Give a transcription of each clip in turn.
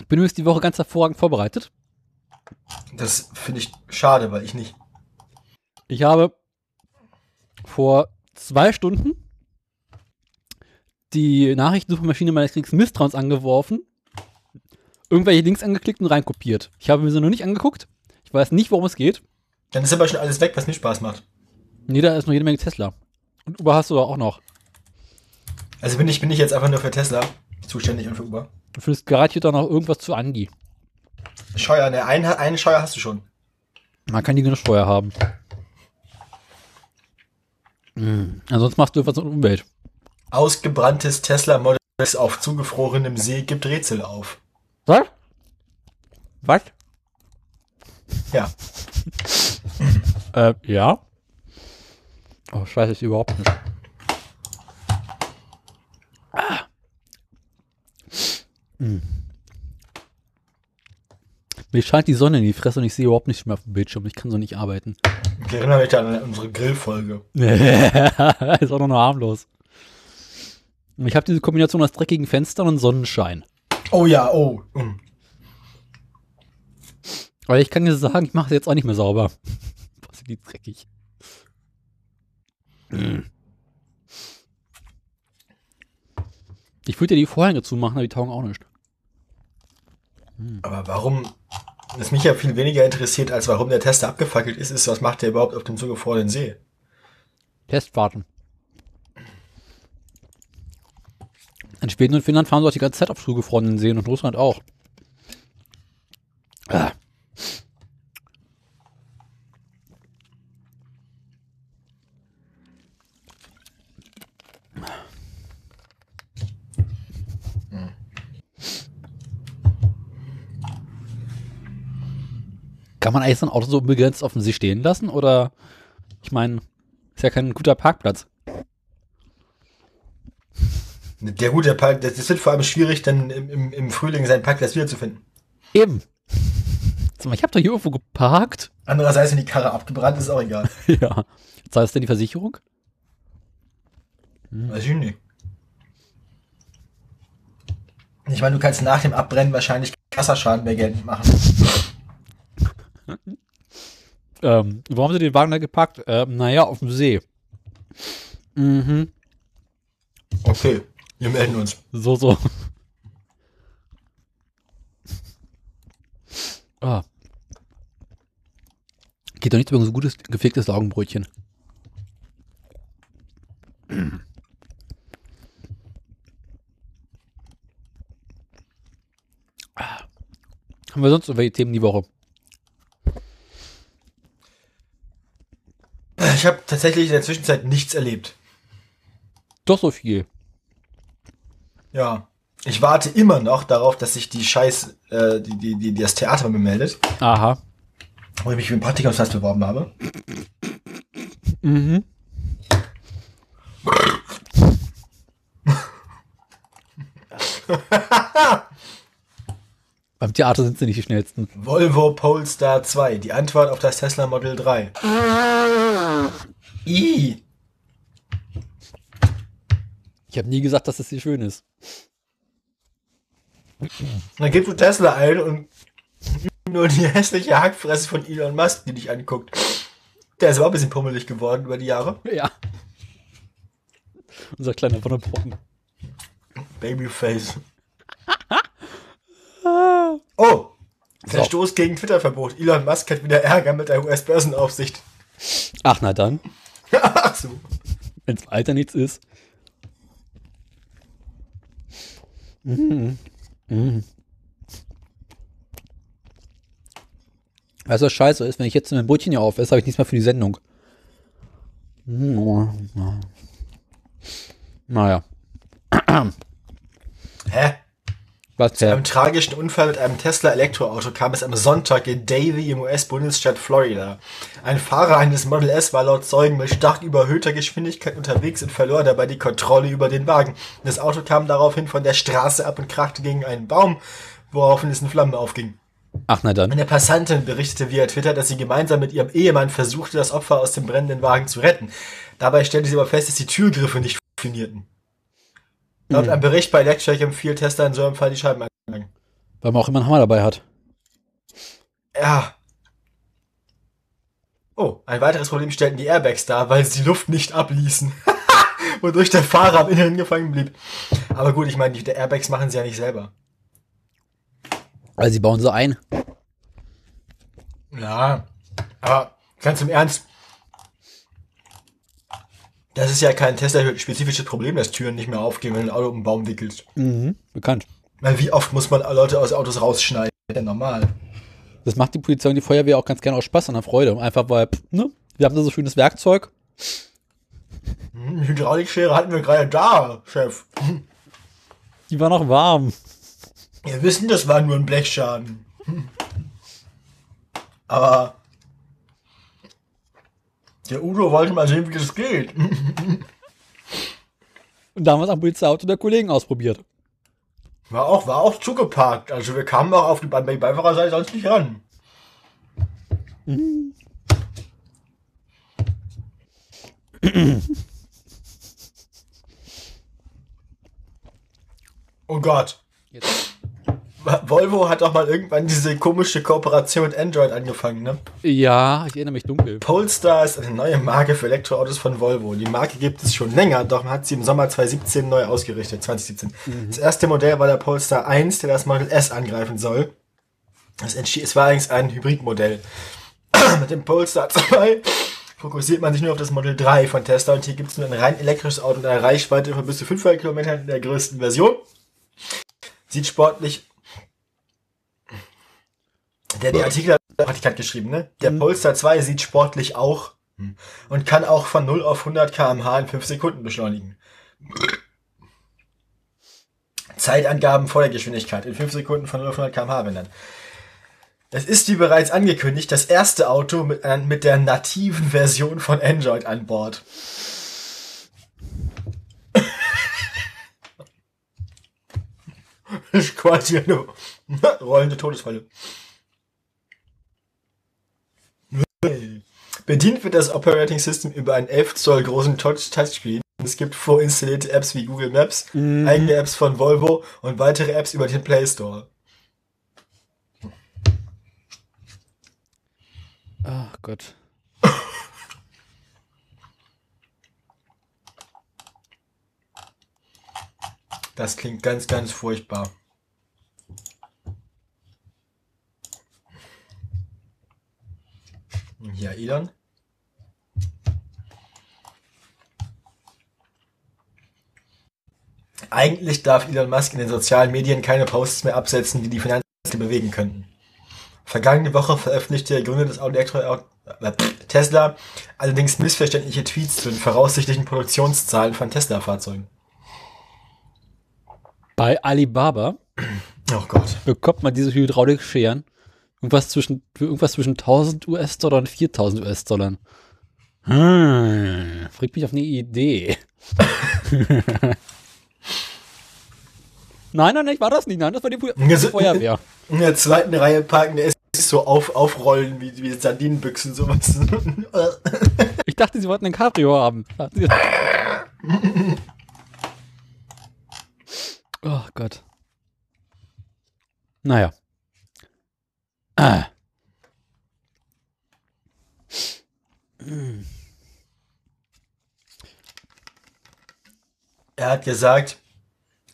Ich bin übrigens die Woche ganz hervorragend vorbereitet. Das finde ich schade, weil ich nicht. Ich habe vor zwei Stunden die Nachrichtensuchmaschine meines Kriegs Misstrauens angeworfen, irgendwelche Links angeklickt und reinkopiert. Ich habe mir sie noch nicht angeguckt. Ich weiß nicht, worum es geht. Dann ist aber schon alles weg, was mir Spaß macht. Nee, da ist noch jede Menge Tesla. Und Uber hast du da auch noch. Also bin ich, bin ich jetzt einfach nur für Tesla zuständig und für Uber. Du findest garantiert da noch irgendwas zu Andi. Scheuer, ne, einen, einen Scheuer hast du schon. Man kann die genug Steuer haben. Hm. Ansonsten machst du irgendwas mit Umwelt. Ausgebranntes Tesla Model X auf zugefrorenem See gibt Rätsel auf. Was? Was? Ja. Äh, ja. Oh, scheiße, ich überhaupt nicht. Ah. Hm. Mir scheint die Sonne in die Fresse und ich sehe überhaupt nichts mehr auf dem Bildschirm. Ich kann so nicht arbeiten. Ich erinnere mich an unsere Grillfolge. ist auch noch nur harmlos. Ich habe diese Kombination aus dreckigen Fenstern und Sonnenschein. Oh ja, oh. mm. Aber ich kann dir sagen, ich mache es jetzt auch nicht mehr sauber. Was sind die dreckig? Ich würde dir die Vorhänge zumachen, aber die taugen auch nicht. Aber warum, was mich ja viel weniger interessiert, als warum der Tester abgefackelt ist, ist, was macht der überhaupt auf dem zugefrorenen See? Testfahrten. In Schweden und Finnland fahren sie auch die ganze Zeit auf zugefrorenen Seen und Russland auch. Ah. Kann man eigentlich so ein Auto so unbegrenzt auf dem See stehen lassen? Oder, ich meine, ist ja kein guter Parkplatz. Der gute Park, das das wird vor allem schwierig, dann im, im, im Frühling seinen Parkplatz wiederzufinden. Eben. Sag mal, ich habe doch hier irgendwo geparkt. Andererseits, wenn die Karre abgebrannt ist, auch egal. Ja. Zahlt es denn die Versicherung? Weiß ich nicht. Ich meine, du kannst nach dem Abbrennen wahrscheinlich Kasserschaden mehr geltend machen. Ähm, wo haben sie den Wagen da geparkt? Ähm, naja, auf dem See. Mhm. Okay, wir melden uns. So, so. Ah. Geht doch nichts über so gutes, gefegtes Laugenbrötchen. Ah. Haben wir sonst irgendwelche Themen die Woche? Ich habe tatsächlich in der Zwischenzeit nichts erlebt. Doch so viel. Ja. Ich warte immer noch darauf, dass sich die Scheiß, äh, die, die, die, das Theater bei mir meldet, Aha. wo ich mich für den Praktikumsplatz beworben habe. Mhm. Beim Theater sind sie nicht die schnellsten. Volvo Polestar 2, die Antwort auf das Tesla Model 3. I. Ich habe nie gesagt, dass das hier schön ist. Dann gibst du Tesla ein und nur die hässliche Hackfresse von Elon Musk, die dich anguckt. Der ist aber auch ein bisschen pummelig geworden über die Jahre. Ja. Unser kleiner Wonnebrücken. Babyface. Oh! Verstoß gegen Twitter-Verbot. Elon Musk hat wieder Ärger mit der US-Börsenaufsicht. Ach, na dann. Ach so. Wenn's weiter nichts ist. Mhm. Mhm. Weißt du, was scheiße ist? Wenn ich jetzt mein Brötchen hier auf esse, habe ich nichts mehr für die Sendung. Mhm. Naja. Hä? Was Bei der? einem tragischen Unfall mit einem Tesla-Elektroauto kam es am Sonntag in Davie im US-Bundesstaat Florida. Ein Fahrer eines Model S war laut Zeugen mit stark überhöhter Geschwindigkeit unterwegs und verlor dabei die Kontrolle über den Wagen. Das Auto kam daraufhin von der Straße ab und krachte gegen einen Baum, woraufhin es in Flammen aufging. Ach, na dann. Eine Passantin berichtete via Twitter, dass sie gemeinsam mit ihrem Ehemann versuchte, das Opfer aus dem brennenden Wagen zu retten. Dabei stellte sie aber fest, dass die Türgriffe nicht funktionierten. Laut einem Bericht bei Electric empfiehlt Tesla in so einem Fall die Scheiben anzulangen. Weil man auch immer einen Hammer dabei hat. Ja. Oh, ein weiteres Problem stellten die Airbags dar, weil sie die Luft nicht abließen. Wodurch der Fahrer am Inneren gefangen blieb. Aber gut, ich meine, die die Airbags machen sie ja nicht selber. Weil Also, sie bauen sie ein. Ja, aber ganz im Ernst. Das ist ja kein Tesla-spezifisches Problem, dass Türen nicht mehr aufgehen, wenn du ein Auto um den Baum wickelst. Mhm. Bekannt. Weil wie oft muss man Leute aus Autos rausschneiden? Ja, normal. Das macht die Polizei und die Feuerwehr auch ganz gerne aus Spaß und an Freude. Einfach weil, pff, ne? Wir haben da so schönes Werkzeug. Hm, die Hydraulikschere hatten wir gerade da, Chef. Die war noch warm. Wir wissen, das war nur ein Blechschaden. Hm. Aber der Udo wollte mal sehen, wie das geht. Und da haben wir es am Polizeiauto der Kollegen ausprobiert. War auch, war auch zugeparkt. Also wir kamen auch auf die Be- Be- Beifahrerseite sonst nicht ran. oh Gott. Jetzt. Wa- Volvo hat doch mal irgendwann diese komische Kooperation mit Android angefangen, ne? Ja, ich erinnere mich dunkel. Polestar ist eine neue Marke für Elektroautos von Volvo. Die Marke gibt es schon länger, doch man hat sie im Sommer 2017 neu ausgerichtet. 2017. Das erste Modell war der Polestar 1, der das Model S angreifen soll. Es, entschi- es war allerdings ein Hybridmodell. Mit dem Polestar 2 fokussiert man sich nur auf das Model 3 von Tesla und hier gibt es nur ein rein elektrisches Auto mit einer Reichweite von bis zu 500 Kilometern in der größten Version. Sieht sportlich der, der Artikel hat der Praktikant geschrieben, ne? Der Polestar 2 sieht sportlich auch hm, und kann auch von 0 auf 100 km/h in 5 Sekunden beschleunigen. Zeitangaben vor der Geschwindigkeit. In 5 Sekunden von 0 auf 100 km/h, wenn dann. Es ist wie bereits angekündigt das erste Auto mit, einer- mit der nativen Version von Android an Bord. Das ist quasi eine rollende Todesfalle. Bedient wird das Operating System über einen 11 Zoll großen Touch- Touchscreen. Es gibt vorinstallierte Apps wie Google Maps, eigene Apps von Volvo und weitere Apps über den Play Store. Ach Gott. Das klingt ganz, ganz furchtbar. Und hier Elon. Eigentlich darf Elon Musk in den sozialen Medien keine Posts mehr absetzen, die die Finanzen bewegen könnten. Vergangene Woche veröffentlichte der Gründer des Elektro äh, Tesla allerdings missverständliche Tweets zu den voraussichtlichen Produktionszahlen von Tesla-Fahrzeugen. Bei Alibaba Oh Gott. bekommt man diese Hydraulikscheren irgendwas zwischen, für irgendwas zwischen 1000 US-Dollar und 4000 US-Dollar. Hm, bringt mich auf eine Idee. nein, nein, nein, ich war das nicht. Nein, das war die, Fu- die Also- Feuerwehr. In der zweiten Reihe parken, der ist so auf, aufrollen wie, wie Sardinenbüchsen, sowas. Ich dachte, sie wollten ein Cabrio haben. Hatten sie- oh Gott. Naja. Ah. er hat gesagt,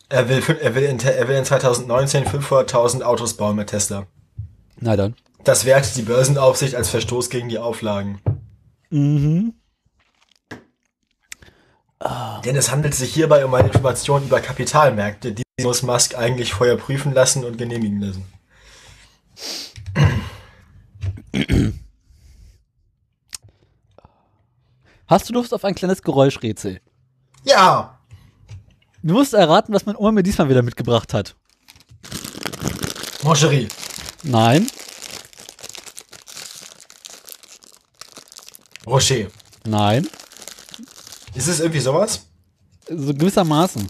er will, fün- er will, in, er will in 2019 500.000 Autos bauen mit Tesla. Na dann. Das wertet die Börsenaufsicht als Verstoß gegen die Auflagen. Mhm. Denn es handelt sich hierbei um eine Information über Kapitalmärkte, die muss Musk eigentlich vorher prüfen lassen und genehmigen lassen. Hast du Lust auf ein kleines Geräuschrätsel? Ja! Du musst erraten, was meine Oma mir diesmal wieder mitgebracht hat. Moncherie. Nein. Rocher. Nein. Ist es irgendwie sowas? So gewissermaßen.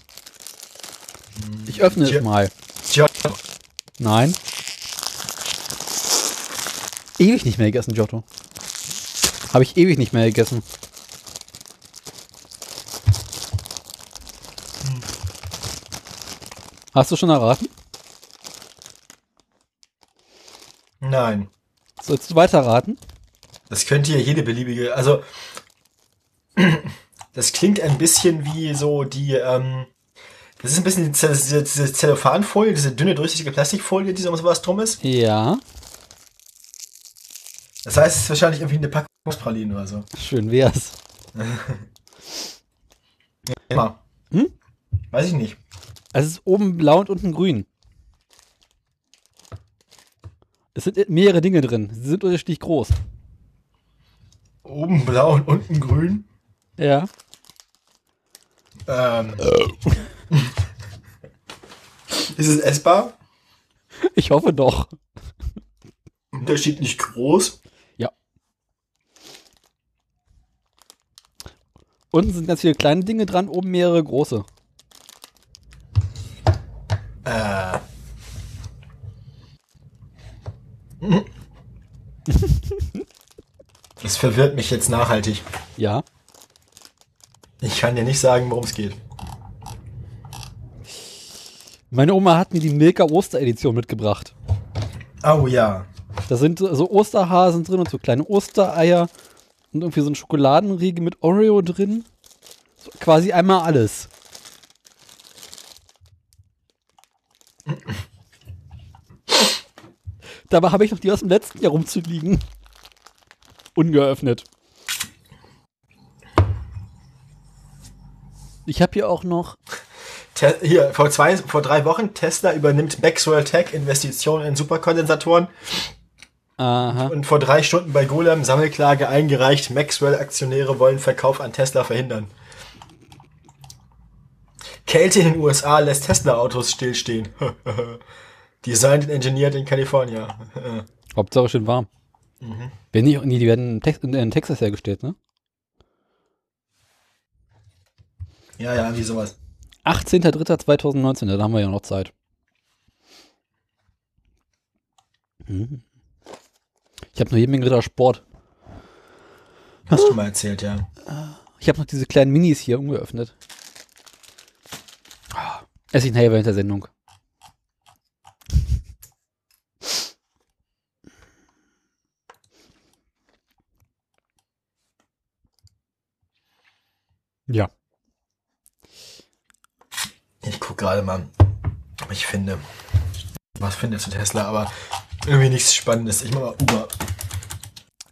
Ich öffne Tja. es mal. Tja. Nein. Ewig nicht mehr gegessen, Giotto. Habe ich ewig nicht mehr gegessen. Hast du schon erraten? Nein. Sollst du weiterraten? Das könnte ja jede beliebige. Also, das klingt ein bisschen wie so die. Ähm, das ist ein bisschen diese, diese, diese Zellophanfolie, diese dünne, durchsichtige Plastikfolie, die so um sowas drum ist. Ja. Das heißt, es ist wahrscheinlich irgendwie eine Packung Pralinen oder so. Schön wär's. Immer. Hm? Weiß ich nicht. Also es ist oben blau und unten grün. Es sind mehrere Dinge drin. Sie sind unterschiedlich groß. Oben blau und unten grün. Ja. Ähm. ist es essbar? Ich hoffe doch. Unterschied nicht groß. Unten sind ganz viele kleine Dinge dran, oben mehrere große. Äh. Das verwirrt mich jetzt nachhaltig. Ja. Ich kann dir nicht sagen, worum es geht. Meine Oma hat mir die Milka Osteredition mitgebracht. Oh ja. Da sind so- so Osterhasen drin und so kleine Ostereier und irgendwie so ein Schokoladenriegel mit Oreo drin. So quasi einmal alles. Dabei habe ich noch die aus dem letzten Jahr rumzuliegen. Ungeöffnet. Ich habe hier auch noch. Te hier, vor, zwei, vor drei Wochen, Tesla übernimmt Maxwell Tech Investitionen in Superkondensatoren Aha. und vor drei Stunden bei Golem Sammelklage eingereicht, Maxwell-Aktionäre wollen Verkauf an Tesla verhindern. Kälte in den USA lässt Tesla-Autos stillstehen. Designed and engineered in California. Hauptsache schön warm. Wenn nicht, nee, die werden in, Tex in, in Texas hergestellt, ne? ja, ja, wie sowas. 18.03.2019, da haben wir ja noch Zeit. Mhm. Ich habe noch jede Menge Ritter Sport. Hast du mal erzählt, ja. Ich habe noch diese kleinen Minis hier ungeöffnet. Ah, Esse ich nachher während der Sendung. Ja. Ich guck gerade mal, ob ich finde. Was findest du Tesla? Aber irgendwie nichts Spannendes. Ich mach mal Uber.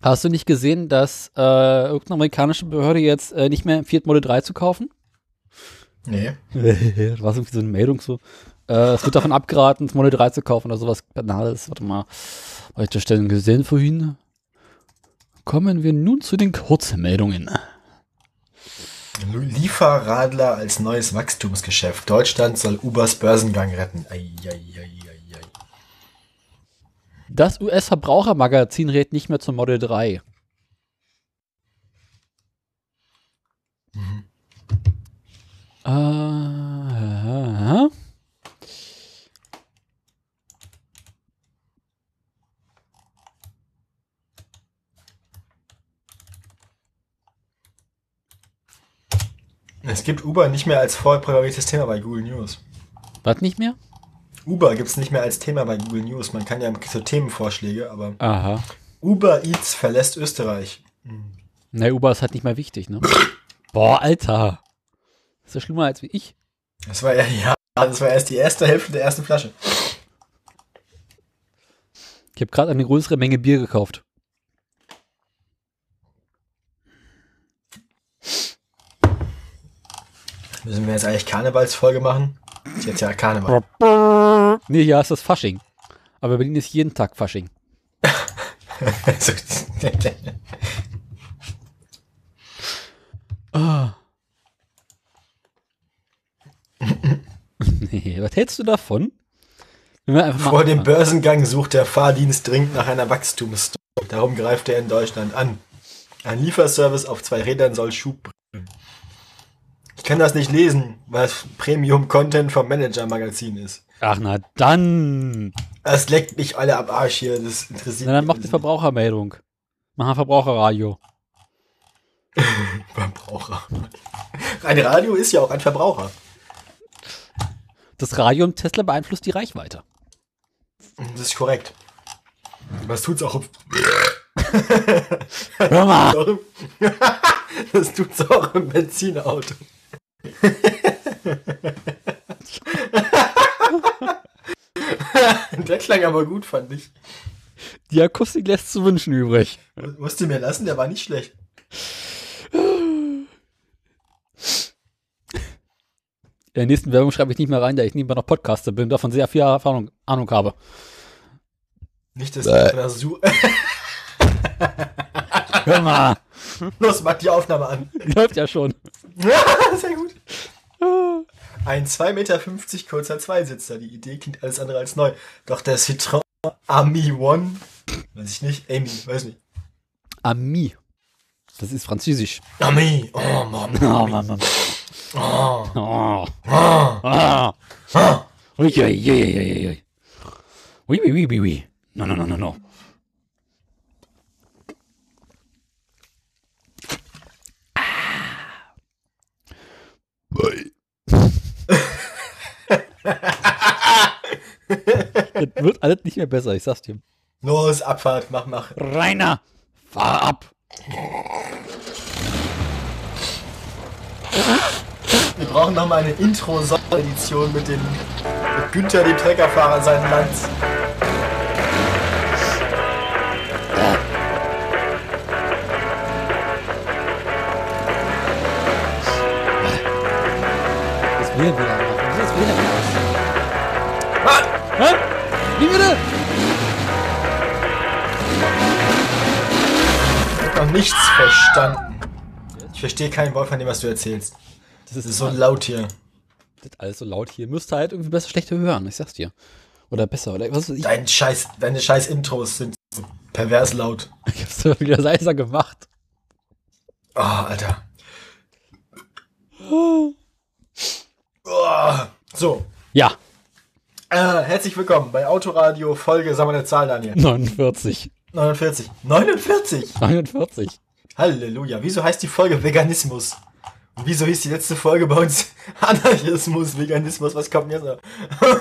Hast du nicht gesehen, dass äh, irgendeine amerikanische Behörde jetzt äh, nicht mehr empfiehlt, Model 3 zu kaufen? Nee. da war irgendwie so eine Meldung so. Äh, es wird davon abgeraten, das Model 3 zu kaufen oder sowas Banales. Warte mal. Habe ich das Stellen gesehen vorhin? Kommen wir nun zu den Kurzmeldungen. Lieferradler als neues Wachstumsgeschäft. Deutschland soll Ubers Börsengang retten. Ei, ei, ei, ei, ei. Das US-Verbrauchermagazin rät nicht mehr zum Model 3. Mhm. Äh, Es gibt Uber nicht mehr als vorprogrammiertes Thema bei Google News. was nicht mehr? Uber gibt's nicht mehr als Thema bei Google News. Man kann ja so Themenvorschläge, aber Aha. Uber Eats verlässt Österreich. Na, Uber ist halt nicht mehr wichtig, ne? Boah, Alter. Ist ja schlimmer als wie ich. Das war ja, ja, das war erst die erste Hälfte der ersten Flasche. Ich habe gerade eine größere Menge Bier gekauft. Müssen wir jetzt eigentlich Karnevalsfolge machen? Ist jetzt ja Karneval. Nee, ja, ist das Fasching. Aber Berlin ist jeden Tag Fasching. Also, Nee, was hältst du davon? Wenn wir einfach mal Vor dem anfangen. Börsengang sucht der Fahrdienst dringend nach einer Wachstumsstory. Darum greift er in Deutschland an. Ein Lieferservice auf zwei Rädern soll Schub bringen. Ich kann das nicht lesen, weil es Premium-Content vom Manager-Magazin ist. Ach na dann. Das leckt mich alle am Arsch hier, das interessiert Na dann mich macht die nicht. Verbrauchermeldung. Mach ein Verbraucherradio. Verbraucher. Ein Radio ist ja auch ein Verbraucher. Das Radium Tesla beeinflusst die Reichweite. Das ist korrekt. Was tut's auch im- Hör mal! auch im- Das tut's auch im Benzinauto. Der klang aber gut, fand ich. Die Akustik lässt zu wünschen übrig. Musst du mir lassen, der war nicht schlecht. In der nächsten Werbung schreibe ich nicht mehr rein, da ich nebenbei noch Podcaster bin, und davon sehr viel Erfahrung, Ahnung habe. Nicht, dass du von der Su Hör mal! Los, mach die Aufnahme an. Läuft ja schon. Sehr gut. Ein 2,50 Meter kurzer Zweisitzer. Die Idee klingt alles andere als neu. Doch der Citroën Ami One, weiß ich nicht, Amy, weiß nicht. Ami. Das ist französisch. Ami, oh Mann. Oh, Mann, Mann. Oh. Oh. Ah. Ui, ui, ui, ui, ui, ui. Ui, ui, ui, ui, ui. No, no, no, no, no. Ah. Das wird alles nicht mehr besser, ich sag's dir. Los, Abfahrt, mach, mach. Rainer, fahr ab. Wir brauchen nochmal eine Intro-Sonderedition mit dem mit Günther, dem Treckerfahrer, seinem Land. Das will er wieder machen. Das will er wieder machen. Hä? Wie bitte? Ich hab noch nichts verstanden. Ich verstehe kein Wort von dem, was du erzählst. Das ist, Es ist so laut hier. das alles so laut hier. Müsste halt irgendwie besser schlechter hören, ich sag's dir. Oder besser, oder was weiß ich. Dein scheiß, deine scheiß Intros sind so pervers laut. Ich hab's doch wieder leiser gemacht. Oh, Alter. Oh. So, Ja, äh, herzlich willkommen bei Autoradio Folge, sag mal eine Zahl, Daniel. 49. 49. 49! 49. Halleluja. Wieso heißt die Folge Veganismus? Und wieso hieß die letzte Folge bei uns Anarchismus, Veganismus? Was kommt denn jetzt noch?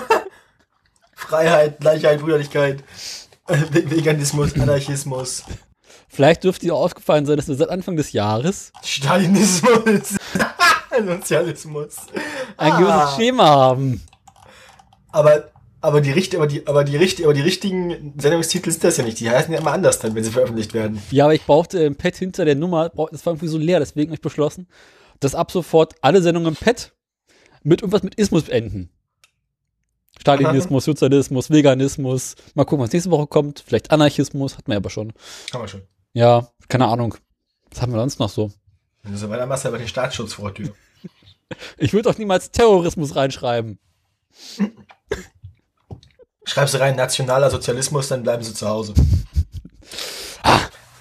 Freiheit, Gleichheit, Brüderlichkeit. äh, Ve- Veganismus, Anarchismus, Vielleicht dürfte dir aufgefallen sein, dass wir seit Anfang des Jahres Stalinismus, Sozialismus. Ah. ein gewisses Schema haben. Aber, aber, die, Richt aber, die, aber, die, Richt aber die richtigen Sendungstitel sind das ja nicht. Die heißen ja immer anders dann, wenn sie veröffentlicht werden. Ja, aber ich brauchte im Pad hinter der Nummer, brauch- das war irgendwie so leer, deswegen habe ich beschlossen, dass ab sofort alle Sendungen im Pad mit irgendwas mit Ismus enden. Stalinismus, Sozialismus, Veganismus. Mal gucken, was nächste Woche kommt. Vielleicht Anarchismus, hatten wir aber schon. Kann man schon. Ja, keine Ahnung. Was haben wir sonst noch so? Wenn du so weitermachst, aber den Staatsschutz vor der Tür. Ich würde doch niemals Terrorismus reinschreiben. Schreibst du rein, nationaler Sozialismus, dann bleiben sie zu Hause. Ah.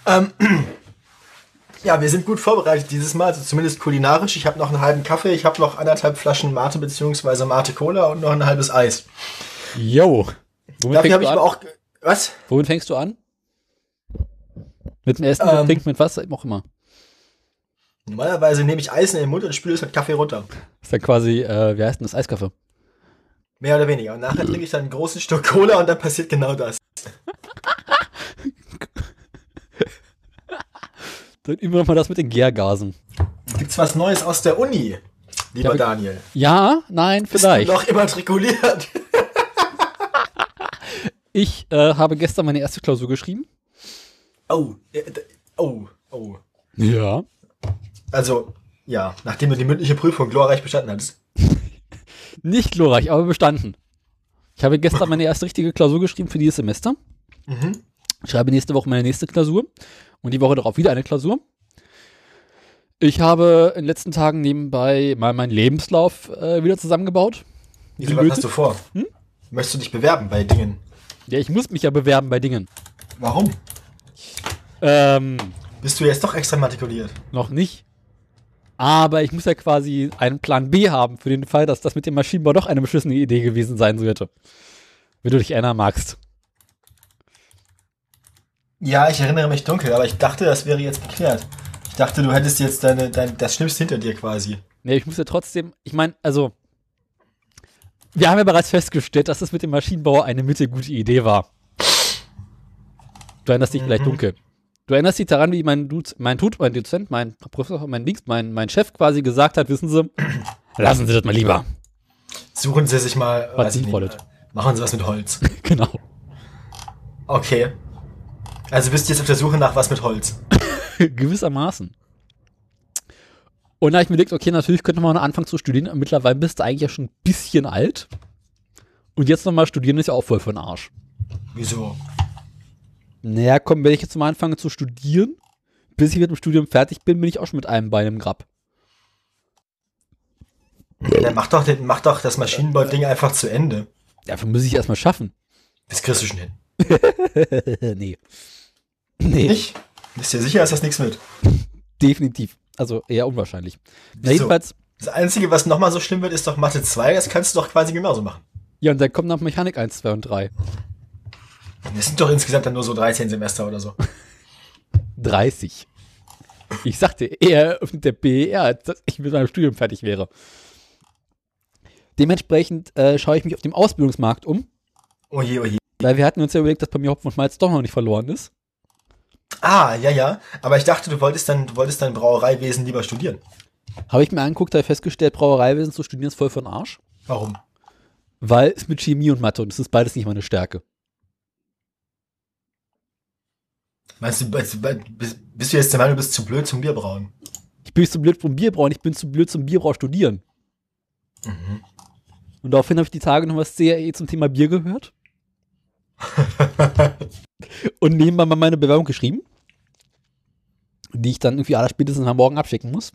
Ähm, ja, wir sind gut vorbereitet dieses Mal, also zumindest kulinarisch. Ich habe noch einen halben Kaffee, ich habe noch anderthalb Flaschen Mate bzw. Mate Cola und noch ein halbes Eis. Yo. Womit, Dafür fängst habe ich du, aber an? auch. ge- Was? Womit fängst du an? Mit dem Essen, mit Ähm. Trinken, mit was? Auch immer. Normalerweise nehme ich Eis in den Mund und spüle es mit Kaffee runter. Ist dann quasi, äh, wie heißt denn das? Eiskaffee. Mehr oder weniger. Und nachher trinke ich dann einen großen Schluck Cola und dann passiert genau das. Dann üben wir mal das mit den Gärgasen. Gibt's was Neues aus der Uni, lieber Ja, wir- Daniel? Ja, nein, Bist du vielleicht. noch immatrikuliert? Ich äh, habe gestern meine erste Klausur geschrieben. Oh, äh, d- oh, oh. Ja. Also, ja, nachdem du die mündliche Prüfung glorreich bestanden hattest. Nicht glorreich, aber bestanden. Ich habe gestern meine erste richtige Klausur geschrieben für dieses Semester. Ich schreibe nächste Woche meine nächste Klausur und die Woche darauf wieder eine Klausur. Ich habe in den letzten Tagen nebenbei mal meinen Lebenslauf äh, wieder zusammengebaut. Wieso, was hast du vor? Möchtest du dich bewerben bei Dingen? Ja, ich muss mich ja bewerben bei Dingen. Warum? Ähm, Bist du jetzt doch extra matrikuliert? noch nicht. Aber ich muss ja quasi einen Plan B haben für den Fall, dass das mit dem Maschinenbau doch eine beschissene Idee gewesen sein sollte. Wenn du dich erinnern magst. Ja, ich erinnere mich dunkel, aber ich dachte, das wäre jetzt geklärt. Ich dachte, du hättest jetzt deine, dein, das Schlimmste hinter dir quasi. Nee, ich muss ja trotzdem, ich meine, also Wir haben ja bereits festgestellt, dass es mit dem Maschinenbauer eine mittelgute Idee war. Du erinnerst dich vielleicht dunkel. Du erinnerst dich daran, wie mein, Duz, mein Tut, mein Dozent, mein Professor, mein Dienst, mein, mein Chef quasi gesagt hat, wissen Sie, lassen Sie das mal lieber. Suchen Sie sich mal. Was weiß ich nicht, Sinnvolles. Machen Sie was mit Holz. Genau. Okay. Also bist du jetzt auf der Suche nach was mit Holz. Gewissermaßen. Und da habe ich mir gedacht, okay, natürlich könnte man anfangen zu studieren. Mittlerweile bist du eigentlich ja schon ein bisschen alt. Und jetzt nochmal studieren ist ja auch voll für den Arsch. Wieso? Naja, komm, wenn ich jetzt mal anfange zu studieren, bis ich mit dem Studium fertig bin, bin ich auch schon mit einem Bein im Grab. Dann mach doch, den, mach doch das Maschinenbau-Ding einfach zu Ende. Dafür muss ich erstmal schaffen. Das kriegst du schon hin. nee. Nee, Ich? Bist dir sicher, ist das nichts mit? definitiv. Also eher unwahrscheinlich. Na, Wieso? jedenfalls, Das Einzige, was nochmal so schlimm wird, ist doch Mathe 2. Das kannst du doch quasi genauso machen. ja, und dann kommt noch Mechanik 1, 2 und 3. Das sind doch insgesamt dann nur so 13 Semester oder so. 30. Ich sagte, er öffnet der BER, als dass ich mit meinem Studium fertig wäre. Dementsprechend äh, schaue ich mich auf dem Ausbildungsmarkt um, Oh je, oh je. weil wir hatten uns ja überlegt, dass bei mir Hopfen und Malz doch noch nicht verloren ist. Ah, ja, ja. Aber ich dachte, du wolltest dann, du wolltest dann Brauereiwesen lieber studieren. Habe ich mir angeguckt, habe festgestellt, Brauereiwesen zu studieren ist voll von Arsch, Warum? weil es mit Chemie und Mathe und das ist beides nicht meine Stärke. Meinst du, bist, bist bist du jetzt der Meinung, du bist zu blöd zum Bierbrauen? Ich bin nicht zu blöd zum Bierbrauen, ich bin zu blöd zum Bierbrau studieren. Und daraufhin habe ich die Tage noch was sehr zum Thema Bier gehört. und nebenbei mal meine Bewerbung geschrieben, die ich dann irgendwie aller spätestens am Morgen abschicken muss.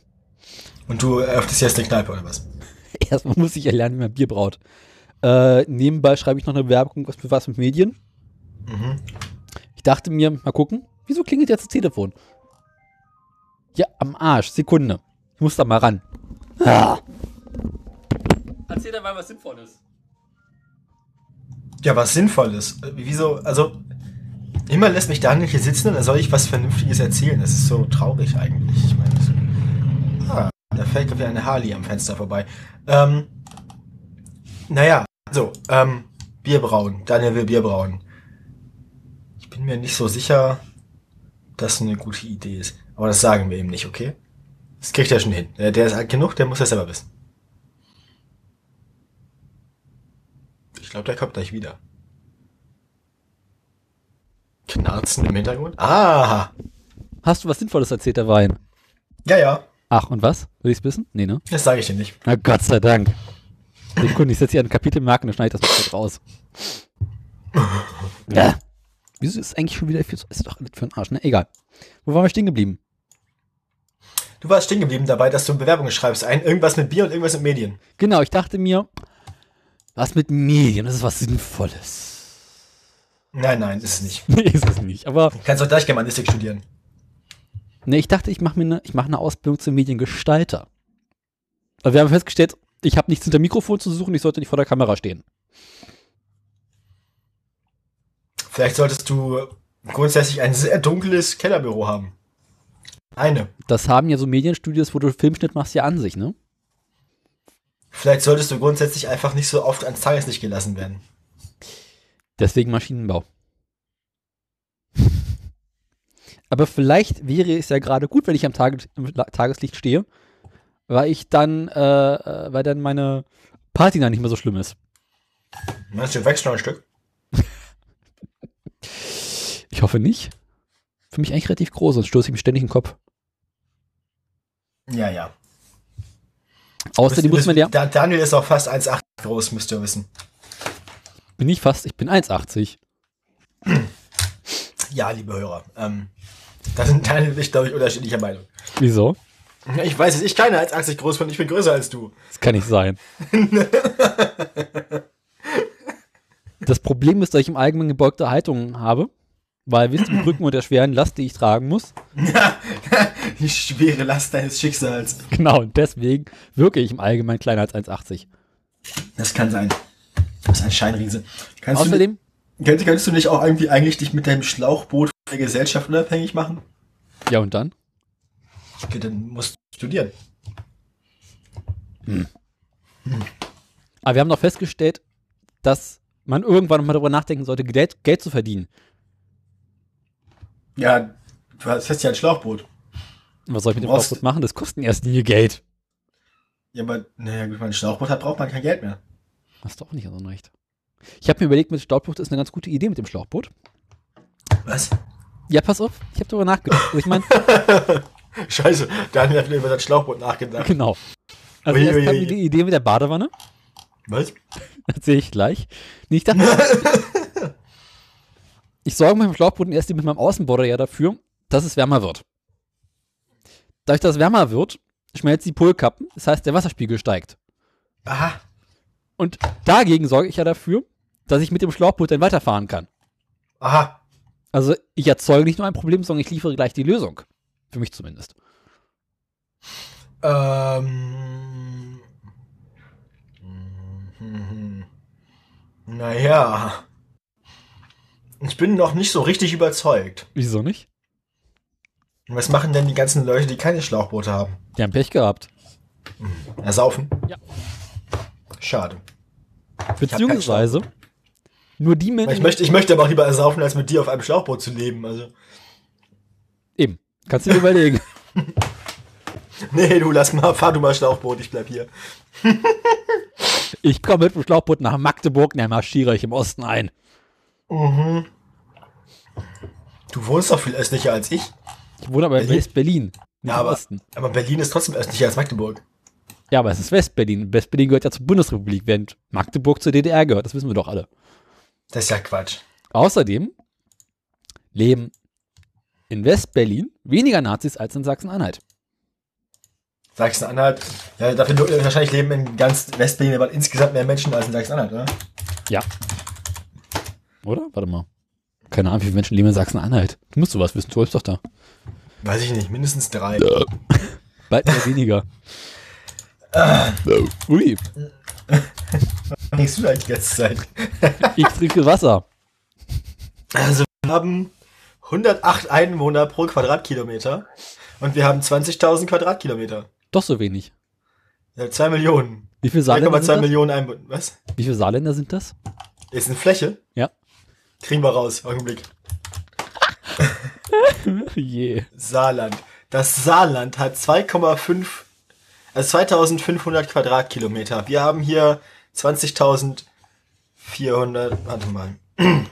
Und du eröffnest jetzt eine Kneipe oder was? Erstmal muss ich erlernen, wie man Bier braut. Äh, nebenbei schreibe ich noch eine Bewerbung was für was mit Medien. Mhm. Ich dachte mir, mal gucken, wieso klingelt jetzt das Telefon? Ja, am Arsch, Sekunde. Ich muss da mal ran. Ah. Erzähl doch mal was Sinnvolles. Ja, was Sinnvolles. Äh, Wieso? Also, immer lässt mich Daniel hier sitzen und dann soll ich was Vernünftiges erzählen. Das ist so traurig eigentlich. Ich meine, das- ah, da fällt gerade wieder eine Harley am Fenster vorbei. Ähm, naja, so, ähm, Bier brauen. Daniel will Bier brauen. Ich bin mir nicht so sicher, dass eine gute Idee ist. Aber das sagen wir ihm nicht, okay? Das kriegt er schon hin. Der, der ist alt genug, der muss das selber wissen. Ich glaube, der kommt gleich wieder. Knarzen im Hintergrund? Ah! Hast du was Sinnvolles erzählt, der Wein? Ja, ja. Ach, und was? Will ich's wissen? Nee, ne? Das sage ich dir nicht. Na Gott sei Dank. Sekunde, ich setze hier ein Kapitel marken, dann schneide ich das sofort raus. Ja. Wieso ist eigentlich schon wieder viel zu. Ist doch alles für ein Arsch, ne? Egal. Wo waren wir stehen geblieben? Du warst stehen geblieben dabei, dass du Bewerbungen schreibst. Ein irgendwas mit Bier und irgendwas mit Medien. Genau, ich dachte mir, was mit Medien, das ist was Sinnvolles. Nein, nein, ist es nicht. Nee, ist es nicht. Aber Du kannst doch gleich Germanistik studieren. nee, ich dachte, ich mache mir eine, ich mache eine Ausbildung zum Mediengestalter. Aber wir haben festgestellt, ich habe nichts hinter Mikrofon zu suchen, ich sollte nicht vor der Kamera stehen. Vielleicht solltest du grundsätzlich ein sehr dunkles Kellerbüro haben. Eine. Das haben ja so Medienstudios, wo du Filmschnitt machst, ja an sich, ne? Vielleicht solltest du grundsätzlich einfach nicht so oft ans Tageslicht gelassen werden. Deswegen Maschinenbau. Aber vielleicht wäre es ja gerade gut, wenn ich am Tage, im La- Tageslicht stehe, weil ich dann, äh, äh, weil dann meine Patina nicht mehr so schlimm ist. Meinst du, wächst noch ein Stück? Ich hoffe nicht. Für mich eigentlich relativ groß, sonst stoße ich mir ständig den Kopf. Ja, ja. Außerdem muss man ja, Da- Daniel ist auch fast 1,8 groß, müsst ihr wissen. bin ich fast, ich bin 1,80. Ja, liebe Hörer. Ähm, da sind Daniel und ich, glaube ich, unterschiedlicher Meinung. Wieso? Ja, Ich weiß es, ich keine 1,80 groß bin, ich bin größer als du. Das kann nicht sein. Das Problem ist, dass ich im Allgemeinen gebeugte Haltungen habe, weil wisst ihr, mit dem Rücken und der schweren Last, die ich tragen muss, Die schwere Last deines Schicksals. Genau, und deswegen wirke ich im Allgemeinen kleiner als 1,80. Das kann sein. Das ist ein Scheinriese. Kannst Außerdem, du, nicht- könnt, könntest du nicht auch irgendwie eigentlich dich mit deinem Schlauchboot von der Gesellschaft unabhängig machen? ja und dann? Okay, dann musst du studieren. Aber Ah, wir haben doch festgestellt, dass man irgendwann mal darüber nachdenken sollte, Geld, Geld zu verdienen. Ja, du hast jetzt ja ein Schlauchboot. Und was soll ich mit Du dem brauchst- Ausdruck machen? Das kostet in erster Linie Geld. Ja, aber, naja, gut, wenn man ein Schlauchboot hat, braucht man kein Geld mehr. Hast du auch nicht so recht. Ich habe mir überlegt, mit Schlauchboot ist eine ganz gute Idee mit dem Schlauchboot. Was? Ja, pass auf, ich habe darüber nachgedacht. Also ich meine, Scheiße, Daniel hat wieder über sein Schlauchboot nachgedacht. genau. Also Ui, erst ui, kam ui. die Idee mit der Badewanne, Was? das sehe ich gleich. Nee, ich dachte, ich sorge mit dem Schlauchboot und erst mit meinem Außenborder ja dafür, dass es wärmer wird. Dadurch, dass es wärmer wird, schmelzt die Polkappen, das heißt, der Wasserspiegel steigt. Aha. Und dagegen sorge ich ja dafür, dass ich mit dem Schlauchboot dann weiterfahren kann. Aha. Also ich erzeuge nicht nur ein Problem, sondern ich liefere gleich die Lösung. Für mich zumindest. Ähm. mhm. Naja. Ich bin noch nicht so richtig überzeugt. Wieso nicht? Und was machen denn die ganzen Leute, die keine Schlauchboote haben? Die haben Pech gehabt. Ersaufen? Ja. Schade. Beziehungsweise nur die Ich Menschen. möchte, ich möchte aber auch lieber ersaufen, als mit dir auf einem Schlauchboot zu leben. Also, Eben. Kannst du dir überlegen. nee, du lass mal, fahr du mal Schlauchboot, ich bleib hier. Ich komme mit dem Schlauchboot nach Magdeburg, dann marschiere ich im Osten ein. Du wohnst doch viel östlicher als ich. Ich wohne aber in Berlin? West-Berlin. Nicht Ja, im aber, Osten. aber Berlin ist trotzdem östlicher als Magdeburg. Ja, aber es ist West-Berlin. West-Berlin gehört ja zur Bundesrepublik, während Magdeburg zur DDR gehört. Das wissen wir doch alle. Das ist ja Quatsch. Außerdem leben in West-Berlin weniger Nazis als in Sachsen-Anhalt. Sachsen-Anhalt, ja, dafür äh, wahrscheinlich leben in ganz Westberlin aber insgesamt mehr Menschen als in Sachsen-Anhalt, oder? Ja. Oder? Warte mal. Keine Ahnung, wie viele Menschen leben in Sachsen-Anhalt. Du musst sowas wissen, du bist doch da. Weiß ich nicht, mindestens drei. Bald mehr weniger. Ah. Ui, Was denkst du da die ganze Zeit? ich trinke Wasser. Also, wir haben 108 Einwohner pro Quadratkilometer und wir haben 20.000 Quadratkilometer. Doch so wenig. Ja, 2 Millionen. Wie viele Saarländer, sind 3,2 das? Millionen Einwohner. Was? Wie viele Saarländer sind das? Ist eine Fläche? Ja. Kriegen wir raus, Augenblick. Je. Saarland. Das Saarland hat 2,5, also 2500 Quadratkilometer. Wir haben hier 20.400, warte mal.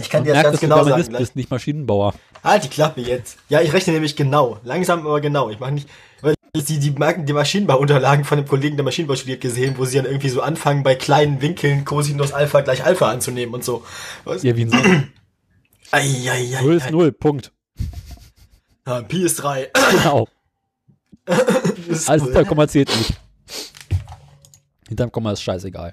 Ich kann dir das Merk, ganz dass du genau sagen. Germanist Gleich. bist, nicht Maschinenbauer. Halt die Klappe jetzt. Ja, ich rechne nämlich genau. Langsam, aber genau. Ich mache nicht, weil ich die, die, Marken, die Maschinenbauunterlagen von dem Kollegen, der Maschinenbau studiert, gesehen, wo sie dann irgendwie so anfangen, bei kleinen Winkeln Cosinus Alpha gleich Alpha anzunehmen und so. Was? Ja, wie ein Sohn. Eieiei. 0 ist 0, Punkt. Ah, Pi ist 3. Genau. Ist Alles hinter Komma zählt nicht. Hinterm Komma ist scheißegal.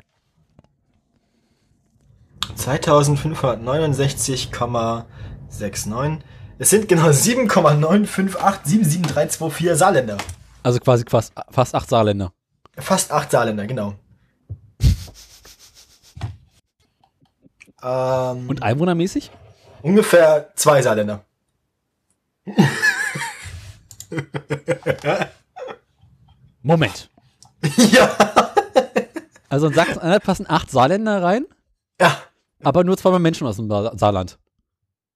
2569,69. Es sind genau 7,95877324 Saarländer. Also quasi fast, fast acht Saarländer. Fast acht Saarländer, genau. Ähm, Und einwohnermäßig? ungefähr zwei Saarländer. Moment. ja. Also in Sachsen-Anhalt passen acht Saarländer rein, ja. aber nur zweimal Menschen aus dem Saar- Saarland.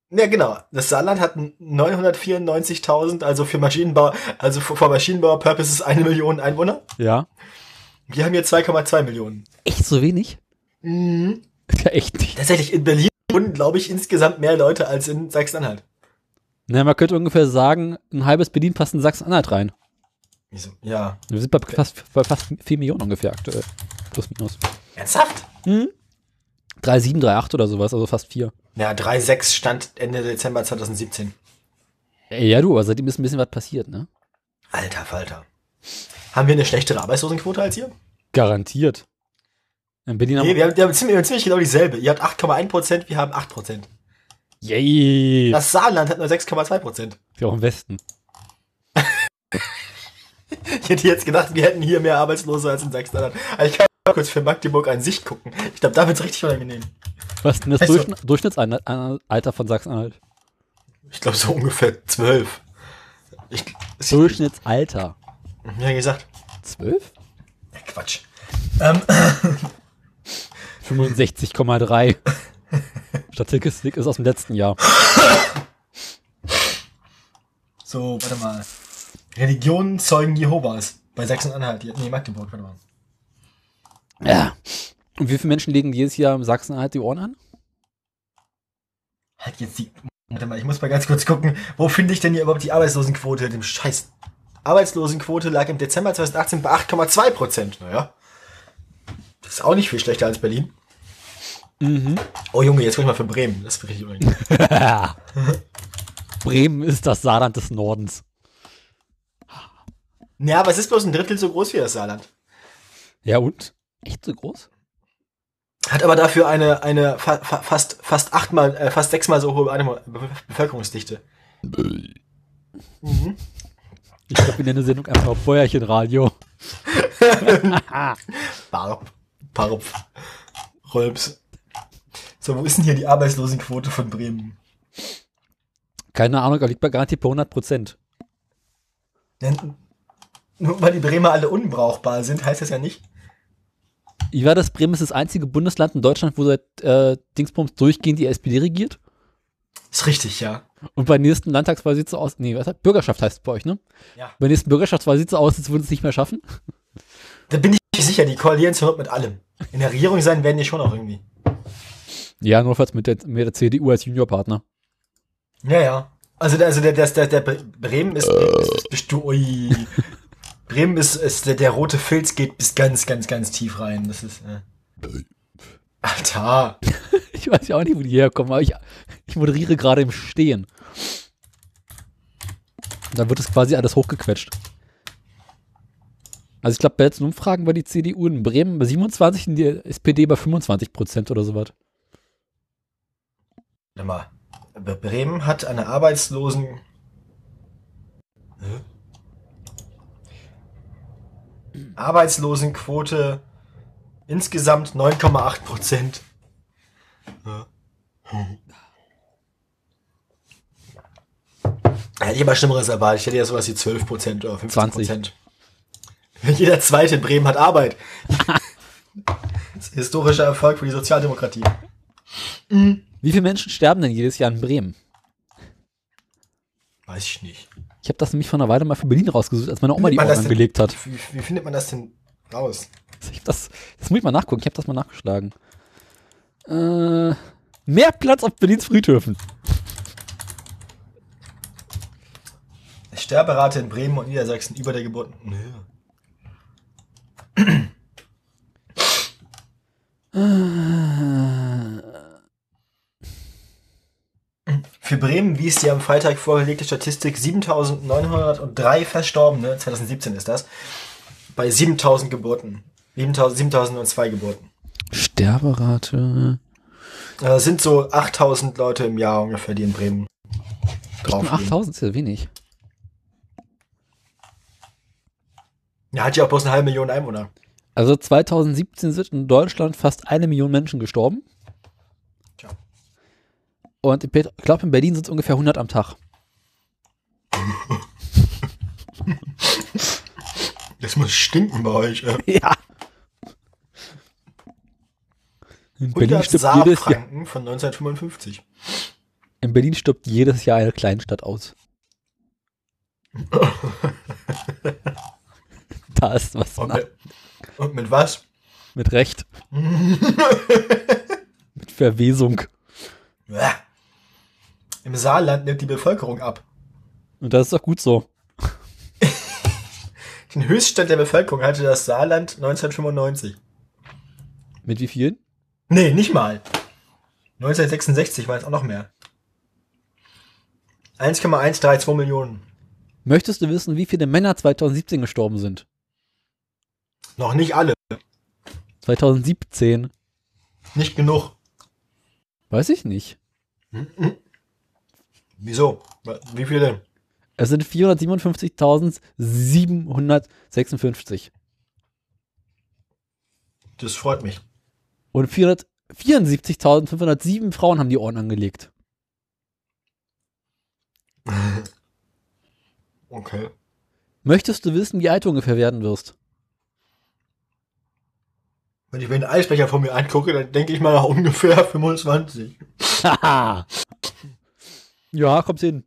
Ja, genau. Das Saarland hat 994.000, also für Maschinenbau, also für, für Maschinenbau-Purposes eine Million Einwohner. Ja. Wir haben hier 2,2 Millionen. Echt so wenig? Mhm. Ist ja echt nicht. Tatsächlich, in Berlin wohnen, glaube ich, insgesamt mehr Leute als in Sachsen-Anhalt. Na, man könnte ungefähr sagen, ein halbes Berlin passt in Sachsen-Anhalt rein. Wieso? Ja. Wir sind bei fast, bei fast 4 Millionen ungefähr aktuell. Plus minus. Ernsthaft? 3,7, 3,8 oder sowas, also fast 4. Ja, 3,6 stand Ende Dezember 2017. Ja, du, aber seitdem ist ein bisschen was passiert, ne? Alter Falter. Haben wir eine schlechtere Arbeitslosenquote als ihr? Garantiert. In Berlin haben Nee, wir haben, wir haben ziemlich, wir haben ziemlich genau dieselbe. Ihr habt 8,1%, wir haben 8%. Yay! Das Saarland hat nur 6,2%. Ist ja auch im Westen. Ich hätte jetzt gedacht, wir hätten hier mehr Arbeitslose als in Sachsen-Anhalt. Aber ich kann mal kurz für Magdeburg an sich gucken. Ich glaube, da wird's richtig unangenehm. Was ist denn das Weißt du- Durchschn- Durchschnittsalter äh, von Sachsen-Anhalt? Ich glaube, so ungefähr 12. Ich, ich, Durchschnittsalter. ja, gesagt. 12? Ja, Quatsch. Ähm, 65,3. Statistik ist aus dem letzten Jahr. so, warte mal. Religionen Zeugen Jehovas. Bei Sachsen-Anhalt. jetzt- Nee, Magdeburg, warte mal. Ja. Und wie viele Menschen legen jedes Jahr im Sachsen-Anhalt die Ohren an? Halt jetzt die. Warte mal, ich muss mal ganz kurz gucken, wo finde ich denn hier überhaupt die Arbeitslosenquote? Dem Scheiß. Arbeitslosenquote lag im Dezember 2018 bei 8,2 Prozent. Naja. Das ist auch nicht viel schlechter als Berlin. Oh Junge, jetzt guck ich mal für Bremen. Das ist richtig unangenehm. Bremen ist das Saarland des Nordens. Naja, aber es ist bloß ein Drittel so groß wie das Saarland. Ja und? Echt so groß? Hat aber dafür eine, eine fa fa fast, fast achtmal, äh, fast sechsmal so hohe Anwohner- Be- Bevölkerungsdichte. Mhm. Ich glaube, wir nennen die Sendung einfach Bäuerchenradio. Barop, Barop, Rülps. So, wo ist denn hier die Arbeitslosenquote von Bremen? Keine Ahnung, aber liegt bei garantiert bei 100 Prozent. Ja, Nur weil die Bremer alle unbrauchbar sind, heißt das ja nicht. Wie war das? Bremen ist das einzige Bundesland in Deutschland, wo seit äh, Dingsbums durchgehend die SPD regiert. Ist richtig, ja. Und Und bei der nächsten Landtagswahl sieht es so aus. Nee, was heißt Bürgerschaft heißt es bei euch, ne? Ja. Bei der nächsten Bürgerschaftswahl sieht es so aus, als würden sie es nicht mehr schaffen. da bin ich nicht sicher, die koalieren zur Not mit allem. In der Regierung sein werden die schon auch irgendwie. Ja, notfalls mit der, mit der CDU als Juniorpartner. Ja, ja. Also, der- also der, der, der, der Bre- Bremen ist, ist, ist bist du, ui. Bremen ist, ist der, der rote Filz geht bis ganz, ganz, ganz tief rein. Das ist. Äh. Alter. Ich weiß ja auch nicht, wo die herkommen, aber ich, ich moderiere gerade im Stehen. Und dann wird es quasi alles hochgequetscht. Also ich glaube, bei letzten Umfragen war die CDU in Bremen bei 27 und die SPD bei 25 Prozent oder sowas. Warte mal. Bre- Bremen hat eine Arbeitslosen. Hä? Arbeitslosenquote insgesamt 9,8 Prozent. Hätte ich aber Schlimmeres erwartet. Ich hätte ja sowas wie 12 Prozent oder 15 Prozent. Jeder Zweite in Bremen hat Arbeit. das ist ein historischer Erfolg für die Sozialdemokratie. Wie viele Menschen sterben denn jedes Jahr in Bremen? Weiß ich nicht. Ich habe das nämlich vor einer Weile mal für Berlin rausgesucht, als meine Oma Findet die man Ohren das denn- angelegt hat. Wie, wie findet man das denn raus? Ich hab das, das muss ich mal nachgucken. Ich habe das mal nachgeschlagen. Äh, mehr Platz auf Berlins Friedhöfen. Sterberate in Bremen und Niedersachsen über der Geburt. Nö. Für Bremen wies die am Freitag vorgelegte Statistik 7.903 Verstorbene, 2017 ist das, bei 7.000 Geburten. 7.000 7.002 Geburten. Sterberate. Also das sind so 8.000 Leute im Jahr ungefähr, die in Bremen Nur drauf 8000 ist ja wenig. Ja, hat ja auch bloß eine halbe Million Einwohner. Also 2017 sind in Deutschland fast eine Million Menschen gestorben. Tja. Und in Bet- ich glaube, in Berlin sind es ungefähr 100 am Tag. Das muss stinken bei euch. äh. Ja. In Berlin, 100 stirbt jedes Jahr, Saarfranken von 1955. in Berlin stirbt jedes Jahr eine Kleinstadt aus. da ist was Und nach. mit, und mit was? Mit Recht. Mit Verwesung. Uah. Im Saarland nimmt die Bevölkerung ab. Und das ist doch gut so. Den Höchststand der Bevölkerung hatte das Saarland 1995. Mit wie vielen? Nee, nicht mal. 1966 waren es auch noch mehr. 1,132 Millionen. Möchtest du wissen, wie viele Männer 2017 gestorben sind? Noch nicht alle. 2017? Nicht genug. Weiß ich nicht. Wieso? Wie viele denn? Es sind 457.756 Das freut mich. und 474.507 Frauen haben die Ohren angelegt. Okay. Möchtest du wissen, wie alt du ungefähr werden wirst? Wenn ich mir den Eisbecher von mir angucke, dann denke ich mal nach ungefähr 25. Haha. ja, kommt's hin.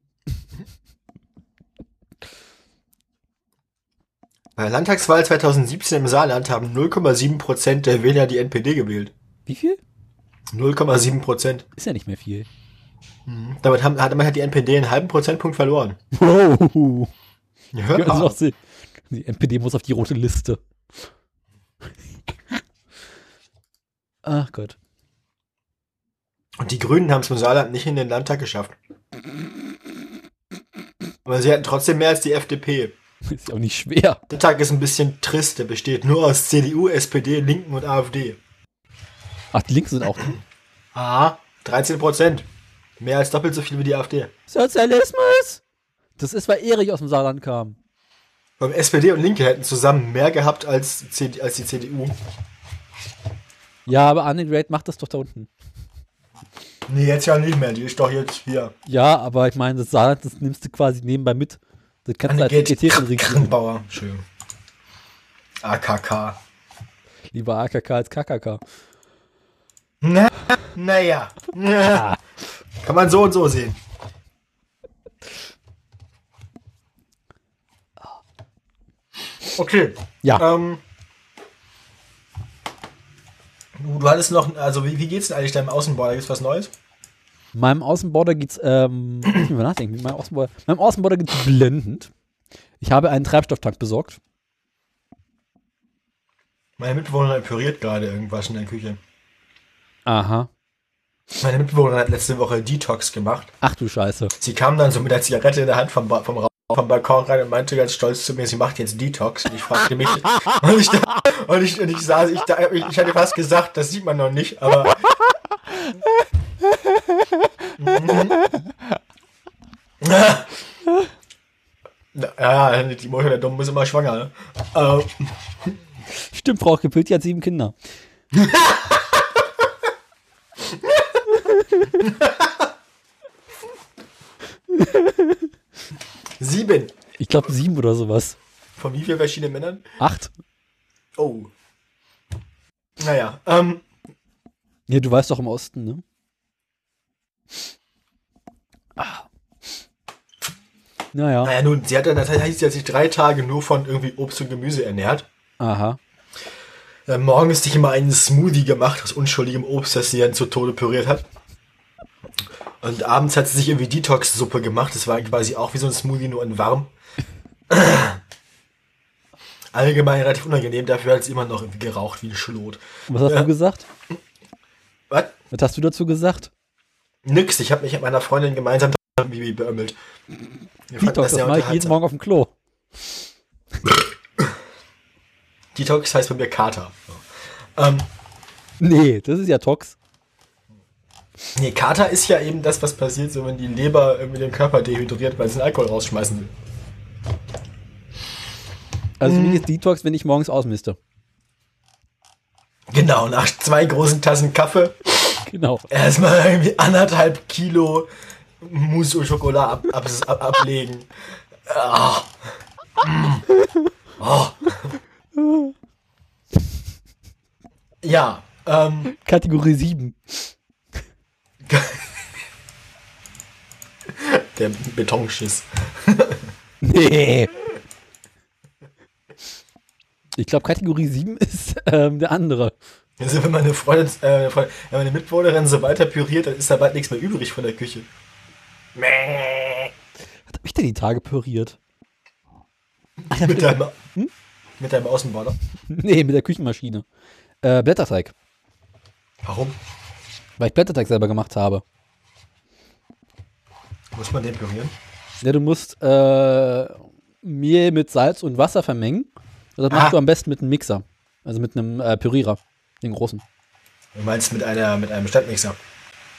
Bei der Landtagswahl 2017 im Saarland haben 0,7% der Wähler die NPD gewählt. Wie viel? 0,7%. Ist ja nicht mehr viel. Damit haben, hat, man hat die NPD einen halben Prozentpunkt verloren. Wow. Ja, Ja, also noch sie, die NPD muss auf die rote Liste. Ach Gott. Und die Grünen haben es im Saarland nicht in den Landtag geschafft. Aber sie hatten trotzdem mehr als die FDP. Ist ja auch nicht schwer. Der Tag ist ein bisschen trist, der besteht nur aus CDU, SPD, Linken und AfD. Ach, die Linken sind auch. Aha, 13 Prozent. Mehr als doppelt so viel wie die AfD. Sozialismus? Das ist, weil Erich aus dem Saarland kam. Und SPD und Linke hätten zusammen mehr gehabt als, CD, als die CDU. Ja, aber Anne Great macht das doch da unten. Nee, jetzt ja nicht mehr, die ist doch jetzt hier. Ja, aber ich meine, das Saarland, das nimmst du quasi nebenbei mit. Das kannst du als Sekretärin regieren. Kranbauer. Entschuldigung. AKK. Lieber AKK als KKK. Na, naja. Na. Kann man so und so sehen. Okay. Ja. Ähm, du, du hattest noch, also wie, wie geht's denn eigentlich deinem Außenborder? Gibt's was Neues? Meinem Außenborder geht's, ähm, muss ich mal nachdenken, meinem Außenborder, meinem Außenborder geht's blendend. Ich habe einen Treibstofftank besorgt. Meine Mitbewohnerin püriert gerade irgendwas in der Küche. Aha. Meine Mitbewohnerin hat letzte Woche Detox gemacht. Ach du Scheiße. Sie kam dann so mit der Zigarette in der Hand vom, Ba- vom, Ra- vom Balkon rein und meinte ganz stolz zu mir, sie macht jetzt Detox. Und ich fragte mich, und ich, da- und ich, und ich saß, ich, da- ich, ich hatte fast gesagt, das sieht man noch nicht, aber. Mhm. Na, Ja, die Mutter der Dummen ist immer schwanger, ne? Ähm, Stimmt, Frau Gepilti hat sieben Kinder. sieben. Ich glaube sieben oder sowas. Von wie vielen verschiedenen Männern? Acht? Oh. Naja, ähm, Ja, du weißt doch im Osten, ne? Ah. Naja. naja, nun, sie hat dann, das heißt, sie hat sich drei Tage nur von irgendwie Obst und Gemüse ernährt. Aha. Dann morgens sich immer einen Smoothie gemacht aus unschuldigem Obst, das sie dann zu Tode püriert hat. Und abends hat sie sich irgendwie Detox-Suppe gemacht. Das war quasi auch wie so ein Smoothie, nur in warm. Allgemein relativ unangenehm, dafür hat sie immer noch irgendwie geraucht wie ein Schlot. Und was hast Ja. du gesagt? Was? Was hast du dazu gesagt? Nix, ich habe mich mit meiner Freundin gemeinsam Bibi beömmelt. Wir fanden Detox, sehr das mache ich unterhaltsam. jeden Morgen auf dem Klo. Detox heißt bei mir Kater. So. Ähm, Nee, das ist ja Tox. nee, Kater ist ja eben das, was passiert, so wenn die Leber irgendwie den Körper dehydriert, weil sie den Alkohol rausschmeißen will. Also für mich ist Detox, wenn ich morgens ausmiste. Genau, nach zwei großen Tassen Kaffee Genau. erstmal irgendwie anderthalb Kilo Mousse und Schokolade ab, ab, ab, ablegen. Ah. Mm. Oh. Ja, ähm, Kategorie 7. der Betonschiss. Nee. Ich glaube, Kategorie 7 ist ähm, der andere. Also wenn meine Freundin, äh, meine Freundin, wenn meine Mitbewohnerin so weiter püriert, dann ist da bald nichts mehr übrig von der Küche. Was hab ich denn die Tage püriert? Mit deinem, mit deinem Außenborder. Nee, mit der Küchenmaschine. Äh, Blätterteig. Warum Weil ich Blätterteig selber gemacht habe. muss man den pürieren? Ja, du musst äh, Mehl mit Salz und Wasser vermengen. Und das Ah. machst du am besten mit einem Mixer. Also mit einem äh, Pürierer. Den großen. Du meinst mit einer, mit einem Standmixer.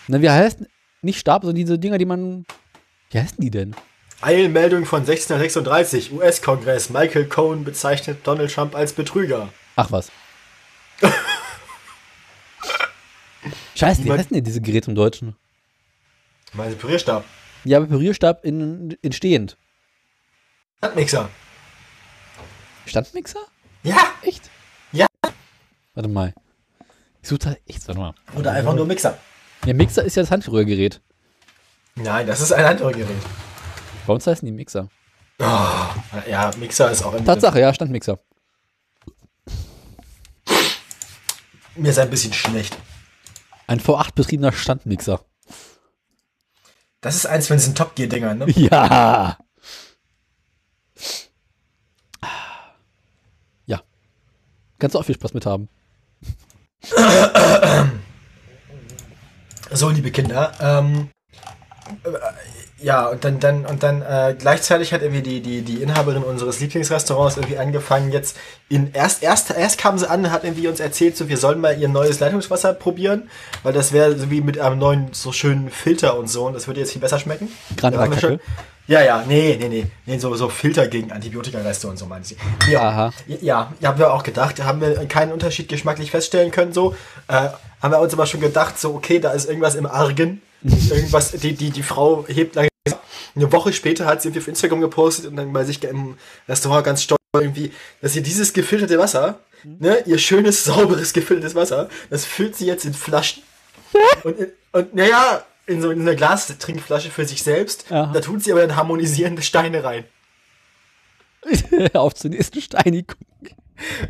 Na, wie heißt nicht Stab, sondern diese Dinger, die man. Wie heißen die denn? Eilmeldung von 1636, US-Kongress. Michael Cohen bezeichnet Donald Trump als Betrüger. Ach was. Scheiße, wie Niemand- heißen denn diese Geräte im Deutschen? Meine Pürierstab. Ja, aber Pürierstab in, in stehend. Standmixer. Standmixer? Ja, Echt? Ja. Warte mal. Ich suche da echt, warte mal. Oder einfach nur Mixer. Der Mixer ist ja das Handrührgerät. Nein, das ist ein Handrührgerät. Bei uns heißen die Mixer. Ah, Ja, Mixer ist auch im Tatsache, ja, stand Mixer. Mir ist ein bisschen schlecht. Ein V8-betriebener Standmixer. Das ist eins von diesen Top Gear Dingern, ne? Ja. Ja. Kannst du auch viel Spaß mit haben. So, liebe Kinder. Ähm, äh, ja, und dann, dann, und dann äh, gleichzeitig hat irgendwie die, die, die Inhaberin unseres Lieblingsrestaurants irgendwie angefangen, jetzt in erst, erst, erst kam sie an und hat irgendwie uns erzählt, so wir sollen mal ihr neues Leitungswasser probieren, weil das wäre so wie mit einem neuen, so schönen Filter und so und das würde jetzt viel besser schmecken. Grandler Da haben wir Kacke. schon- Ja, ja, nee, nee, nee. nee so, so Filter gegen Antibiotikareste und so meinte sie. Ja, Aha. ja, ja, haben wir auch gedacht. Haben wir keinen Unterschied geschmacklich feststellen können, so. Äh, haben wir uns aber schon gedacht, so, okay, da ist irgendwas im Argen. Irgendwas, die, die, die Frau hebt lange. Eine Woche später hat sie irgendwie auf Instagram gepostet und dann bei sich im Restaurant ganz stolz irgendwie, dass ihr dieses gefilterte Wasser, ne, ihr schönes, sauberes, gefiltertes Wasser, das füllt sie jetzt in Flaschen. Und, in- und naja, in so in einer Glastrinkflasche für sich selbst. Aha. Da tut sie aber dann harmonisierende Steine rein. Auf zur nächsten Steinigung.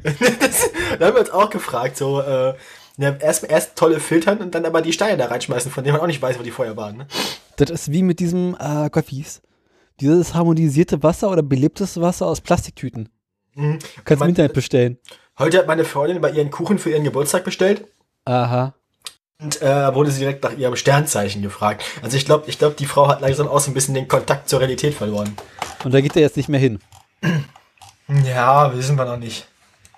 das, da haben wir uns auch gefragt, so, äh, ja, erst, erst tolle filtern und dann aber die Steine da reinschmeißen, von denen man auch nicht weiß, wo die vorher waren. Ne? Das ist wie mit diesem, äh, Gott, wie hieß? Dieses harmonisierte Wasser oder belebtes Wasser aus Plastiktüten. Mhm. Kannst du Man- im Internet bestellen. Heute hat meine Freundin bei ihren Kuchen für ihren Geburtstag bestellt Aha. und äh, wurde sie direkt nach ihrem Sternzeichen gefragt. Also ich glaube, ich glaub, die Frau hat langsam auch so ein bisschen den Kontakt zur Realität verloren. Und da geht er jetzt nicht mehr hin. Ja, wissen wir noch nicht.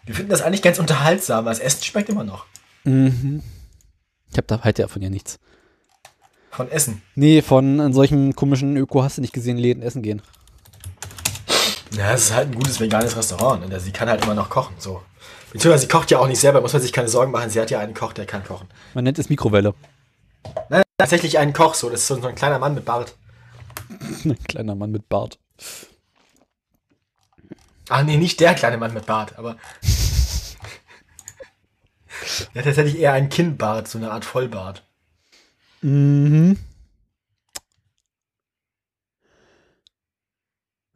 Wir finden das eigentlich ganz unterhaltsam, weil das Essen schmeckt immer noch. Mhm. Ich hab da halt ja von ihr nichts. Von Essen. Nee, von in solchen komischen Öko hast du nicht gesehen, Läden essen gehen. Ja, es ist halt ein gutes veganes Restaurant. Und sie kann halt immer noch kochen, so. Beziehungsweise sie kocht ja auch nicht selber, muss man sich keine Sorgen machen. Sie hat ja einen Koch, der kann kochen. Man nennt es Mikrowelle. Nein, tatsächlich einen Koch, so. Das ist so so ein kleiner Mann mit Bart. Ein kleiner Mann mit Bart. Ach Ah, nee, nicht der kleine Mann mit Bart, aber. Ja, tatsächlich eher ein Kinnbart, so eine Art Vollbart. Mhm.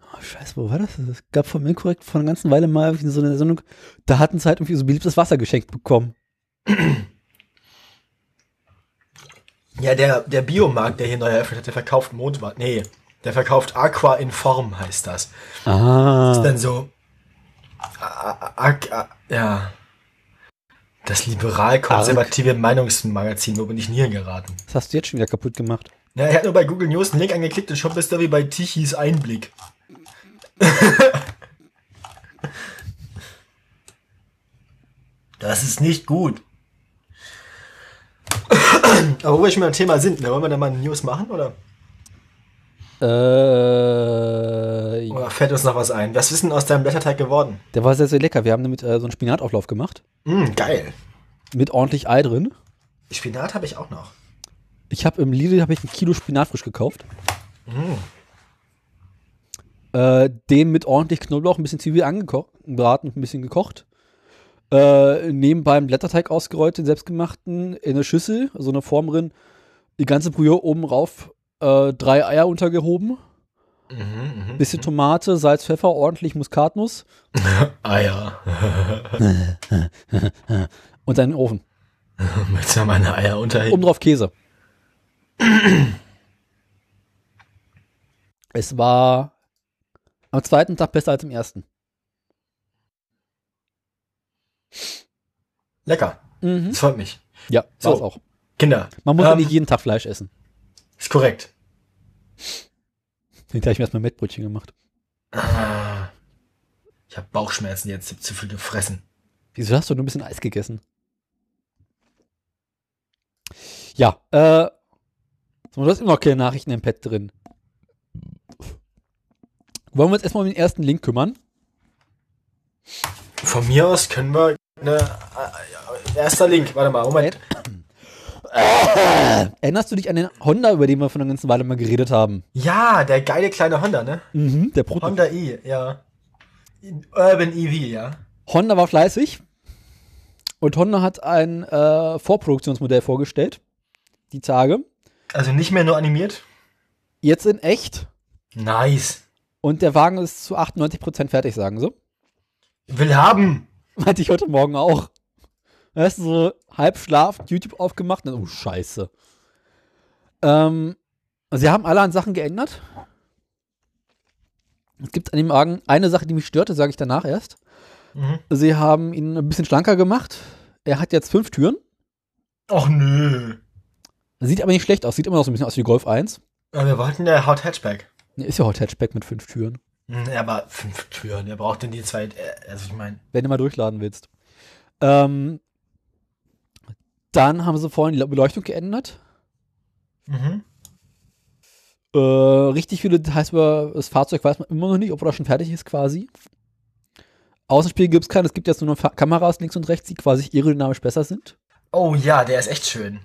Oh, scheiße, wo war das? Es gab von mir korrekt vor einer ganzen Weile mal irgendwie so eine Sendung, da hatten sie halt irgendwie so beliebtes Wasser geschenkt bekommen. Ja, der, der Biomarkt, der hier neu eröffnet hat, der verkauft Mondbart. Nee, der verkauft Aqua in Form, heißt das. Ah. Dann so. A- a- a- a- Ja. Das liberal-konservative Meinungsmagazin, wo bin ich nie geraten? Das hast du jetzt schon wieder kaputt gemacht. Ja, er hat nur bei Google News einen Link angeklickt und schon bist du wie bei Tichys Einblick. das ist nicht gut. Aber wo wir schon beim Thema sind, ne, wollen wir da mal News machen oder? Äh, der Oder fällt uns noch was ein? Was ist denn aus deinem Blätterteig geworden? Äh, war sehr, sehr lecker. Wir haben damit äh, so einen Spinatauflauf gemacht. Mm, geil. Mit ordentlich Ei drin. Spinat habe ich auch noch. Ich habe im Lidl hab ich ein Kilo Spinat frisch gekauft. Äh, den mit ordentlich Knoblauch, ein bisschen Zwiebel angebraten, ein bisschen gekocht. Äh, nebenbei einen Blätterteig ausgerollt, den selbstgemachten, in eine Schüssel, so eine Form drin. Die ganze Brühe oben rauf, äh, drei Eier untergehoben, Mhm, mhm. bisschen Tomate, Salz, Pfeffer, ordentlich Muskatnuss Ah ja. und dann in den Ofen. Jetzt haben meine Eier unterhin. Oben drauf Käse. es war am zweiten Tag besser als am ersten. Lecker. Mhm. Das freut mich. Ja, So. war's auch. Kinder. Man muss ja ähm, nicht jeden Tag Fleisch essen. Ist korrekt. Hinterher habe ich mir erstmal Mettbrötchen gemacht. Ah, ich habe Bauchschmerzen jetzt, ich hab zu viel gefressen. Wieso hast du nur ein bisschen Eis gegessen? Ja, äh. So, du hast immer noch keine Nachrichten im Pad drin. Wollen wir uns erstmal um den ersten Link kümmern? Von mir aus können wir ne, äh, erster Link, warte mal, Moment. Erinnerst du dich an den Honda, über den wir von einer ganzen Weile mal geredet haben? Ja, der geile kleine Honda, ne? Mhm, der Prototyp. Honda i, ja. Urban EV, ja. Honda war fleißig. Und Honda hat ein äh, Vorproduktionsmodell vorgestellt, die Tage. Also nicht mehr nur animiert? Jetzt in echt. Nice. Und der Wagen ist zu 98% fertig, sagen sie. Will haben. Hatte ich heute Morgen auch. Weißt du, so halb schlafend YouTube aufgemacht und dann, oh, scheiße. Ähm, sie haben alle an Sachen geändert. Es gibt an dem Wagen eine Sache, die mich störte, sage ich danach erst. Mhm. Sie haben ihn ein bisschen schlanker gemacht. Er hat jetzt fünf Türen. Och nö. Sieht aber nicht schlecht aus. Sieht immer noch so ein bisschen aus wie Golf 1. Aber Äh, wir wollten ja Hot Hatchback. Ne, Ist ja heute Hatchback mit fünf Türen. Hm, Aber fünf Türen, wer braucht denn die zwei? äh, Also ich meine, wenn du mal durchladen willst. Ähm, dann haben sie vorhin die Beleuchtung geändert. mhm. Äh, richtig viele Details über das Fahrzeug weiß man immer noch nicht, ob das schon fertig ist quasi. Außenspiegel gibt es keine, es gibt jetzt nur noch Fa- Kameras links und rechts, die quasi aerodynamisch besser sind. Oh ja, der ist echt schön.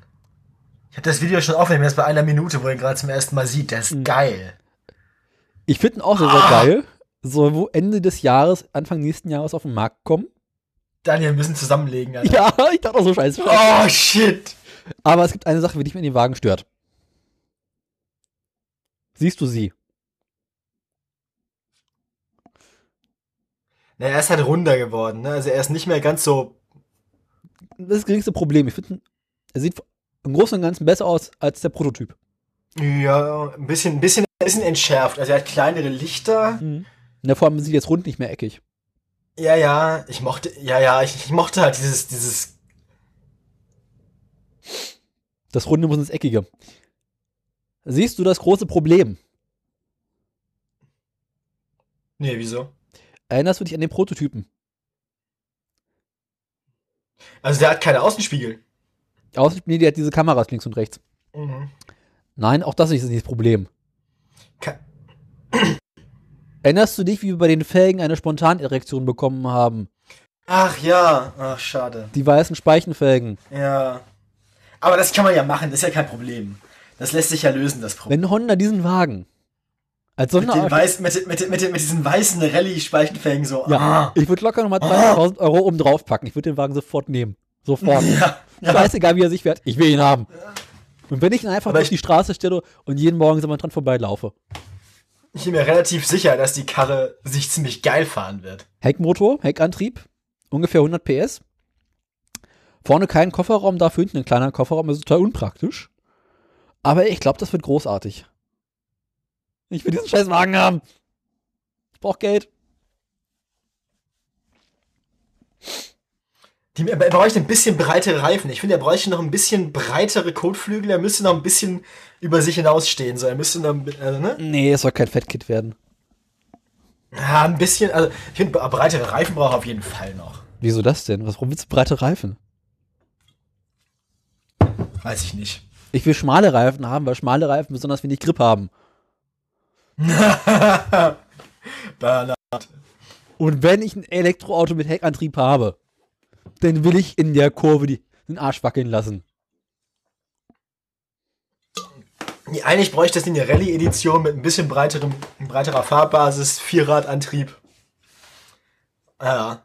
Ich habe das Video schon aufgenommen, jetzt bei einer Minute, wo ihr ihn gerade zum ersten Mal sieht. Der ist Mhm. geil. Ich finde ihn auch sehr, sehr Ah. geil. Soll wo Ende des Jahres, Anfang nächsten Jahres auf den Markt kommen. Daniel, wir müssen zusammenlegen, Alter. Ja, ich dachte auch so scheiße. Oh shit! Aber es gibt eine Sache, die mich in dem Wagen stört. Siehst du sie? Na, er ist halt runder geworden, ne? Also er ist nicht mehr ganz so. das ist das geringste Problem. Ich finde, er sieht im Großen und Ganzen besser aus als der Prototyp. Ja, ein bisschen, ein bisschen, ein bisschen entschärft. Also er hat kleinere Lichter. In der Form sieht jetzt rund nicht mehr eckig. Ja, ja, ich mochte, ja, ja, ich, ich mochte halt dieses, dieses, Das Runde muss ins Eckige. Siehst du das große Problem? nee, wieso? Erinnerst du dich an den Prototypen? Also der hat keine Außenspiegel. Außer, nee, die hat diese Kameras links und rechts. Mhm. Nein, auch das ist nicht das Problem. Ka- Erinnerst du dich, wie wir bei den Felgen eine Spontanerektion bekommen haben? Ach ja, ach schade. Die weißen Speichenfelgen. Ja. Aber das kann man ja machen, das ist ja kein Problem. Das lässt sich ja lösen, das Problem. Wenn Honda diesen Wagen als Mit, den Sonderausstattung. weiß, mit, den- mit, den- mit, den- mit diesen weißen Rallye-Speichenfängen so. Ja, ah. ich würde locker nochmal 2000 Euro oben drauf packen. Ich würde den Wagen sofort nehmen. Sofort. ja, ja. Scheißegal, wie er sich wehrt, ich will ihn haben. Und wenn ich ihn einfach Aber durch ich- die Straße stelle und jeden Morgen so mal dran vorbeilaufe. Ich bin mir relativ sicher, dass die Karre sich ziemlich geil fahren wird. Heckmotor, Heckantrieb, ungefähr 100 PS. Vorne kein Kofferraum, dafür hinten ein kleiner Kofferraum, das ist total unpraktisch. Aber ich glaube, das wird großartig. Ich will diesen scheiß Wagen haben. Ich brauch Geld. Die, er bräuchte ein bisschen breitere Reifen. Ich finde, er bräuchte noch ein bisschen breitere Kotflügel. Er müsste noch ein bisschen über sich hinausstehen. So, er müsste noch, ein bi- also, ne? Nee, es soll kein Fettkit werden. Ja, ein bisschen, also, ich finde, bre- breitere Reifen braucht er auf jeden Fall noch. Wieso das denn? Was, warum willst du breite Reifen? Weiß ich nicht. Ich will schmale Reifen haben, weil schmale Reifen besonders wenig Grip haben. Bernhard. Und wenn ich ein Elektroauto mit Heckantrieb habe, dann will ich in der Kurve die, den Arsch wackeln lassen. Nee, Eigentlich bräuchte es eine Rallye-Edition mit ein bisschen breiterem, breiterer Fahrbasis, Vierradantrieb. Ah Ja.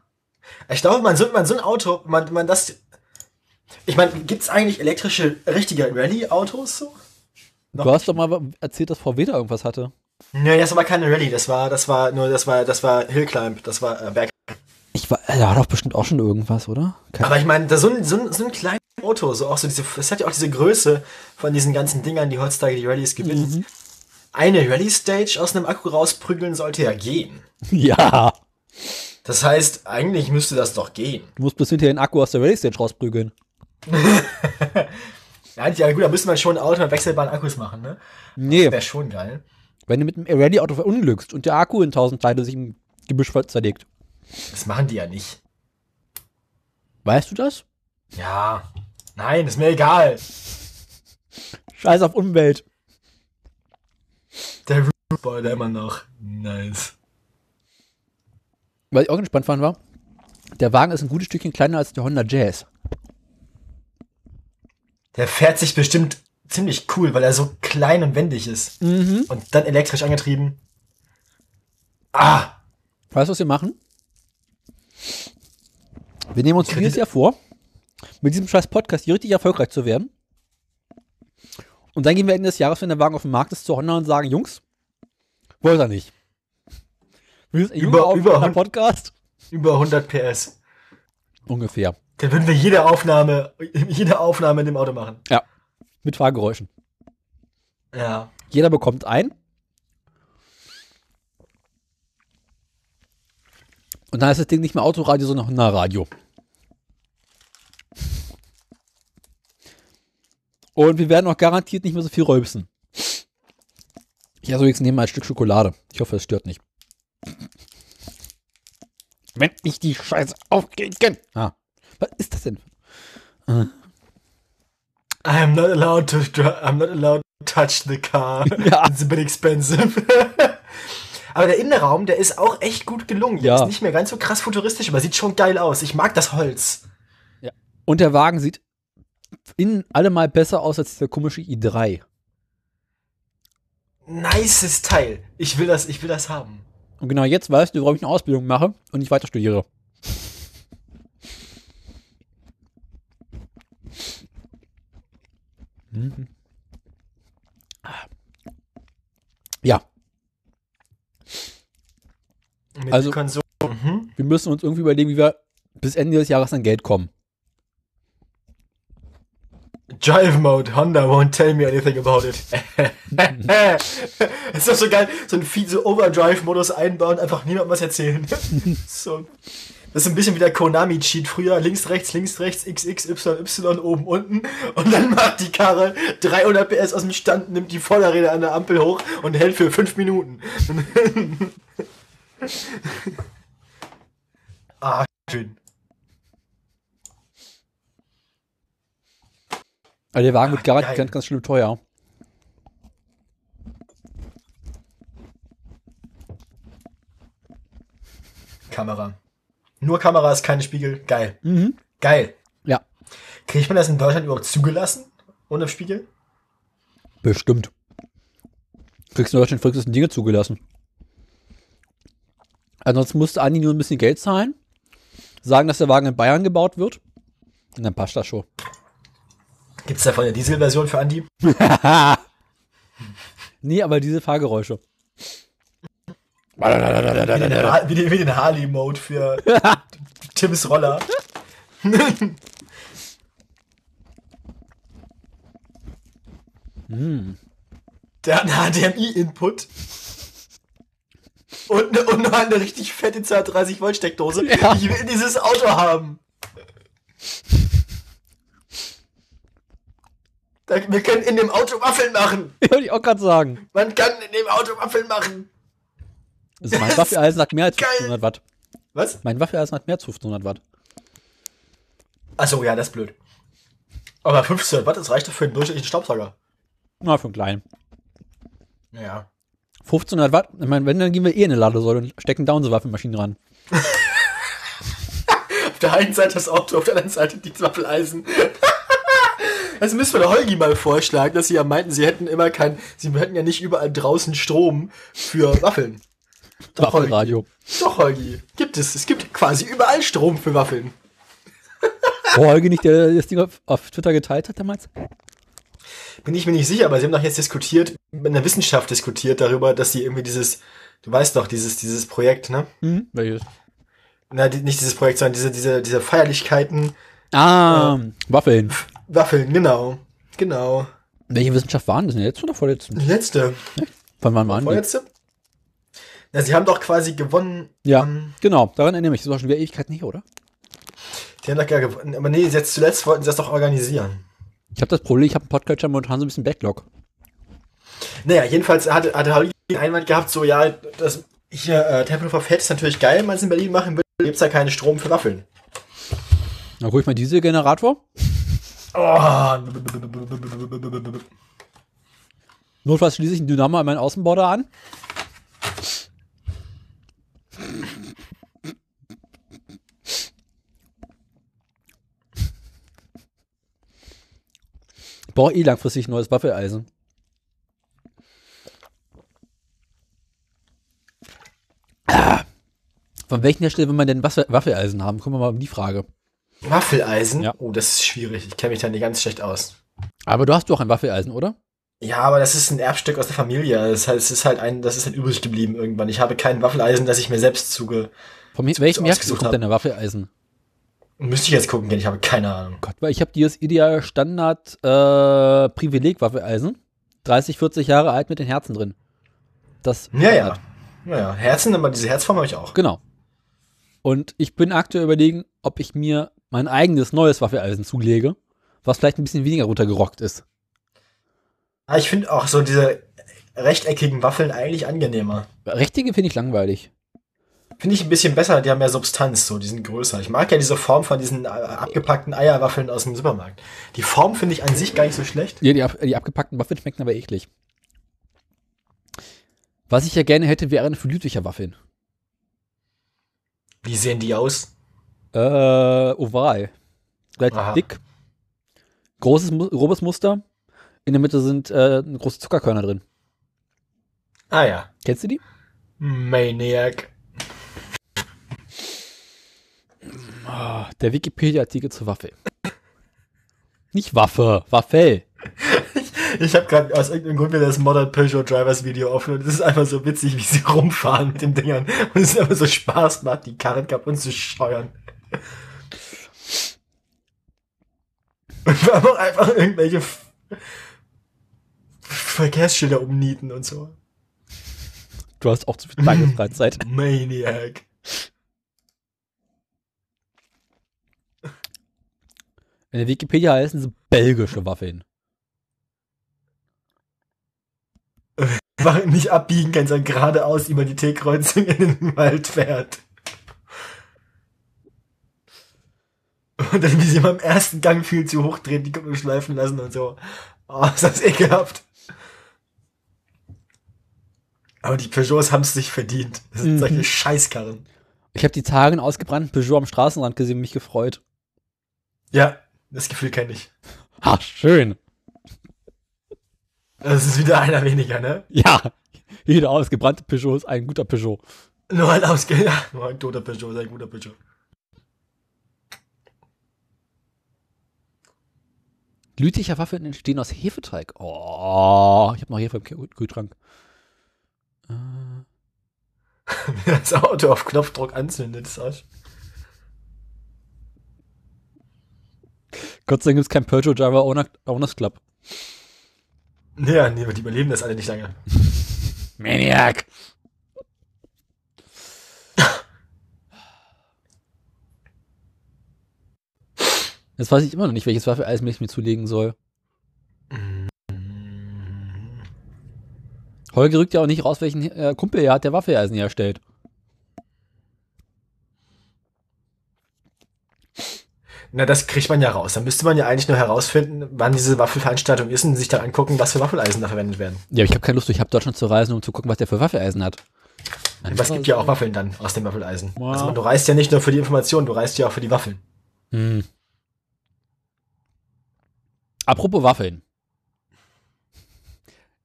Ich glaube, man so, man so ein Auto, man, man das. Ich meine, gibt's eigentlich elektrische, richtige Rallye-Autos so? Noch Du hast doch mal erzählt, dass VW da irgendwas hatte. Nee, das war keine Rallye, das war, das war nur, das war, das war Hillclimb, das war äh, Berg. Ich war, äh, da war doch bestimmt auch schon irgendwas, oder? Keine Aber ich meine, da so ein, so, ein, so ein kleines Auto, so auch so diese, das hat ja auch diese Größe von diesen ganzen Dingern, die heutzutage die Rallyes gewinnen. Eine Rallye-Stage aus einem Akku rausprügeln sollte ja gehen. ja. Das heißt, eigentlich müsste das doch gehen. Du musst bis hinter den Akku aus der Rally Stage rausprügeln. Ja, ja gut, da müsste man schon ein Auto mit wechselbaren Akkus machen, ne? Nee, Wäre schon geil. wenn du mit einem Rally-Auto verunglückst und der Akku in tausend Teile sich im Gebüsch ver- zerlegt. Das machen die ja nicht. Weißt du das? Ja. Nein, ist mir egal. Scheiß auf Umwelt. Der Rootboy, der immer noch. Nice. Was ich auch gespannt fand war, der Wagen ist ein gutes Stückchen kleiner als der Honda Jazz. Der fährt sich bestimmt ziemlich cool, weil er so klein und wendig ist. Mhm. Und dann elektrisch angetrieben. Ah! Weißt du, was wir machen? Wir nehmen uns Kredit- dieses Jahr vor, mit diesem scheiß Podcast hier richtig erfolgreich zu werden. Und dann gehen wir Ende des Jahres, wenn der Wagen auf dem Markt ist, zu Honda und sagen, Jungs, wollt ihr nicht. Wir sind Über- über, über- über Podcast. Über 100 PS. Ungefähr. Dann würden wir jede Aufnahme, jede Aufnahme in dem Auto machen. Mit Fahrgeräuschen. Ja. Jeder bekommt ein. Und dann ist das Ding nicht mehr Autoradio, sondern Honda-Radio. Und wir werden auch garantiert nicht mehr so viel rülpsen. Ich also jetzt nehme mal ein Stück Schokolade. Ich hoffe, es stört nicht. Wenn ich die Scheiße aufkriegen kann. Ah. Was ist das denn? I'm not allowed to dri- I'm not allowed to touch the car. Ja. It's a bit expensive. aber der Innenraum, der ist auch echt gut gelungen. Der Ja. ist nicht mehr ganz so krass futuristisch, aber sieht schon geil aus. Ich mag das Holz. Und der Wagen sieht innen allemal besser aus als der komische i3. Nices Teil. Ich will das, ich will das haben. Und genau jetzt weißt du, warum ich eine Ausbildung mache und nicht weiter studiere. Mhm. Ja, Mit Also- Konsole. Mhm. wir müssen uns irgendwie überlegen, wie wir bis Ende des Jahres an Geld kommen. Drive Mode, Honda won't tell me anything about it. ist doch so geil, so ein Feed, so Overdrive-Modus einbauen, einfach niemandem was erzählen. so. Das ist ein bisschen wie der Konami-Cheat früher, links, rechts, links, rechts, x, x, y, y, oben, unten. Und dann macht die Karre 300 PS aus dem Stand, nimmt die Vorderräder an der Ampel hoch und hält für 5 Minuten. ah, schön. Aber Also der Wagen wird garantiert geil. ganz, ganz schlimm teuer. Kamera. Nur Kameras, keine Spiegel. Geil. Mhm. Geil. Ja, Kriegt man das in Deutschland überhaupt zugelassen? Ohne Spiegel? bestimmt. Kriegst in Deutschland verrücktesten Dinge zugelassen. Ansonsten musste Andi nur ein bisschen Geld zahlen, sagen, dass der Wagen in Bayern gebaut wird. Und dann passt das schon. Gibt es davon eine Dieselversion für Andi? Nee, aber diese Fahrgeräusche. Wie den, Ha- wie den, wie den Harley-Mode für Tims Roller. Der hat einen HDMI-Input. Und, eine- und noch eine richtig fette 230-Volt-Steckdose. Ja. Ich will dieses Auto haben. Da, wir können in dem Auto Waffeln machen. Wollte ich auch gerade sagen. Man kann in dem Auto Waffeln machen. Also mein Waffeleisen hat mehr als Geil. 1500 Watt. Was? Mein Waffeleisen hat mehr als 1500 Watt. Achso, ja, das ist blöd. Aber 15 Watt, das reicht doch für einen durchschnittlichen Staubsauger. Na, für einen kleinen. Ja. 1500 Watt, ich meine, wenn, dann gehen wir eh in eine Ladesäule und stecken da unsere Waffenmaschinen ran. Auf der einen Seite das Auto, auf der anderen Seite die Waffeleisen. Das müssen wir der Holgi mal vorschlagen, dass sie ja meinten, sie hätten immer kein, sie hätten ja nicht überall draußen Strom für Waffeln. Doch, Holgi. Waffelradio. Doch, Holgi. Gibt es. Es gibt quasi überall Strom für Waffeln. Oh, Holger nicht, der, das Ding auf, auf Twitter geteilt hat damals? Bin ich mir nicht sicher, aber sie haben doch jetzt diskutiert, in der Wissenschaft diskutiert darüber, dass sie irgendwie dieses, du weißt doch, dieses, dieses Projekt, ne? Mhm. Welches? Na, die, nicht dieses Projekt, sondern diese, diese, diese Feierlichkeiten, Ah, Waffeln. Waffeln, genau. Genau. Welche Wissenschaft waren das denn? Letzte oder vorletzten? Die letzte. Von wann waren die? Vorletzte? Na, sie haben doch quasi gewonnen. Ja, ähm, genau, daran erinnere ich mich. Das war schon wieder Ewigkeiten her, oder? die haben doch gar gewonnen. Aber nee, jetzt zuletzt wollten sie das doch organisieren. Ich habe das Problem, ich habe einen Podcatcher momentan so ein bisschen Backlog. Naja, jedenfalls hatte, hatte Holgi den Einwand gehabt, so, ja, das hier, äh, Tempelhofer Fett ist natürlich geil, wenn man es in Berlin machen will, gibt's da keinen Strom für Waffeln. Dann hol ich mal diese Generator. Oh. Notfalls schließe ich einen Dynamo an meinen Außenbau da an. Ich brauche eh langfristig ein neues Waffeleisen. Ah. Von welchen Hersteller will man denn Wasse- Waffeleisen haben? Kommen wir mal um die Frage. Waffeleisen? Ja. Oh, das ist schwierig. Ich kenne mich da nicht ganz schlecht aus. Aber du hast doch ein Waffeleisen, oder? Ja, aber das ist ein Erbstück aus der Familie. Das heißt, es ist halt ein, das ist halt übrig geblieben irgendwann. Ich habe kein Waffeleisen, das ich mir selbst zuge. Von mir- welchem Hersteller ausgesucht kommt haben. denn ein Waffeleisen? Müsste ich jetzt gucken gehen, ich habe keine Ahnung. Gott, weil ich habe dieses ideal Standard äh, Privileg Waffeleisen. 30, 40 Jahre alt mit den Herzen drin. Das Ja, ja. Naja, Herzen, aber diese Herzform habe ich auch. Genau. Und ich bin aktuell überlegen, ob ich mir mein eigenes neues Waffeleisen zulege, was vielleicht ein bisschen weniger runtergerockt ist. Aber Ah, ich finde auch so diese rechteckigen Waffeln eigentlich angenehmer. Rechtige finde ich langweilig. Finde ich ein bisschen besser, die haben mehr Substanz, so, die sind größer. Ich mag ja diese Form von diesen äh, abgepackten Eierwaffeln aus dem Supermarkt. Die Form finde ich an sich gar nicht so schlecht. Ja, die, ab, die abgepackten Waffeln schmecken aber eklig. Was ich ja gerne hätte, wären Flütlicher Waffeln. Wie sehen die aus? Äh, oval. Relativ Aha. dick. Großes, Mu- grobes Muster. In der Mitte sind äh, große Zuckerkörner drin. Ah ja. Kennst du die? Maniac. Ah, der Wikipedia-Artikel zur Waffe. Nicht Waffe, Waffel. Ich habe gerade aus irgendeinem Grund wieder das Modern Peugeot Drivers Video offen und es ist einfach so witzig, wie sie rumfahren mit den Dingern. Und es ist einfach so Spaß macht, die Karren kaputt zu scheuern. Und wir haben auch einfach irgendwelche F Verkehrsschilder umnieten und so. Du hast auch zu viel Tagesfreizeit. Maniac. In der Wikipedia heißen sie belgische Waffeln. War nicht abbiegen kann, sondern geradeaus über die T-Kreuzung in den Wald fährt. Und dann, wie sie beim ersten Gang viel zu hoch drehen, die Kupplung schleifen lassen und so. Oh, ist das ekelhaft. Aber die Peugeots haben es sich verdient. Das sind Mhm. solche Scheißkarren. Ich habe die Tage einen ausgebrannten Peugeot am Straßenrand gesehen und mich gefreut. Ja, das Gefühl kenne ich. Ha, schön. Das ist wieder einer weniger, ne? Ja, jeder ausgebrannte Peugeot ist ein guter Peugeot. Nur ein ausge... Ja, nur ein toter Peugeot, ist ein guter Peugeot. Lüticher Waffeln entstehen aus Hefeteig. Oh, ich habe noch Hefe im Kühl- Kühlschrank. Wenn das Auto auf Knopfdruck anzündet, ist auch Gott sei Dank gibt's kein Peugeot Driver Owner- Owners Club. Ja, nee, aber die überleben das alle nicht lange. Maniac. Jetzt weiß ich immer noch nicht, welches Waffeleisen ich mir zulegen soll. Holger rückt ja auch nicht raus, welchen äh, Kumpel er hat, der Waffeleisen herstellt. Na, das kriegt man ja raus. Da müsste man ja eigentlich nur herausfinden, wann diese Waffelveranstaltung ist und sich dann angucken, was für Waffeleisen da verwendet werden. Ja, ich habe keine Lust, ich habe Deutschland zu reisen, um zu gucken, was der für Waffeleisen hat. Was gibt ja auch Waffeln dann aus dem Waffeleisen? Wow. Also man, du reist ja nicht nur für die Information, du reist ja auch für die Waffeln. Hm. Apropos Waffeln.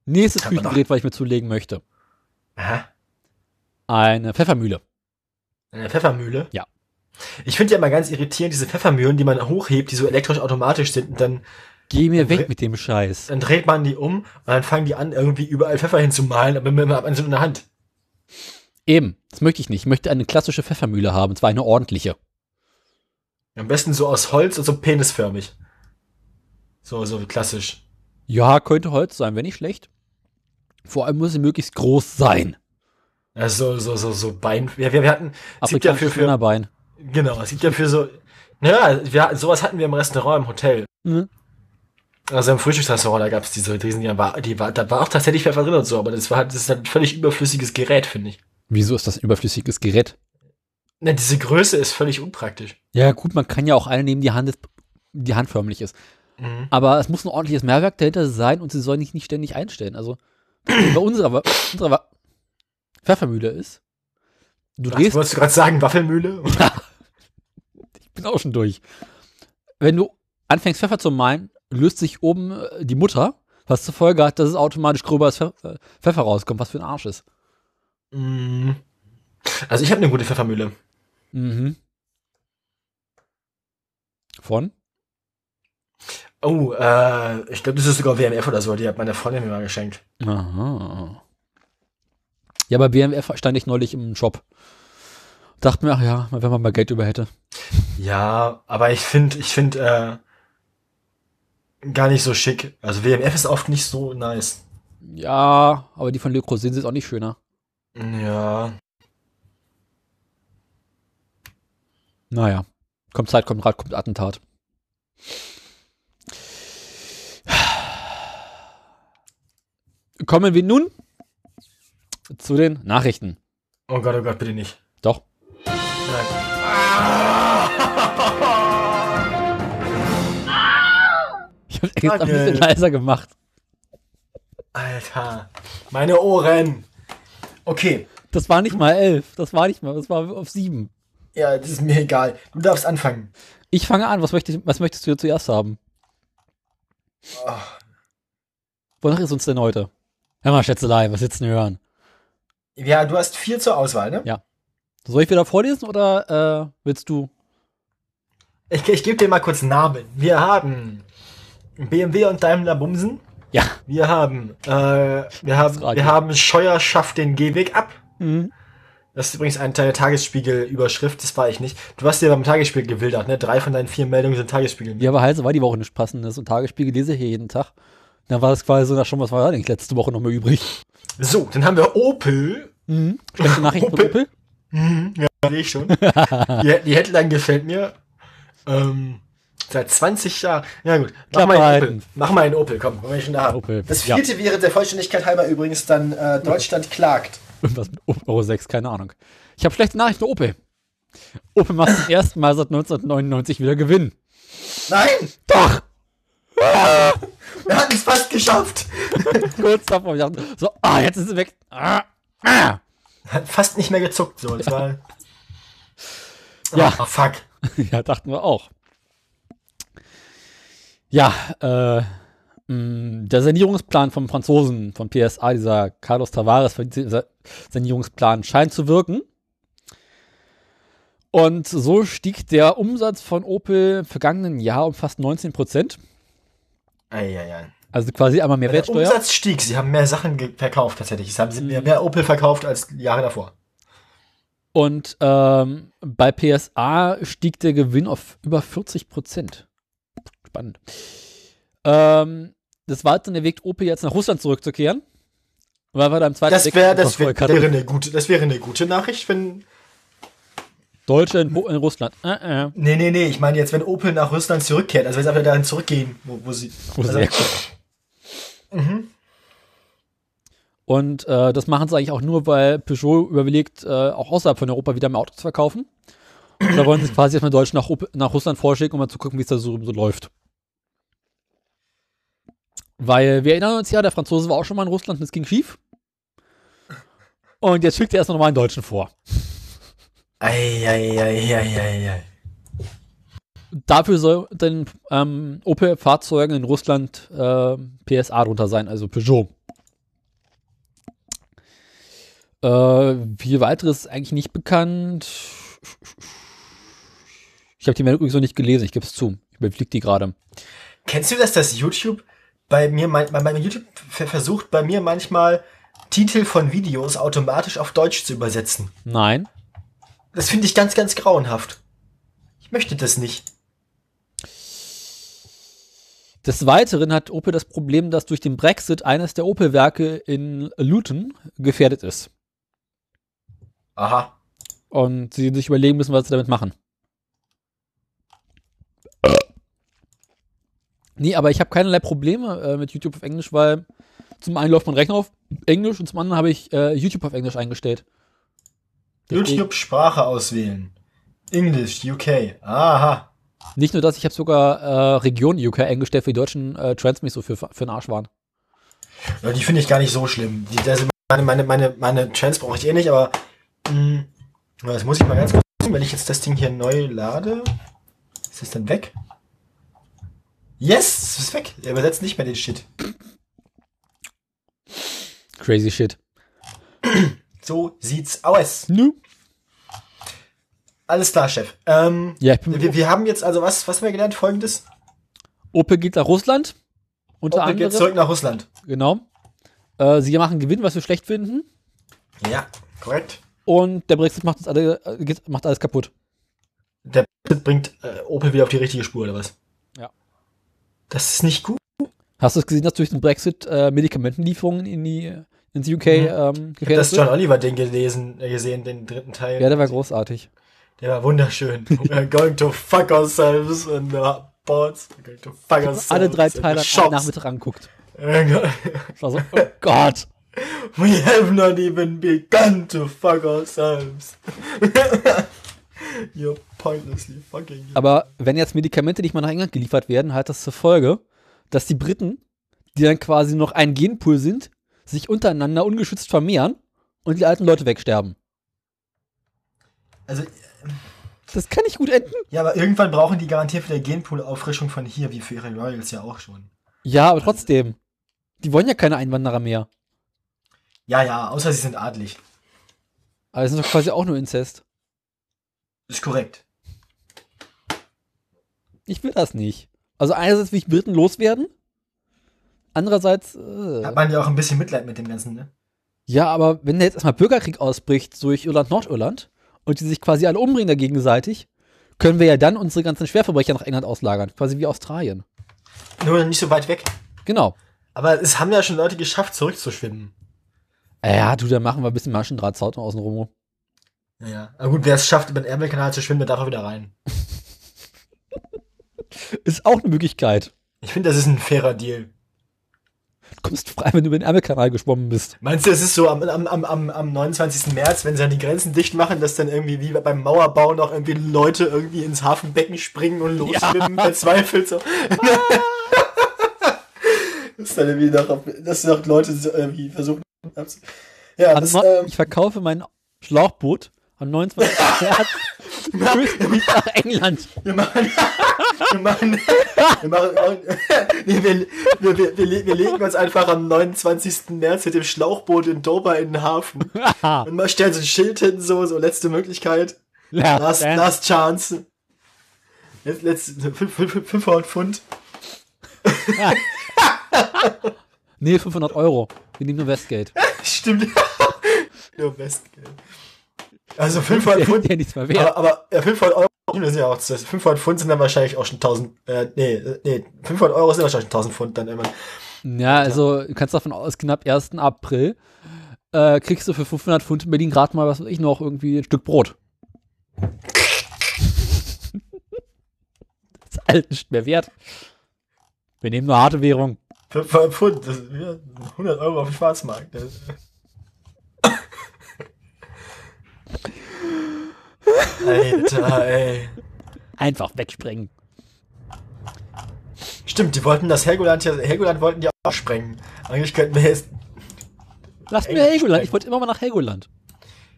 Nächstes Haben wir Küchengerät, was ich mir zulegen möchte. Aha. Eine Pfeffermühle. Eine Pfeffermühle? Ja. Ich finde ja immer ganz irritierend, diese Pfeffermühlen, die man hochhebt, die so elektrisch automatisch sind und dann, Geh mir weg Re- mit dem Scheiß. dann dreht man die um und dann fangen die an, irgendwie überall Pfeffer hinzumalen, aber mit einem Anzug in der Hand. Eben, das möchte ich nicht. Ich möchte eine klassische Pfeffermühle haben, und zwar eine ordentliche. Am besten so aus Holz und so penisförmig. So, so klassisch. Ja, könnte Holz sein, wenn nicht schlecht. Vor allem muss sie möglichst groß sein. Ja, Also so, so, so, so Bein. Ja, wir, wir hatten. Es gibt ja für, Afrikanisches für Hühnerbein. genau, es gibt ja für so. Ja, wir, sowas hatten wir im Restaurant, im Hotel. Mhm. Also im Frühstücksrestaurant, da gab es diese Riesen, die war, die war, da war auch tatsächlich Pfeffer drin und so, aber das war halt, das ist halt ein völlig überflüssiges Gerät, finde ich. Wieso ist das ein überflüssiges Gerät? Na, diese Größe ist völlig unpraktisch. Ja, gut, man kann ja auch eine nehmen, die, Hand ist, die handförmlich ist. Mhm. Aber es muss ein ordentliches Mehrwerk dahinter sein und sie sollen nicht, nicht ständig einstellen. Also, wie bei unserer, Wa- unserer Wa- Pfeffermühle ist, du Was drehst wolltest du gerade sagen, Waffelmühle? bin auch schon durch. Wenn du anfängst, Pfeffer zu mahlen, löst sich oben äh, die Mutter, was zur Folge hat, dass es automatisch gröber Pfeffer, äh, Pfeffer rauskommt, was für ein Arsch ist. Mhm. Also ich habe eine gute Pfeffermühle. Mhm. Von? Oh, äh, ich glaube, das ist sogar WMF oder so. Die hat meine Freundin mir mal geschenkt. Aha. Ja, bei BMF stand ich neulich im Shop. Dachte mir, ach ja, wenn man mal Geld über hätte. Ja, aber ich finde, ich finde, äh, gar nicht so schick. Also WMF ist oft nicht so nice. Ja, aber die von Le Creuset sind auch nicht schöner. Ja. Naja, kommt Zeit, kommt Rat, kommt Attentat. Kommen wir nun zu den Nachrichten. Oh Gott, oh Gott, bitte nicht. Doch. Nein. Ich habe extra ein Danke. bisschen leiser gemacht. Alter. Meine Ohren. Okay. Das war nicht mal elf. Das war nicht mal, das war auf sieben. Ja, das ist mir egal. Du darfst anfangen. Ich fange an. Was, möchte, was möchtest du zuerst haben? Ach, Wonach ist uns denn heute? Hör mal, Schätzelei, was sitzen hören? Ja, du hast vier zur Auswahl, ne? Ja. Soll ich wieder vorlesen oder äh, willst du? Ich, ich gebe dir mal kurz Namen. Wir haben BMW und Daimler Bumsen. Ja. Wir haben, äh, wir haben, Radio. wir haben Scheuer schafft den Gehweg ab. Mhm. Das ist übrigens eine Teil Tagesspiegel-Überschrift, das war ich nicht. Du hast dir beim Tagesspiegel gewildert, ne? Drei von deinen vier Meldungen sind Tagesspiegel. Ja, aber Heise war die Woche nicht passendes und Tagesspiegel lese ich hier jeden Tag. Dann war das quasi so, na schon, was war da denn letzte Woche noch mal übrig? So, dann haben wir Opel. Mhm. Schlechte Nachricht von Opel? Ja, sehe ich schon. die, die Headline gefällt mir. Ähm, seit 20 Jahren. Ja gut, mach Klappe mal einen halten. Opel. Mach mal einen Opel, komm, wenn wir schon da haben. Opel, Das ja. vierte wäre der Vollständigkeit halber übrigens dann äh, Deutschland klagt. Irgendwas mit Euro 6, keine Ahnung. Ich habe schlechte Nachrichten, Opel. Opel macht zum ersten Mal seit 1999 wieder Gewinn. Nein! Doch! Wir hatten es fast geschafft! Kurz davor, ich dachte, so, ah, jetzt ist sie weg. Ah, ah. Hat fast nicht mehr gezuckt, so. Das war. Ja. Ah, fuck. Ja, dachten wir auch. Ja, äh, mh, der Sanierungsplan vom Franzosen, von PSA, dieser Carlos Tavares Sa- Sanierungsplan scheint zu wirken. Und so stieg der Umsatz von Opel im vergangenen Jahr um fast 19 Prozent. Eieiei. Also quasi einmal Der Mehrwertsteuer. Umsatz stieg. Sie haben mehr Sachen ge- verkauft, tatsächlich. Sie haben sie Hm. mehr, mehr Opel verkauft als Jahre davor. Und ähm, bei PSA stieg der Gewinn auf über 40 Prozent. Spannend. Ähm, das war dann der Weg, Opel jetzt nach Russland zurückzukehren. Weil wir da im Zweiten Das, wär, das, wär, Weltkrieg wäre verfolgt hatten. eine gute, das wäre eine gute Nachricht, wenn. Deutsche in, in Russland. Äh, äh. Nee, nee, nee. Ich meine jetzt, wenn Opel nach Russland zurückkehrt. Also, wenn sie einfach dahin zurückgehen, wo, wo sie. Wo sie also, herkommen. Mhm. Und äh, das machen sie eigentlich auch nur, weil Peugeot überlegt, äh, auch außerhalb von Europa wieder mehr Autos zu verkaufen. Und da wollen sie quasi erstmal Deutsche nach, Op- nach Russland vorschicken, um mal zu gucken, wie es da so, so läuft. Weil wir erinnern uns ja, der Franzose war auch schon mal in Russland und es ging schief. Und jetzt schickt er erstmal nochmal einen Deutschen vor. Eieieiei. Dafür soll dann ähm, Opel-Fahrzeugen in Russland äh, PSA drunter sein, also Peugeot. Äh, viel weiteres ist eigentlich nicht bekannt. Ich habe die Meldung übrigens noch nicht gelesen, ich gebe es zu. Ich überfliege die gerade. Kennst du das, dass YouTube bei mir, mein, bei meinem YouTube ver- versucht bei mir manchmal Titel von Videos automatisch auf Deutsch zu übersetzen? Nein. Das finde ich ganz, ganz grauenhaft. Ich möchte das nicht. Des Weiteren hat Opel das Problem, dass durch den Brexit eines der Opel-Werke in Luton gefährdet ist. Aha. Und sie sich überlegen müssen, was sie damit machen. Nee, aber ich habe keinerlei Probleme äh, mit YouTube auf Englisch, weil zum einen läuft mein Rechner auf Englisch und zum anderen habe ich äh, YouTube auf Englisch eingestellt. Deswegen- YouTube Sprache auswählen. English, UK. Aha. Nicht nur das, ich habe sogar äh, Region UK eingestellt, für die deutschen äh, Transmis so für, für den Arsch waren. Ja, die finde ich gar nicht so schlimm. Die, das, meine, meine, meine, meine Chance brauche ich eh nicht, aber mh, das muss ich mal ganz kurz gucken, wenn ich jetzt das Ding hier neu lade. Ist das denn weg? Yes, es ist weg. Er übersetzt nicht mehr den Shit. Crazy shit. So sieht's aus. Nö. Alles klar, Chef. Ähm, Ja, ich bin wir, wir haben jetzt also was, was haben wir gelernt? Folgendes. Opel geht nach Russland. Unter Opel geht anderem. zurück nach Russland. Genau. Äh, sie machen Gewinn, was wir schlecht finden. Ja, korrekt. Und der Brexit macht, uns alle, äh, geht- macht alles kaputt. Der Brexit bringt äh, Opel wieder auf die richtige Spur, oder was? Ja. Das ist nicht gut. Hast du es gesehen, dass durch den Brexit äh, Medikamentenlieferungen in die, ins UK ähm, Mhm. Ich habe gefährdet das sind? John Oliver-Ding gelesen, äh, gesehen, den dritten Teil. Ja, der war großartig. Der war wunderschön. We're going to fuck ourselves in the boards. We're going to fuck ourselves Alle drei in the Teile am shops. Nachmittag anguckt. We Ich war so, oh Gott. have not even begun to fuck ourselves. You're pointlessly fucking. Aber wenn jetzt Medikamente nicht mal nach England geliefert werden, hat das zur Folge, dass die Briten, die dann quasi noch ein Genpool sind, sich untereinander ungeschützt vermehren und die alten Leute wegsterben. Also, Das kann nicht gut enden. ja, aber irgendwann brauchen die garantiert wieder Genpool-Auffrischung von hier, wie für ihre Royals ja auch schon. Ja, aber trotzdem. Die wollen ja keine Einwanderer mehr. Ja, ja, außer sie sind adlig. Aber das ist doch quasi auch nur Inzest. Ist korrekt. Ich will das nicht. Also einerseits will ich Briten loswerden. Andererseits, äh, Hat man ja auch ein bisschen Mitleid mit dem Ganzen, ne? ja, aber wenn da jetzt erstmal Bürgerkrieg ausbricht durch Irland-Nordirland und die sich quasi alle umbringen da gegenseitig, können wir ja dann unsere ganzen Schwerverbrecher nach England auslagern. Quasi wie Australien. Nur nicht so weit weg. Genau. Aber es haben ja schon Leute geschafft, zurückzuschwimmen. Ja, du, dann machen wir ein bisschen Maschendrahtzaun außen rum. Ja, aber gut, wer es schafft, über den Ärmelkanal zu schwimmen, der darf auch wieder rein. Ist auch eine Möglichkeit. Ich finde, das ist ein fairer Deal. Du kommst frei, wenn du über den Ärmelkanal geschwommen bist. Meinst du, es ist so am, am, am, am, am 29. März, wenn sie dann die Grenzen dicht machen, dass dann irgendwie wie beim Mauerbau noch irgendwie Leute irgendwie ins Hafenbecken springen und losschwimmen, verzweifelt so. das ist dann irgendwie noch, auf- dass noch Leute so irgendwie versuchen abzu- Ja, An das, Neu- ähm, ich verkaufe mein Schlauchboot am 29. März höchstens nach England. Wir machen. Wir machen. Wir machen. auch- Nee, wir, wir, wir, wir, le- wir legen uns einfach am 29. März mit dem Schlauchboot in Dover in den Hafen. Und mal stellen so ein Schild hin, so, so letzte Möglichkeit. Last, Last, last chance. Letz- Letzte, fünf- fünf- 500 Pfund. nee, 500 Euro. Wir nehmen nur Westgate. Stimmt. Your best Geld. Also 500 Der, Pfund. der nichts mehr wert. Aber, aber ja, 500 Euro das sind ja auch, das 500 Pfund sind dann wahrscheinlich auch schon 1000, äh, nee, äh, nee, 500 Euro sind wahrscheinlich 1000 Pfund dann immer. Ja, also du kannst davon aus, knapp 1. April äh, kriegst du für 500 Pfund in Berlin gerade mal, was weiß ich noch, irgendwie ein Stück Brot. das ist halt nicht mehr wert. Wir nehmen nur harte Währung. 500 Pfund, das ist ja 100 Euro auf dem Schwarzmarkt. Das ist- Alter, ey. Einfach wegsprengen. Stimmt, die wollten das Helgoland ja, Helgoland wollten die auch sprengen. Eigentlich könnten wir jetzt, Lass mir Helgoland. Helgoland. Ich wollte immer mal nach Helgoland.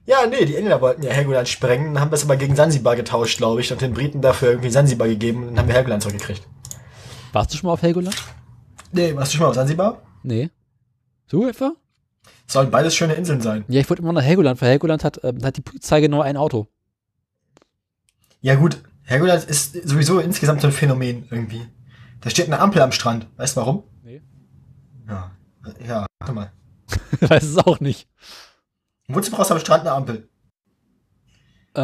ja, nee, die Engländer wollten ja Helgoland sprengen, haben das aber gegen Sansibar getauscht, glaube ich, und den Briten dafür irgendwie Sansibar gegeben und dann haben wir Helgoland zurückgekriegt. Warst du schon mal auf Helgoland? Nee, warst du schon mal auf Sansibar? Nee. Du etwa? Sollen beides schöne Inseln sein. Ja, ich wollte immer nach Helgoland, weil Helgoland hat, ähm, hat die Polizei genau ein Auto. Ja gut, Helgoland ist sowieso insgesamt so ein Phänomen irgendwie. Da steht eine Ampel am Strand. Weißt du warum? Nee. Ja. Ja, warte mal. Weiß es auch nicht. Wozu brauchst du am Strand eine Ampel? Äh,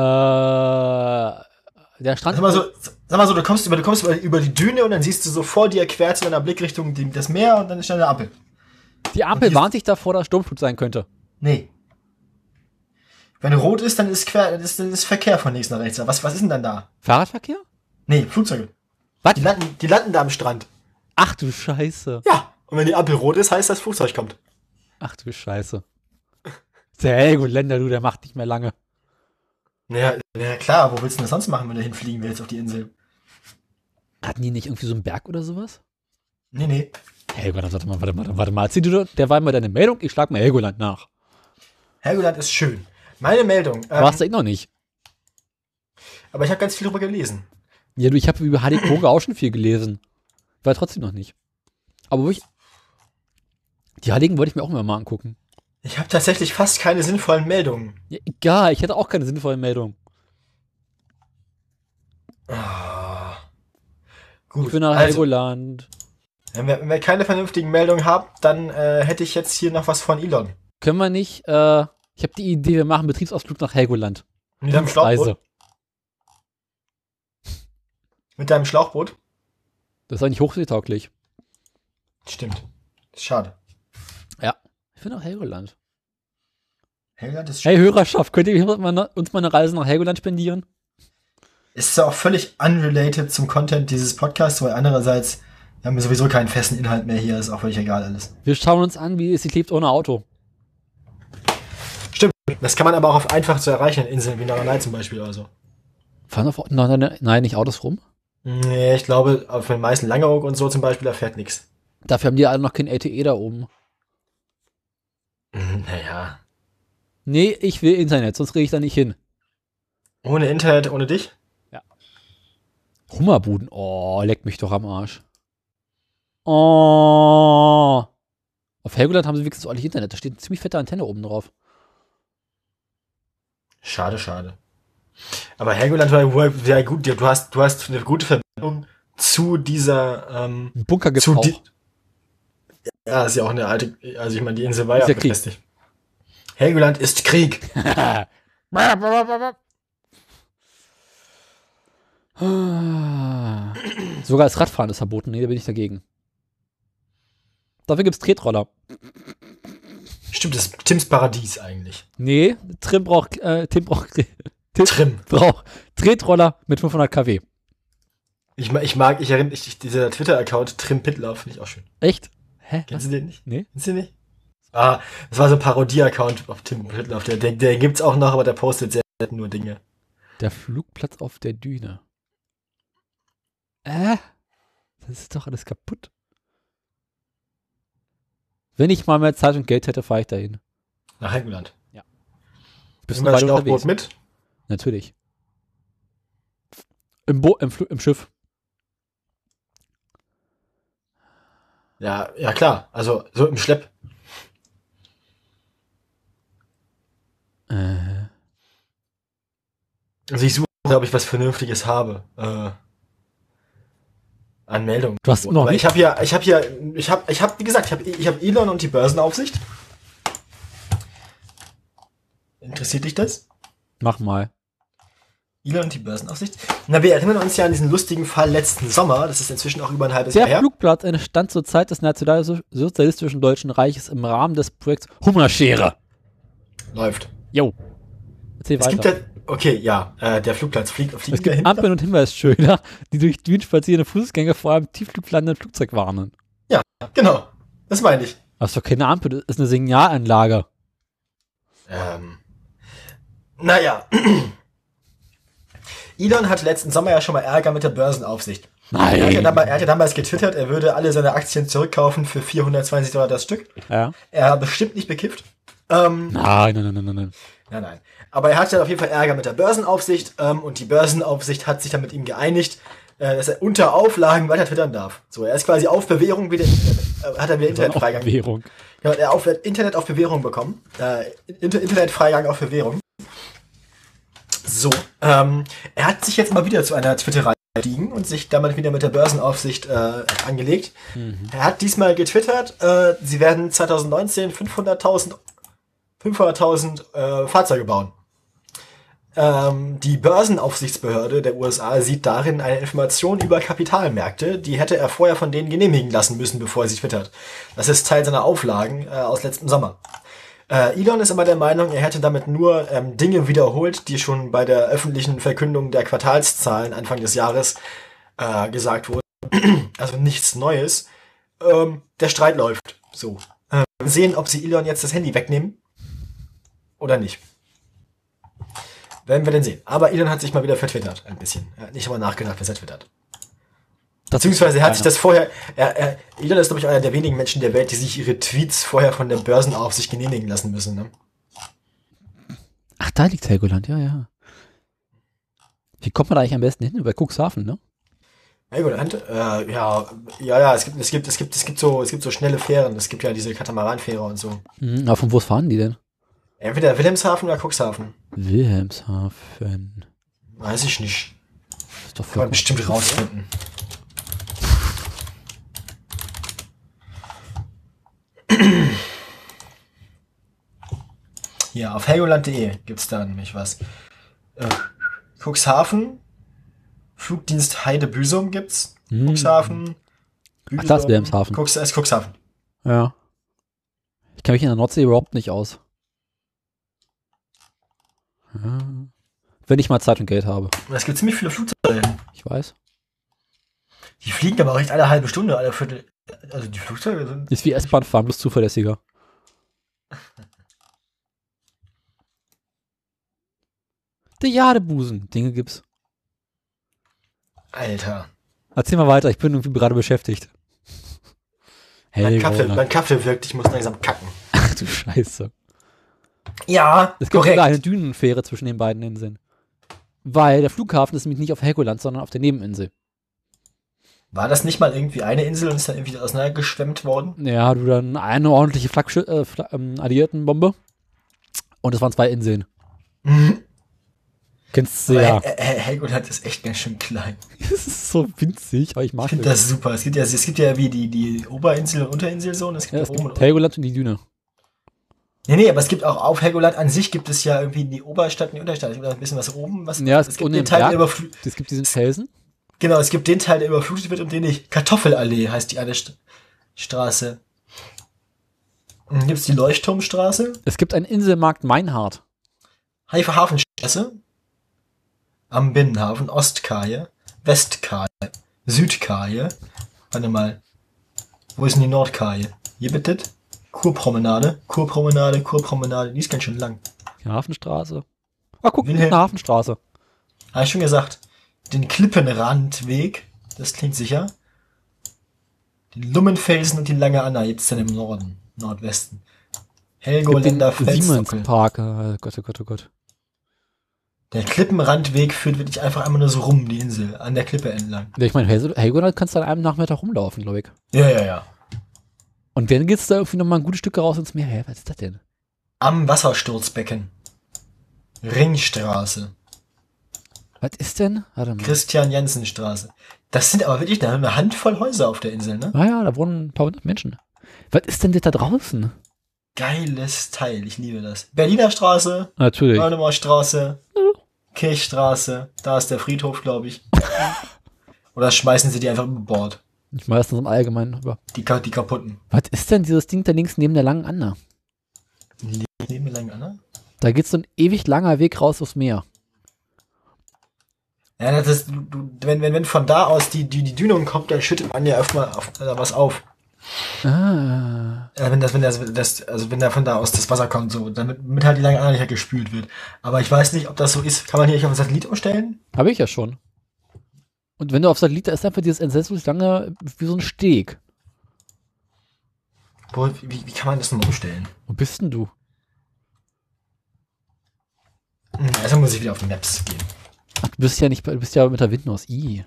der Strand. Sag mal so, sag mal so du kommst, über, du kommst über, über die Düne und dann siehst du so vor dir quer zu deiner Blickrichtung die, das Meer und dann ist da eine Ampel. Die Und Ampel hier- warnt dich davor, dass Sturmflut sein könnte. Nee. Wenn rot ist, dann ist quer, dann ist, dann ist Verkehr von links nach rechts. Was, was ist denn dann da? Fahrradverkehr? Nee, Flugzeuge. Was? Die landen, die landen da am Strand. Ach du Scheiße. Ja. Und wenn die Ampel rot ist, heißt das Flugzeug kommt. Ach du Scheiße. Der Helgoländer, du, der macht nicht mehr lange. Naja, naja, klar, wo willst du denn das sonst machen, wenn du hinfliegen willst auf die Insel? Hatten die nicht irgendwie so einen Berg oder sowas? Nee, nee. Helgoland, warte mal, warte mal, warte mal. Erzähl du, doch- der war mal deine Meldung, ich schlag mal Helgoland nach. Helgoland ist schön. Meine Meldung. Du Ähm, warst da eh noch nicht. aber ich habe ganz viel drüber gelesen. Ja, du, ich habe über Hardy Kroger auch schon viel gelesen. War trotzdem noch nicht. Aber wo ich. Die Heiligen wollte ich mir auch immer mal angucken. Ich habe tatsächlich fast keine sinnvollen Meldungen. Ja, egal, ich hätte auch keine sinnvolle Meldung. Gut. Ich bin nach also, Helgoland. wenn wir, wenn wir keine vernünftigen Meldungen haben, dann äh, hätte ich jetzt hier noch was von Elon. Können wir nicht, äh, ich habe die Idee, wir machen einen Betriebsausflug nach Helgoland. Mit Hm, deinem Schlauchboot. Reise. Mit deinem Schlauchboot? Das ist eigentlich hochseetauglich. Stimmt. Ist schade. Ich finde auch Helgoland. Helgoland ist, Hey, Hörerschaft, könnt ihr uns mal ne- uns mal eine Reise nach Helgoland spendieren? ist ja auch völlig unrelated zum Content dieses Podcasts, weil andererseits wir haben sowieso keinen festen Inhalt mehr hier, ist auch völlig egal alles. Wir schauen uns an, wie es sich lebt ohne Auto. Stimmt. Das kann man aber auch auf einfach zu erreichenden Inseln wie Naranai zum Beispiel oder so. Fahren auf, nein, nein, nein, nicht Autos rum. Nee, ich glaube, auf den meisten Langeoog und so zum Beispiel, da fährt nichts. Dafür haben die alle noch kein LTE da oben. Mhm, Naja. Nee, ich will Internet, sonst kriege ich da nicht hin. Ohne Internet, ohne dich? Hummerbuden. Oh, leck mich doch am Arsch. Oh. Auf Helgoland haben sie wenigstens ordentlich Internet. Da steht eine ziemlich fette Antenne oben drauf. Schade, schade. Aber Helgoland war wohl sehr gut. Du hast, du hast eine gute Verbindung zu dieser, ähm, Ein Bunker gibt's zu auch. di- Ja, ist ja auch eine alte, also ich meine, die Insel war ja Ist ja Krieg. befestigt. Helgoland ist Krieg. Ah. Sogar das Radfahren ist verboten. Nee, da bin ich dagegen. Dafür gibt's Tretroller. Stimmt, das ist Tims Paradies eigentlich. Nee, Trim braucht, äh, Tim braucht, Trim. braucht Tretroller mit 500 kW. Ich, ma- ich mag, ich erinnere mich, ich- dieser Twitter-Account Trim Pitlauf finde ich auch schön. Echt? Hä? Was? Kennst du den nicht? Nee. Kennst du den nicht? Ah, das war so ein Parodie-Account auf Tim Pitlauf. Der, der, der gibt's auch noch, aber der postet sehr selten nur Dinge. Der Flugplatz auf der Düne. Äh? Das ist doch alles kaputt. Wenn ich mal mehr Zeit und Geld hätte, fahre ich dahin. Nach Helgoland. Bist Nimm das du beide Schlauchboot unterwegs? mit? Natürlich. Im, Bo im, Fl Im Schiff. Ja, ja klar. Also so im Schlepp. Äh, Also ich suche, ob ich was Vernünftiges habe. Äh, an Meldungen. Du hast noch Weil nicht- ich habe ja, ich habe ja, ich habe, ich habe, wie gesagt, ich habe ich hab Elon und die Börsenaufsicht. Interessiert dich das? mach mal. Elon und die Börsenaufsicht. Na, wir erinnern uns ja an diesen lustigen Fall letzten Sommer. Das ist inzwischen auch über ein halbes Der Jahr her. Flugplatz entstand zur Zeit des Nationalsozialistischen Deutschen Reiches im Rahmen des Projekts Hummerschere. Läuft. Jo. Erzähl Es weiter. gibt ja, okay, ja, äh, der Flugplatz fliegt, fliegt Es gibt dahinter. Ampeln und Hinweisschilder, die durch Dünen spazierende Fußgänger vor einem Tiefflug landenden Flugzeug warnen. Genau, das meine ich. Das ist doch keine Ampel, das ist eine Signalanlage. Ähm, naja. Elon hatte letzten Sommer ja schon mal Ärger mit der Börsenaufsicht. Er hat, ja Nein. damals, er hat ja damals getwittert, er würde alle seine Aktien zurückkaufen für 420 Dollar das Stück. Ja. Er war bestimmt nicht bekifft. Ähm, Nein, nein, nein, nein, nein, nein. Nein, nein. Aber er hatte auf jeden Fall Ärger mit der Börsenaufsicht ähm, und die Börsenaufsicht hat sich dann mit ihm geeinigt, äh, dass er unter Auflagen weiter twittern darf. So, er ist quasi auf Bewährung wieder, äh, hat er wieder Dann auch Internetfreigang. Währung. Ja, er auf Internet auf Bewährung bekommen. Äh, Inter Internetfreigang auf Bewährung. So, ähm, er hat sich jetzt mal wieder zu einer Twitterei gediegen und sich damit wieder mit der Börsenaufsicht äh, angelegt. Er hat diesmal getwittert, äh, sie werden 2019 500.000 500.000 äh, Fahrzeuge bauen. Ähm, die Börsenaufsichtsbehörde der USA sieht darin eine Information über Kapitalmärkte, die hätte er vorher von denen genehmigen lassen müssen, bevor er sie twittert. Das ist Teil seiner Auflagen äh, aus letztem Sommer. Äh, Elon ist aber der Meinung, er hätte damit nur ähm, Dinge wiederholt, die schon bei der öffentlichen Verkündung der Quartalszahlen Anfang des Jahres äh, gesagt wurden. also nichts Neues. Ähm, der Streit läuft. So. Äh, wir sehen, ob sie Elon jetzt das Handy wegnehmen oder nicht. Werden wir denn sehen. Aber Elon hat sich mal wieder vertwittert, ein bisschen. Er hat nicht immer nachgedacht, was er twittert. Das Beziehungsweise er hat sich das vorher. Er, er, Elon ist, glaube ich, einer der wenigen Menschen der Welt, die sich ihre Tweets vorher von der Börsenaufsicht genehmigen lassen müssen. Ne? Ach, da liegt Helgoland, ja, ja. Wie kommt man da eigentlich am besten hin? Über Cuxhaven, ne? Ja, gut, und, äh, ja, ja, ja, es gibt, es gibt, es gibt, es gibt so, es gibt so schnelle Fähren. Es gibt ja diese Katamaranfähre und so. Mhm, aber von wo fahren die denn? Entweder Wilhelmshaven oder Cuxhaven. Wilhelmshaven. Weiß ich nicht. Ist doch Kann man vollkommen. bestimmt rausfinden. Ja, auf helgoland.de gibt's da nämlich was. Äh, Cuxhaven, Flugdienst Heide-Büsum gibt's. Hm. Cuxhaven. Ach, das ist Wilhelmshaven. Cux, ist Cuxhaven. Ja. Ich kenne mich in der Nordsee überhaupt nicht aus. Ja. Wenn ich mal Zeit und Geld habe. Und Es gibt ziemlich viele Flugzeuge. Ich weiß. Die fliegen aber auch echt alle halbe Stunde, alle Viertel. Also die Flugzeuge sind. Ist wie S-Bahn fahren, bloß zuverlässiger. Der Jadebusen. Dinge gibt's. Alter. Erzähl mal weiter, ich bin irgendwie gerade beschäftigt. Mein Hey, Kaffee, Corona. mein Kaffee wirkt, ich muss langsam kacken. Ach du Scheiße. Ja, Es gibt korrekt. sogar eine Dünenfähre zwischen den beiden Inseln. Weil der Flughafen ist nämlich nicht auf Helgoland, sondern auf der Nebeninsel. War das nicht mal irgendwie eine Insel und ist dann irgendwie auseinandergeschwemmt worden? Ja, du dann eine ordentliche Flaggsch äh, Fla ähm, Alliiertenbombe. Und es waren zwei Inseln. Kennst du Mhm. ja. Aber He- He- Helgoland ist echt ganz schön klein. Es ist so winzig, aber ich mag Ich finde das super. Es gibt ja, es gibt ja wie die, die Oberinsel und Unterinsel so. Und es gibt Ja, ja, es oben und gibt Helgoland und die Düne. Nee, nee, aber es gibt auch auf Helgoland an sich gibt es ja irgendwie die Oberstadt und die Unterstadt. Es gibt auch ein bisschen was oben. Was, Ja, es gibt gibt unten den im Teil, der Berg. überflu- Es gibt diesen Felsen. Genau, es gibt den Teil, der überflutet wird und den nicht. Kartoffelallee heißt die eine St Straße. Und Dann gibt's die Leuchtturmstraße, Es gibt einen Inselmarkt Meinhard. Haifa Hafenstraße, am Binnenhafen, Ostkaje, Westkaje, Südkaje. Warte mal. Wo ist denn die Nordkaje? Hier bitte. Kurpromenade, Kurpromenade, Kurpromenade. Die ist ganz schön lang. Die Hafenstraße. Ah, guck, Wilhelm- eine Hafenstraße. Habe ich schon gesagt. Den Klippenrandweg, das klingt sicher. Den Lummenfelsen und die Lange Anna, jetzt dann im Norden, Nordwesten. Es gibt den Helgoländer Felsockel. Siemenspark. Oh Gott, oh Gott, oh Gott. Der Klippenrandweg führt wirklich einfach einmal nur so rum, die Insel, an der Klippe entlang. Ja, Ich meine, Hel- Helgoland kannst du an einem Nachmittag rumlaufen, glaube ich. Ja, ja, ja. Und dann geht's da irgendwie nochmal ein gutes Stück raus ins Meer. Hä, was ist das denn? Am Wassersturzbecken. Ringstraße. Was ist denn? Warte mal. Christian-Jensen-Straße. Das sind aber wirklich eine Handvoll Häuser auf der Insel, ne? Naja, Ah da wohnen ein paar hundert Menschen. Was ist denn das da draußen? Geiles Teil, ich liebe das. Berliner Straße, Natürlich. Neunemer Straße, Kirchstraße, da ist der Friedhof, glaube ich. Oder schmeißen sie die einfach über Bord, Ich meine das im Allgemeinen über. die, ka- die kaputten. Was ist denn dieses Ding da links neben der langen Anna? Nehmen wir lang an, Da geht's so ein ewig langer Weg raus aufs Meer. Ja, das ist, du, du, wenn, wenn, wenn von da aus die, die, die Dünung kommt, dann schüttet man ja öfter mal auf, äh, was auf. Ah. Äh, wenn das, wenn das, das, also wenn da von da aus das Wasser kommt, so, damit, damit halt die lange Anlage halt gespült wird. Aber ich weiß nicht, ob das so ist. Kann man hier nicht auf einen Satellit umstellen? Habe ich ja schon. Und wenn du auf Satellit, da ist einfach dieses entsetzlich lange, wie so ein Steg. Wo, wie, wie kann man das denn umstellen? Wo bist denn du? Hm, Also muss ich wieder auf Maps gehen. Ach, du bist ja nicht, du bist ja mit der Windows. I.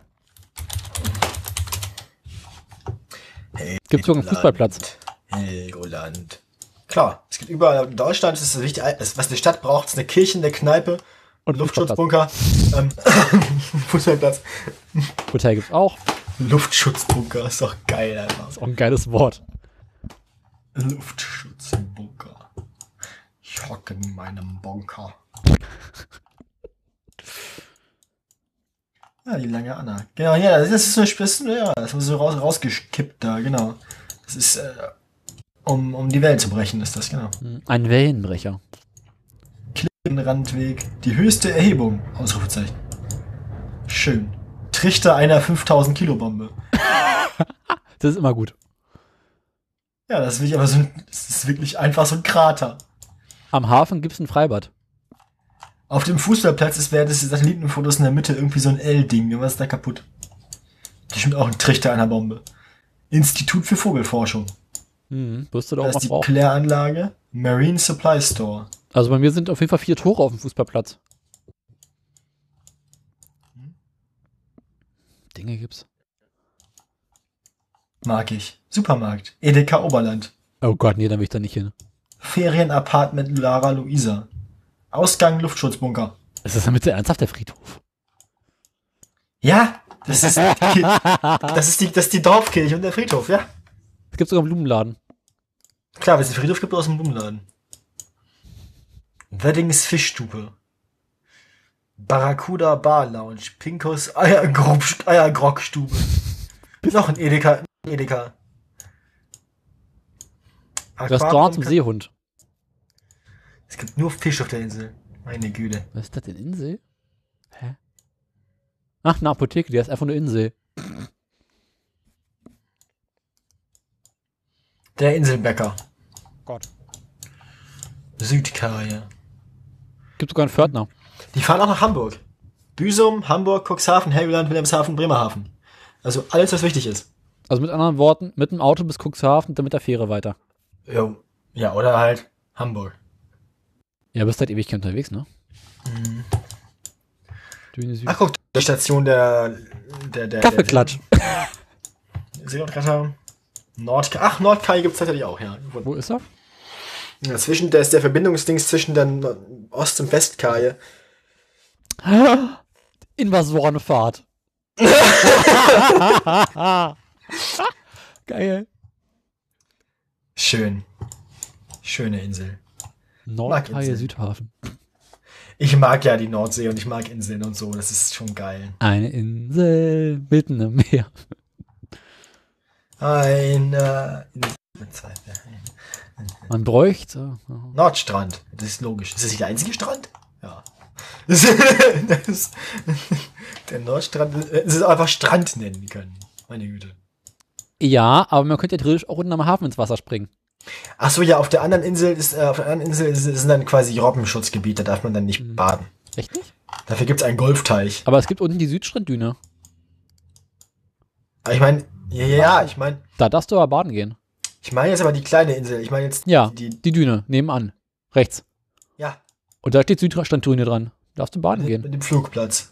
Hey, Gibt's sogar einen Fußballplatz? Helgoland. Klar, es gibt überall in Deutschland, es ist das wichtig, es- was eine Stadt braucht, ist eine Kirche, eine Kneipe, Und Luftschutzbunker, ähm, Fußballplatz. Hotel gibt's auch. Luftschutzbunker ist doch geil einfach. Ist auch ein geiles Wort. Luftschutzbunker. Ich hocke in meinem Bunker. Ja, die lange Anna. Genau, ja, das ist so eine Spitze, ja, das ist so raus, rausgekippt da, genau. Das ist, äh, um, um die Welt zu brechen, ist das, genau. Ein Wellenbrecher. Randweg, die höchste Erhebung, Ausrufezeichen. Schön. Trichter einer 5000 Kilo Bombe. Das ist immer gut. Ja, das ist wirklich, aber so ein, das ist wirklich einfach so ein Krater. Am Hafen gibt's ein Freibad. Auf dem Fußballplatz ist während des Satellitenfotos in der Mitte irgendwie so ein L-Ding, irgendwas ist da kaputt. Bestimmt auch ein Trichter einer Bombe. Institut für Vogelforschung. Hm, wirst du da Da auch ist was die brauchen. Kläranlage. Marine Supply Store. Also bei mir sind auf jeden Fall vier Tore auf dem Fußballplatz. Hm? Dinge gibt's. Mag ich. Supermarkt. Edeka Oberland. Oh Gott, nee, dann will ich da nicht hin. Ferienapartment Lara Luisa. Ausgang Luftschutzbunker. Ist das damit sehr ernsthaft der Friedhof? Ja, das ist, das ist, die, das ist die Dorfkirche und der Friedhof, ja. Es gibt sogar einen Blumenladen. Klar, wenn es einen Friedhof gibt, aus dem Blumenladen. Weddings Fischstube. Barracuda Bar Lounge. Pinkos Eiergrob- Eiergrockstube. Noch ein Edeka. ein Edeka. Restaurant zum Aquarium- Seehund. Es gibt nur Fisch auf der Insel. Meine Güte. Was ist das denn, Insel? Hä? Ach, eine Apotheke, die heißt einfach nur Insel. Der Inselbäcker. Gott. Südkarriere. Gibt sogar einen Pförtner. Die fahren auch nach Hamburg. Büsum, Hamburg, Cuxhaven, Helgoland, Wilhelmshaven, Bremerhaven. Also alles, was wichtig ist. Also mit anderen Worten, mit dem Auto bis Cuxhaven, dann mit der Fähre weiter. Jo. Ja, oder halt Hamburg. Ja, bist halt ewig unterwegs, ne? Dünne Süd. Hm. Ach, guck, die Station der. der, der Kaffeeklatsch. der- Seenotretter. Nord Ach, Nordkai gibt's tatsächlich auch, ja. Wo ist er? ja zwischen, der ist der Verbindungsdings zwischen der Nord- Ost- und Westkai. Invasorenfahrt. Geil. Schön. Schöne Insel. Nordteil Insel. Südhafen. Ich mag ja die Nordsee und ich mag Inseln und so. Das ist schon geil. Eine Insel mitten im Meer. Eine Insel mit zwei Bergen. Man bräuchte. äh, ja. Nordstrand. Das ist logisch. Ist das nicht der einzige Strand? Ja. Das ist, der Nordstrand. äh, Es ist einfach Strand nennen können. Meine Güte. Ja, aber man könnte ja theoretisch auch unten am Hafen ins Wasser springen. Ach so, ja, auf der anderen Insel ist, äh, auf der anderen Insel ist, sind dann quasi Robbenschutzgebiet. Da darf man dann Mhm. nicht baden. Echt nicht? Dafür gibt's einen Golfteich. Aber es gibt unten die Südstranddüne. Aber ich meine, ja, ja, ja, ich meine, Da darfst du aber baden gehen. ich meine jetzt aber die kleine Insel. Ich meine jetzt Ja, die, die, die Düne, nebenan. Rechts. ja, Und da steht Südstranddüne dran. Darfst du baden gehen. mit dem Flugplatz.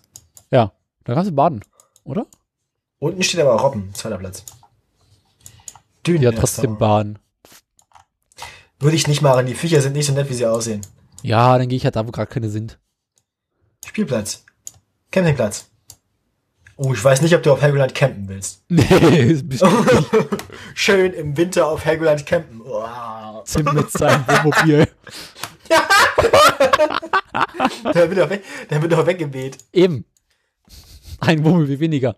Ja, da kannst du baden. Oder? Unten steht aber Robben, zweiter Platz. Dünen. Ja, trotzdem baden. Würde ich nicht machen. Die Viecher sind nicht so nett, wie sie aussehen. Ja, dann gehe ich halt da, wo gerade keine sind. Spielplatz. Campingplatz. Oh, ich weiß nicht, ob du auf Helgoland campen willst. Nee, ist ein bisschen Schön im Winter auf Helgoland campen. Oh. Wow. Tim mit seinem Wohnmobil. Der wird doch weg, der wird doch weggeweht. Eben. Ein Wohnmobil weniger.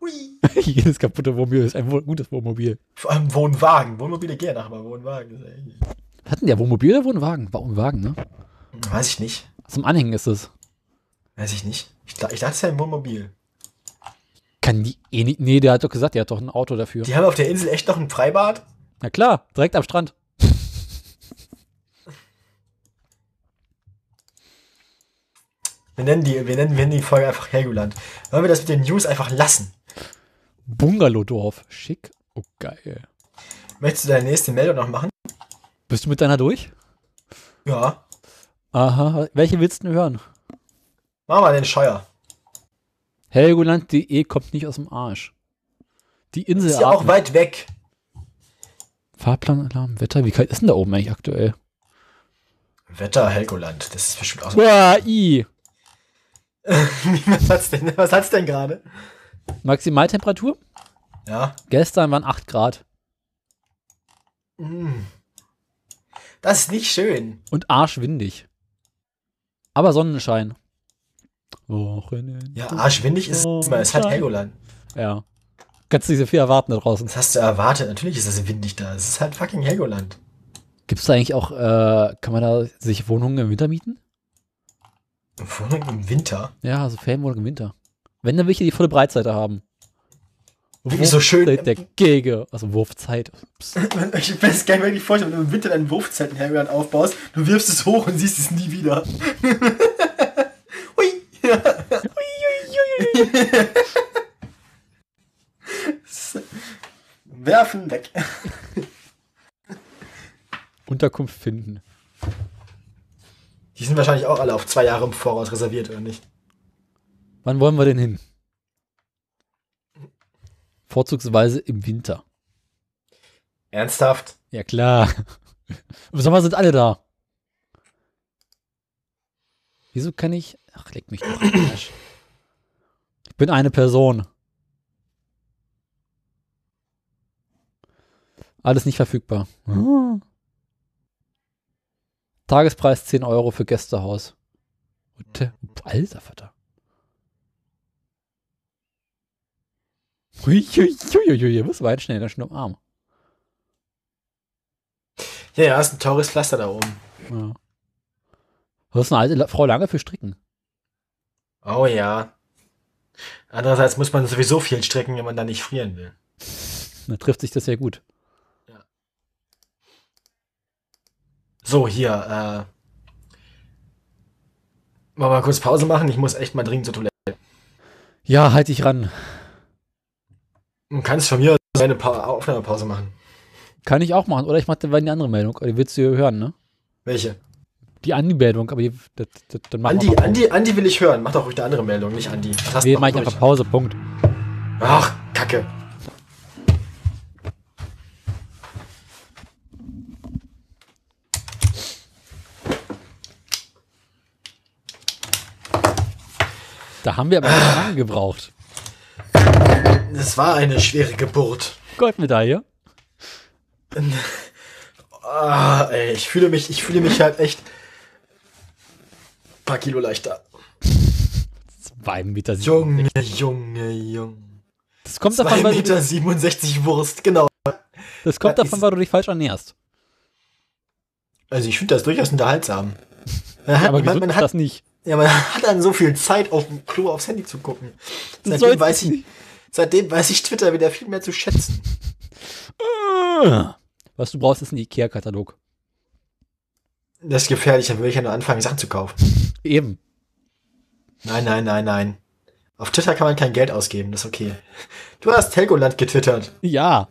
Hui. Jedes kaputte Wohnmobil ist ein wo- gutes Wohnmobil. Vor allem Wohnwagen. Wohnmobile gehen, aber Wohnwagen. ist echt- Hatten der Wohnmobil oder Wohnwagen? War auch ein Wagen, ne? Weiß ich nicht. Zum Anhängen ist es. Weiß ich nicht. Ich, gla- ich dachte, es ist ein Wohnmobil. Kann die eh nicht. Nee, der hat doch gesagt, der hat doch ein Auto dafür. Die haben auf der Insel echt noch ein Freibad? Na klar, direkt am Strand. Wir nennen die, wir nennen, wir nennen die Folge einfach Helgoland. Wollen wir das mit den News einfach lassen? Bungalowdorf. Schick. Oh, geil. Möchtest du deine nächste Meldung noch machen? Bist du mit deiner durch? Ja. Aha. Welche willst du denn hören? Machen wir den Scheuer. Helgoland.de E kommt nicht aus dem Arsch. Die Insel Ist ja auch atmet. weit weg. Fahrplanalarm, Wetter. Wie kalt ist denn da oben eigentlich aktuell? Wetter Helgoland. Das ist bestimmt auch so. Uah, i. was hat's denn, was hat's denn gerade? Maximaltemperatur? Ja. Gestern waren 8 Grad. Mm. Das ist nicht schön. Und arschwindig. Aber Sonnenschein. Wochenende. Ja, arschwindig ist es immer. Es hat Helgoland. Ja. Kannst du nicht so viel erwarten da draußen. Das hast du erwartet. Natürlich ist es windig da. Es ist halt fucking Helgoland. Gibt's da eigentlich auch, äh, kann man da sich Wohnungen im Winter mieten? Vor allem im Winter. Ja, so Ferienwohnungen im Winter. Wenn, dann will ich hier die volle Breitseite haben. Wirklich so schön- Wurfzeit der Gege. Also Wurfzeit. Ups. Ich weiß gar nicht, wirklich vorstellen, wenn du im Winter dein Wurfzelt in Helgoland aufbaust, du wirfst es hoch und siehst es nie wieder. Hui. Werfen weg. Unterkunft finden. Die sind wahrscheinlich auch alle auf zwei Jahre im Voraus reserviert, oder nicht? Wann wollen wir denn hin? Vorzugsweise im Winter. Ernsthaft? Ja klar. Im Sommer sind alle da. Wieso kann ich. Ach, leck mich doch. am Arsch. Ich bin eine Person. Alles nicht verfügbar. Tagespreis 10 Euro für Gästehaus. Hotel- Alter Vater. Huiuiuiui, was war ein schnell, ganz schön am Arm. Ja, ja, ist ein teures Pflaster da oben. Ja. Das ist eine alte La- Frau lange für Stricken. Oh ja. Andererseits muss man sowieso viel strecken, wenn man da nicht frieren will. Da trifft sich das sehr gut. So, hier, äh. Wollen wir mal kurz Pause machen? Ich muss echt mal dringend zur Toilette. Ja, halt dich ran. Du kannst von mir aus eine pa Aufnahmepause machen. Kann ich auch machen. Oder ich mache dann die andere Meldung. Die willst du ja hören, ne? Welche? Die Andi-Meldung, aber die, das, das, dann machen Andi, wir einfach Pause. Andi, Andi will ich hören. Mach doch ruhig eine andere Meldung, nicht Andi. Was hast Nee, du- mach ich einfach Pause, Punkt. Ach, Kacke. Da haben wir aber nicht lange gebraucht. Es war eine schwere Geburt. Goldmedaille. Ah, ey, ich fühle mich, ich fühle mich halt echt paar Kilo leichter. Zwei Meter. sieben. Junge, Junge, Junge. Das kommt davon, 2,67 weil, Meter 67 Wurst, genau. das kommt Ja, davon, ist- weil du dich falsch ernährst. Also ich finde das durchaus unterhaltsam. Man hat, Aber man, gesund man ist hat, das nicht. ja, man hat dann so viel Zeit, auf dem Klo aufs Handy zu gucken. Das Seitdem soll's weiß, ich, nicht. seitdem weiß ich Twitter wieder viel mehr zu schätzen. Was du brauchst, ist ein Ikea-Katalog. Das ist gefährlich, dann würde ich ja nur anfangen, Sachen zu kaufen. Eben. Nein, nein, nein, nein. Auf Twitter kann man kein Geld ausgeben, das ist okay. Du hast Helgoland getwittert. Ja.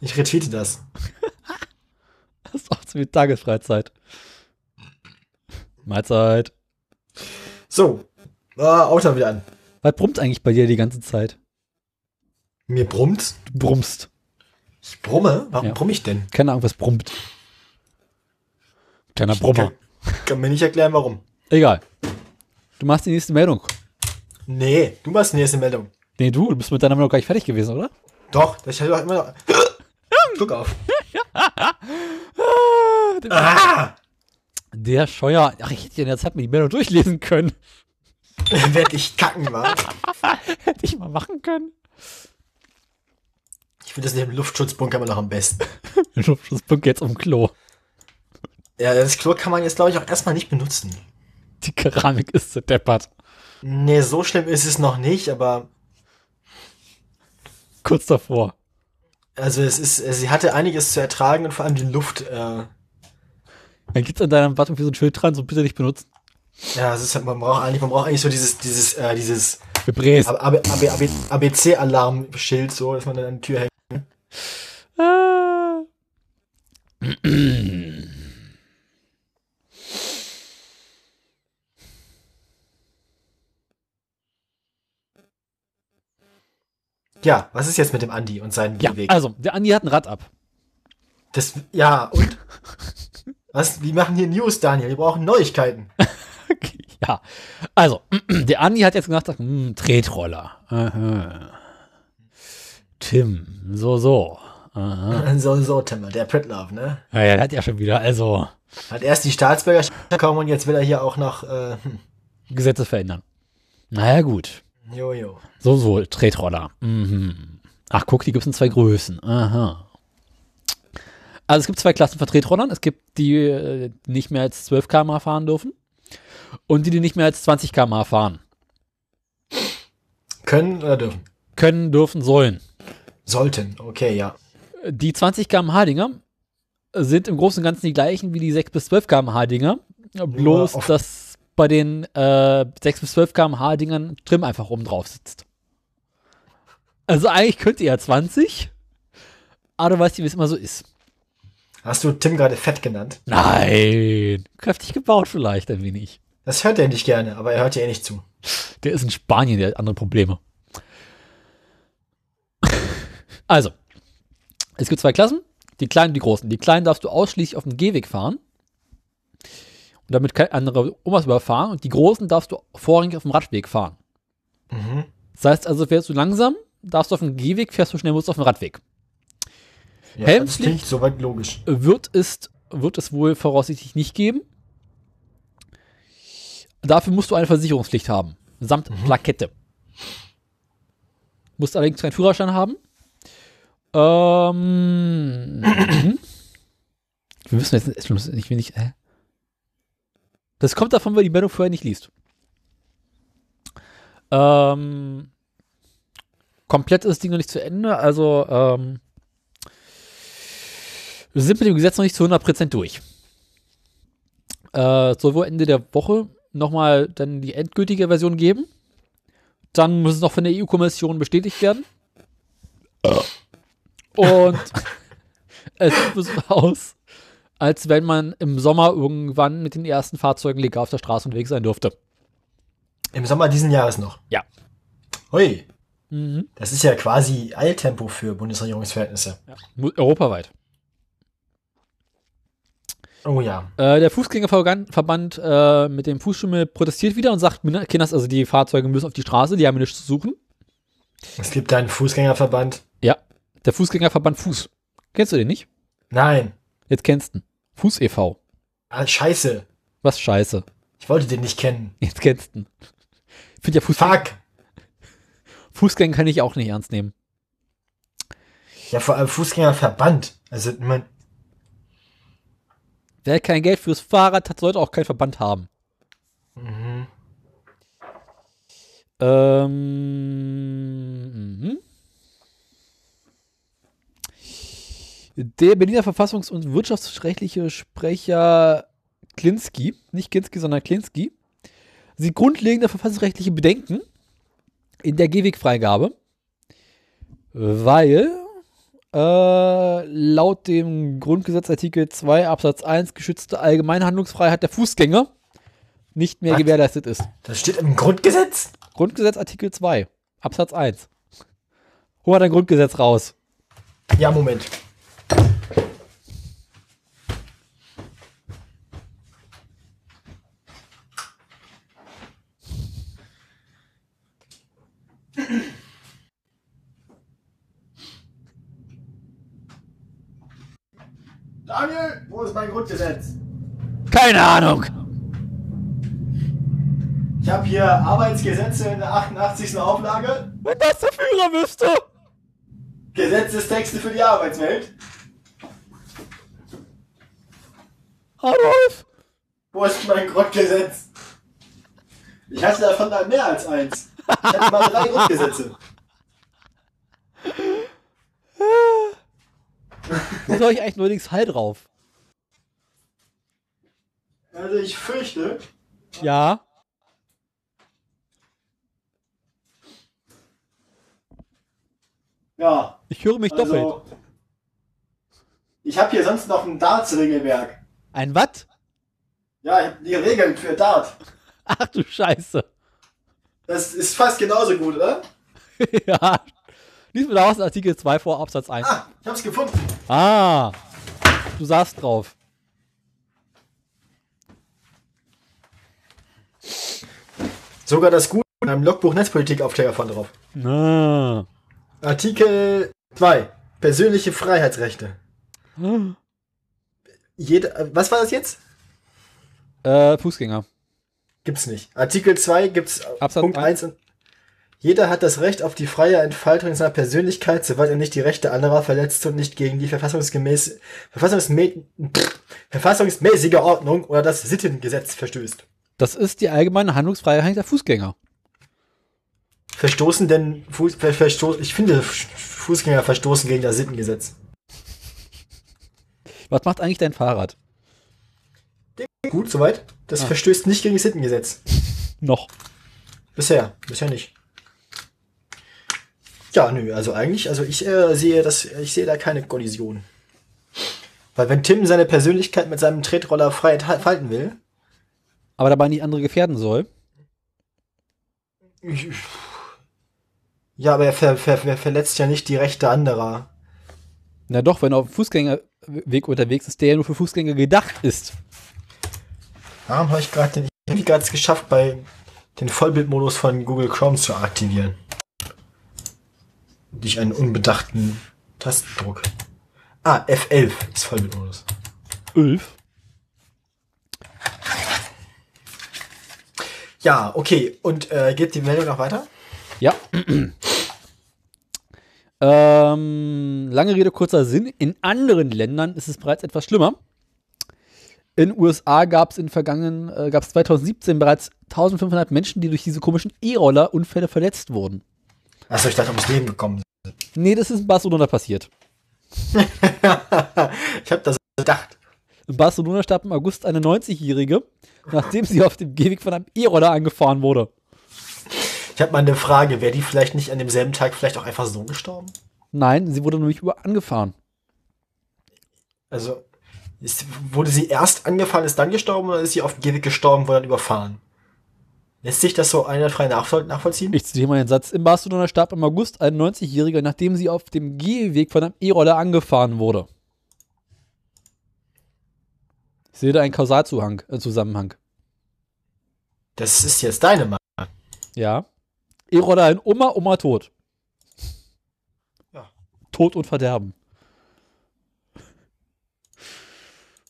Ich retweete das. Das ist auch zu viel Tagesfreizeit. Mahlzeit. So. Ah, Auto wieder an. Was brummt eigentlich bei dir die ganze Zeit? Mir brummt. Du brummst. Ich brumme? Warum Ja. brumm ich denn? Keine Ahnung, was brummt. Kleiner Brummer. Kann, kann mir nicht erklären, warum. Egal. Du machst die nächste Meldung. Nee, du machst die nächste Meldung. Nee, du, du bist mit deiner Meldung gleich fertig gewesen, oder? Doch, das ich doch immer noch. Schluck auf. ah! Der Scheuer. Ach, ich hätte ja in der Zeit mir die Meldung durchlesen können. Werd ich kacken, wa? hätte ich mal machen können. Ich finde das in dem Luftschutzbunker immer noch am besten. Ich hoffe, Das Punkt jetzt um Klo. Ja, das Klo kann man jetzt, glaube ich, auch erstmal nicht benutzen. Die Keramik ist zerdeppert. Nee, so schlimm ist es noch nicht, aber. Kurz davor. Also, es ist. Sie hatte einiges zu ertragen und vor allem die Luft. Äh, Dann gibt's an deinem Button für so ein Schild dran, so bitte nicht benutzen. ja, es ist, halt- man braucht eigentlich, man braucht eigentlich so dieses, dieses, äh, dieses Für Bres. ABC-Alarmschild, so, dass man dann an die Tür hängt. Ah. Ja, was ist jetzt mit dem Andi und seinem Ja, Weg? also, der Andi hat ein Rad ab. Das, ja, und? was? Wir machen hier News, Daniel. Wir brauchen Neuigkeiten. Okay, ja. Also, der Andi hat jetzt gesagt, hm, Tretroller. Aha. Tim, so, so. Aha. So, so, Timmer, der Pritlove, ne? Ja, ja, der hat ja schon wieder, also, Hat erst die Staatsbürgerschaft bekommen und jetzt will er hier auch noch, äh, hm, Gesetze verändern. Naja, gut. Jojo. So, so, Tretroller. Mhm. Ach, guck, die gibt's in zwei Größen. Aha. Also, es gibt zwei Klassen von Tretrollern. Es gibt die, äh, die nicht mehr als 12 km/h fahren dürfen. Und die, die nicht mehr als 20 km/h fahren. Können oder dürfen? Können, dürfen, sollen. Sollten, okay, ja. die 20 km/h Dinger sind im Großen und Ganzen die gleichen wie die 6 bis 12 km/h Dinger, bloß offen. dass bei den äh, 6 bis 12 km/h Dingern Trim einfach oben drauf sitzt. Also eigentlich könnt ihr ja 20, aber du weißt ja, wie es immer so ist. Hast du Tim gerade fett genannt? Nein, kräftig gebaut vielleicht ein wenig. Das hört er nicht gerne, aber er hört dir eh nicht zu. Der ist in Spanien, der hat andere Probleme. Also, es gibt zwei Klassen, die kleinen und die großen. Die kleinen darfst du ausschließlich auf dem Gehweg fahren und damit keine andere Omas überfahren und die großen darfst du vorrangig auf dem Radweg fahren. Das heißt also, fährst du langsam, darfst du auf dem Gehweg, fährst du schnell, musst du auf dem Radweg. Ja, das Helmpflicht? klingt soweit logisch. Wird es, wird es wohl voraussichtlich nicht geben. Dafür musst du eine Versicherungspflicht haben, samt Plakette. Musst allerdings keinen Führerschein haben. Ähm, mhm. wir müssen jetzt, ich muss- ich will nicht, hä? Das kommt davon, weil die Meldung vorher nicht liest. Ähm, komplett ist das Ding noch nicht zu Ende, also ähm, wir sind mit dem Gesetz noch nicht zu 100% durch. Äh, es soll wohl Ende der Woche nochmal dann die endgültige Version geben. Dann muss es noch von der EU-Kommission bestätigt werden. Und es sieht so aus, als wenn man im Sommer irgendwann mit den ersten Fahrzeugen legal auf der Straße unterwegs sein dürfte. Im Sommer diesen Jahres noch. Ja. Hui. Mhm. Das ist ja quasi Eiltempo für Bundesregierungsverhältnisse. Mu- Europaweit. Oh ja. Äh, der Fußgängerverband äh, mit dem Fußschimmel protestiert wieder und sagt, "Mina- Kinders, also die Fahrzeuge müssen auf die Straße, die haben hier nichts zu suchen. Es gibt einen Fußgängerverband. Ja, der Fußgängerverband Fuß. Kennst du den nicht? Nein. Jetzt kennst du ihn. Fuß e.V. Ah, scheiße. Was scheiße. Ich wollte den nicht kennen. Jetzt kennst du ihn. Ich finde ja Fußgänger, Fuck. Fußgänger kann ich auch nicht ernst nehmen. Ja, vor allem Fußgängerverband. Also, man, Wer kein Geld fürs Fahrrad hat, sollte auch keinen Verband haben. Mhm. Ähm, mhm. Der Berliner Verfassungs- und wirtschaftsrechtliche Sprecher Klinski, nicht Kinski, sondern Klinski, sieht grundlegende verfassungsrechtliche Bedenken in der Gehwegfreigabe, weil äh, laut dem Grundgesetz Artikel 2 Absatz 1 geschützte allgemeine Handlungsfreiheit der Fußgänger nicht mehr Was? gewährleistet ist. das steht im Grundgesetz. Grundgesetz Artikel 2 Absatz 1. Hol mal dein Grundgesetz raus. Ja, Moment. Daniel, wo ist mein Grundgesetz? Keine Ahnung. Ich habe hier Arbeitsgesetze in der 88. Auflage. Wenn das der Führer wüsste. Gesetzestexte für die Arbeitswelt. Adolf. Wo ist mein Grundgesetz? Ich hatte davon dann mehr als eins. Ich hatte mal drei Grundgesetze. Wieso habe ich eigentlich neuerdings Hall drauf? Also ich fürchte, Ja. ja, Ich höre mich doppelt. also... Ich habe hier sonst noch ein Darts-Regelwerk. Ein Watt? Ja, ich hab die Regeln für Dart. Ach du Scheiße. Das ist fast genauso gut, oder? ja. Lies mir daraus Artikel 2 vor Absatz 1. Ah, ich hab's gefunden. Ah. Du saßt drauf. Sogar das Gute in einem Logbuch Netzpolitik-Aufklärer von drauf. Na. Artikel 2. Persönliche Freiheitsrechte. Jeder, was war das jetzt? Äh, Fußgänger. Gibt's nicht. Artikel 2 gibt's äh, Absatz Punkt eins. 1 und jeder hat das Recht auf die freie Entfaltung seiner Persönlichkeit, soweit er nicht die Rechte anderer verletzt und nicht gegen die verfassungsgemäß verfassungsmä pff, verfassungsmäßige Ordnung oder das Sittengesetz verstößt. Das ist die allgemeine Handlungsfreiheit der Fußgänger. Verstoßen denn Fuß, ver, verstoß, ich finde F- Fußgänger verstoßen gegen das Sittengesetz. Was macht eigentlich dein Fahrrad? Gut, soweit. Ah. Das verstößt nicht gegen das Sittengesetz. Noch. Bisher, bisher nicht. Ja, nö, also eigentlich, also ich äh, sehe das, ich sehe da keine Kollision. Weil wenn Tim seine Persönlichkeit mit seinem Tretroller frei entfalten will, Aber dabei nicht andere gefährden soll. ich, ja, aber er ver, ver, ver, verletzt ja nicht die Rechte anderer. Na doch, wenn er auf dem Fußgängerweg unterwegs ist, der ja nur für Fußgänger gedacht ist. Warum habe ich gerade den, ich habe gerade es geschafft, bei den Vollbildmodus von Google Chrome zu aktivieren. Durch einen unbedachten Tastendruck. Ah, F11 ist Vollbildmodus. 11. Ja, okay. Und äh, geht die Meldung noch weiter? Ja. ähm, lange Rede, kurzer Sinn. In anderen Ländern ist es bereits etwas schlimmer. In USA gab es in vergangenen, äh, gab es 2017 bereits 1500 Menschen, die durch diese komischen E-Roller-Unfälle verletzt wurden. Achso, ich dachte, ums Leben gekommen. Nee, das ist in Barcelona passiert. ich habe das gedacht. In Barcelona starb im August eine 90-Jährige, nachdem sie auf dem Gehweg von einem E-Roller angefahren wurde. Ich habe mal eine Frage. Wäre die vielleicht nicht an demselben Tag vielleicht auch einfach so gestorben? Nein, sie wurde nämlich über angefahren. Also, ist, wurde sie erst angefahren, ist dann gestorben oder ist sie auf dem Gehweg gestorben, wurde dann überfahren? Lässt sich das so einwandfrei nachvoll nachvollziehen? Ich zitiere mal den Satz. In Barcelona starb im August ein 90-Jähriger, nachdem sie auf dem Gehweg von einem E-Roller angefahren wurde. Ich sehe da einen Kausalzuhang, äh, Zusammenhang. Das ist jetzt deine Meinung. Ja. E-Roller in Oma, Oma tot. Ja. Tod und Verderben.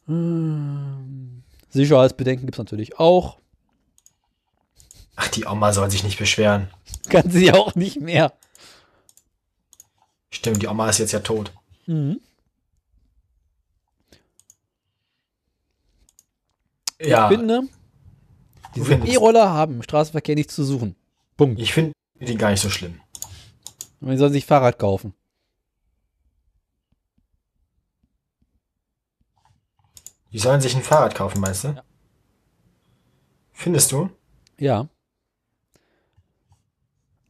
Hm. Sicherheitsbedenken gibt es natürlich auch. Ach, die Oma soll sich nicht beschweren. Kann sie ja auch nicht mehr. Stimmt, die Oma ist jetzt ja tot. Mhm. Ja, Ich finde, du diese findest- E-Roller haben im Straßenverkehr nichts zu suchen. Punkt. ich finde die gar nicht so schlimm. Und die sollen sich Fahrrad kaufen. Die sollen sich ein Fahrrad kaufen, meinst du? Ja. Findest du? Ja.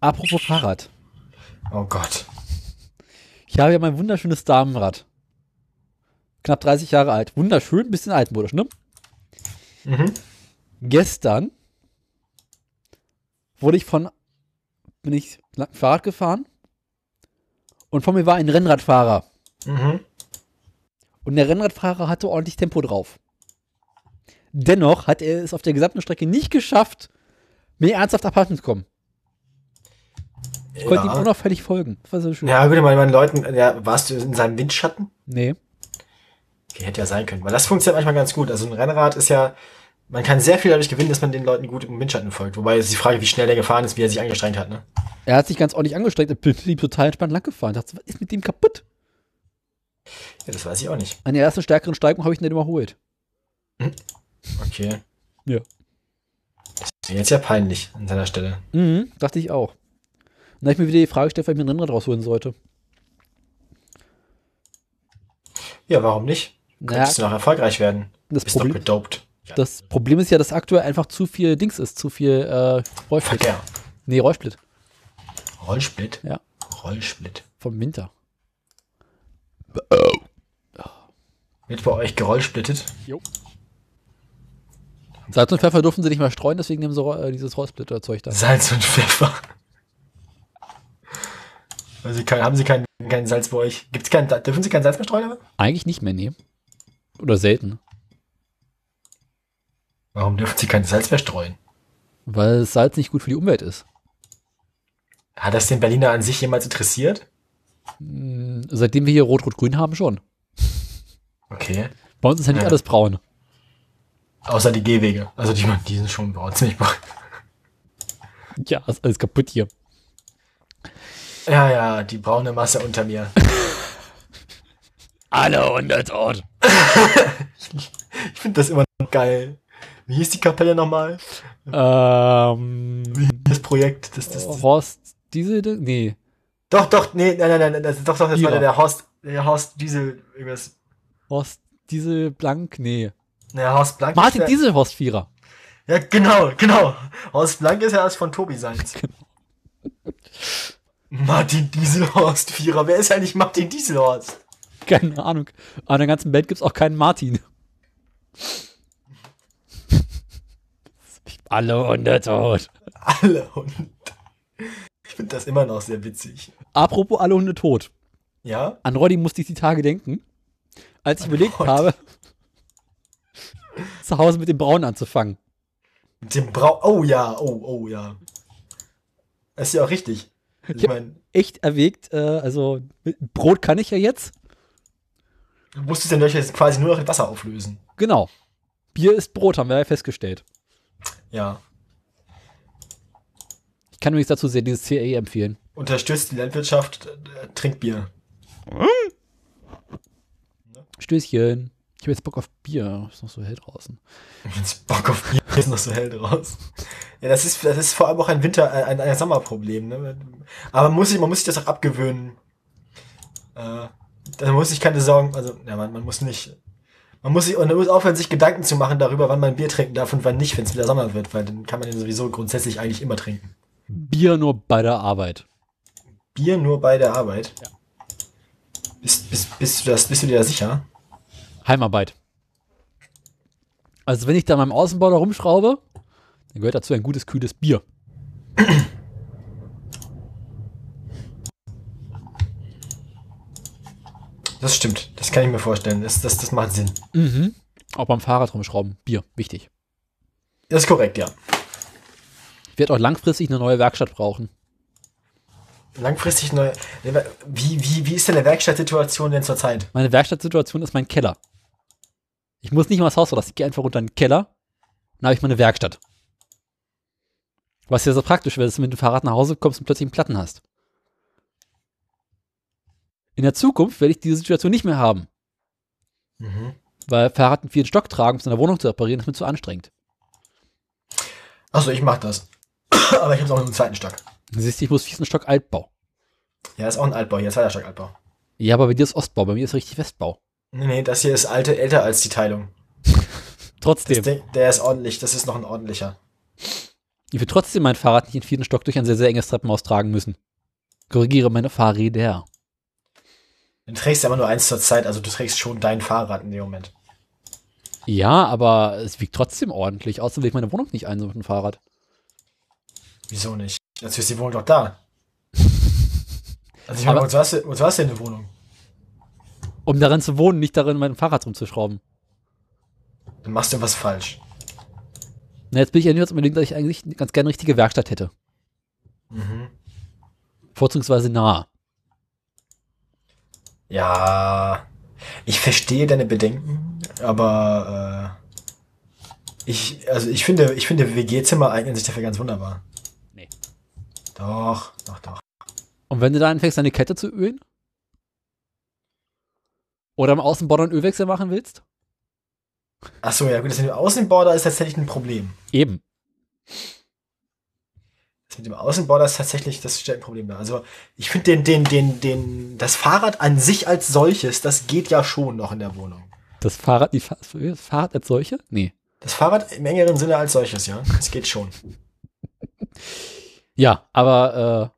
Apropos Fahrrad. Oh Gott. Ich habe ja mein wunderschönes Damenrad. Knapp 30 Jahre alt. Wunderschön, bisschen altmodisch, ne? Mhm. Gestern wurde ich von, bin ich lang- Fahrrad gefahren und vor mir war ein Rennradfahrer. Mhm. Und der Rennradfahrer hatte ordentlich Tempo drauf. Dennoch hat er es auf der gesamten Strecke nicht geschafft, mir ernsthaft abhanden zu kommen. Ich konnte ihm Ja. unauffällig folgen. Das war so schön. Ja, gut, ich meine, meinen Leuten, ja, warst du in seinem Windschatten? Nee. Okay, hätte ja sein können. Weil das funktioniert manchmal ganz gut. Also ein Rennrad ist ja, man kann sehr viel dadurch gewinnen, dass man den Leuten gut im Windschatten folgt. Wobei jetzt die Frage, wie schnell der gefahren ist, wie er sich angestrengt hat, ne? Er hat sich ganz ordentlich angestrengt, er blieb total entspannt lang gefahren. Ich dachte, was ist mit dem kaputt? Ja, das weiß ich auch nicht. An der ersten stärkeren Steigung habe ich ihn dann überholt. Okay. Ja. Das wäre jetzt ja peinlich an seiner Stelle. Mhm, dachte ich auch. Und da habe ich mir wieder die Frage gestellt, ob ich mir ein Rennrad rausholen sollte. Ja, warum nicht? Naja, Könntest du noch erfolgreich werden. das Bist doch Problem, gedoped. Ja. das Problem ist ja, dass aktuell einfach zu viel Dings ist, zu viel äh, Rollsplit. Verkehr. Nee, Rollsplit. Rollsplit? Ja. Rollsplit. Vom Winter. Wird bei euch gerollsplittet? Salz und Pfeffer durften sie nicht mehr streuen, deswegen nehmen sie Ro- äh, dieses Rollsplitter-Zeug da. Salz und Pfeffer. Weil sie kein, haben sie kein, kein Salz bei euch? Gibt's kein, dürfen sie kein Salz mehr streuen? aber? Eigentlich nicht mehr, nee. Oder selten. Warum dürfen sie kein Salz mehr streuen? Weil Salz nicht gut für die Umwelt ist. Hat das den Berliner an sich jemals interessiert? Mhm, Seitdem wir hier Rot-Rot-Grün haben, schon. Okay. Bei uns ist ja nicht Ja. alles braun. Außer die Gehwege. Also die, die sind schon bei uns nicht mal. Ja, ist alles kaputt hier. Ja, ja, die braune Masse unter mir. Alle unter tot. Ich finde das immer noch geil. Wie hieß die Kapelle nochmal? Ähm. Das Projekt, das, das, das. Horst Diesel? Nee. Doch, doch, nee, nein, nein, nein, das, doch, doch, das war Ja. der Horst, der Horst Diesel, irgendwas. Horst Diesel Blank? Nee. Der Horst Blank. Martin ist der- Diesel Horst Vierer. Ja, genau, genau. Horst Blank ist ja das von Tobi Seins. Martin Dieselhorst Vierer. Wer ist eigentlich Martin Dieselhorst? Keine Ahnung. An der ganzen Band gibt's auch keinen Martin. Alle unter tot. Alle Hunde. Ich finde das immer noch sehr witzig. Apropos alle Hunde tot. Ja? An Roddy musste ich die Tage denken, als ich überlegt Gott. habe, zu Hause mit dem Braun anzufangen. Mit dem Brau. Oh ja, oh, oh ja. Das ist ja auch richtig. Ich hab mein- echt erwägt, äh, also Brot kann ich ja jetzt. Du musstest den Löcher jetzt quasi nur noch in Wasser auflösen. Genau. Bier ist Brot, haben wir ja festgestellt. Ja. Ich kann übrigens dazu sehr dieses CA empfehlen. Unterstützt die Landwirtschaft, äh, trinkt Bier. Stößchen. Ich habe jetzt Bock auf Bier. Ist noch so hell draußen. Jetzt Bock auf Bier ist noch so hell draus. Ja, das ist, das ist vor allem auch ein Winter, äh, ein, ein Sommerproblem. Ne? Aber man muss sich, man muss sich das auch abgewöhnen. Äh, da muss ich keine Sorgen, also ja, man, man muss nicht, man muss sich, und man muss aufhören, sich Gedanken zu machen darüber, wann man Bier trinken darf und wann nicht, wenn es wieder Sommer wird, weil dann kann man den sowieso grundsätzlich eigentlich immer trinken. Bier nur bei der Arbeit. Bier nur bei der Arbeit. Bist, bist, bist, du das, bist du dir da sicher? Heimarbeit. Also wenn ich da an meinem Außenbau da rumschraube, dann gehört dazu ein gutes, kühles Bier. Das stimmt, das kann ich mir vorstellen. Das, das, das macht Sinn. Mhm. Auch beim Fahrrad rumschrauben. Bier. Wichtig. Das ist korrekt, ja. Ich werde auch langfristig eine neue Werkstatt brauchen. Langfristig neu. Wie, wie, wie ist denn der Werkstattsituation denn zurzeit? Meine Werkstattsituation ist mein Keller. Ich muss nicht mal ins Haus verlassen. Ich gehe einfach unter den Keller. Dann habe ich meine Werkstatt. Was ja so praktisch wäre, dass du mit dem Fahrrad nach Hause kommst und plötzlich einen Platten hast. In der Zukunft werde ich diese Situation nicht mehr haben. Weil Fahrrad mit vielen Stock tragen, um es in der Wohnung zu reparieren, ist mir zu anstrengend. Achso, ich mach das. Aber ich hab's auch nur im zweiten Stock. Du siehst, ich muss diesen Stock Altbau. Ja, ist auch ein Altbau, hier zweiter Stock Altbau. Ja, aber bei dir ist Ostbau, bei mir ist richtig Westbau. Nee, nee, das hier ist alte, älter als die Teilung. Das Trotzdem. Ding, der ist ordentlich, das ist noch ein ordentlicher. Ich will trotzdem mein Fahrrad nicht in vierten Stock durch ein sehr, sehr enges Treppenhaus tragen müssen. Korrigiere meine Fahrräder. Du trägst ja immer nur eins zur Zeit, also du trägst schon dein Fahrrad in dem Moment. Ja, aber es wiegt trotzdem ordentlich. Außerdem will ich meine Wohnung nicht ein so mit dem Fahrrad. Wieso nicht? Dazu ist die Wohnung doch da. Also ich meine, Aber- wozu hast, du, wozu hast du denn eine Wohnung? Um darin zu wohnen, nicht darin, mein Fahrrad rumzuschrauben. Dann machst du was falsch. Na, jetzt bin ich ja nicht unbedingt, dass ich eigentlich ganz gerne eine richtige Werkstatt hätte. Vorzugsweise nah. Ja, ich verstehe deine Bedenken, aber äh, ich, also ich finde, ich finde WG-Zimmer eignen sich dafür ganz wunderbar. Nee. Doch, doch, doch. Und wenn du da anfängst, deine Kette zu ölen? Oder im Außenbau einen Ölwechsel machen willst? Ach so, ja gut, das mit dem Außenborder ist tatsächlich ein Problem. Eben. Das mit dem Außenborder ist tatsächlich, das stellt ein Problem dar. Also ich finde den, den, den, den, das Fahrrad an sich als solches, das geht ja schon noch in der Wohnung. Das Fahrrad, die Fa das Fahrrad als solche? Nee. Das Fahrrad im engeren Sinne als solches, ja. Das geht schon. Ja, aber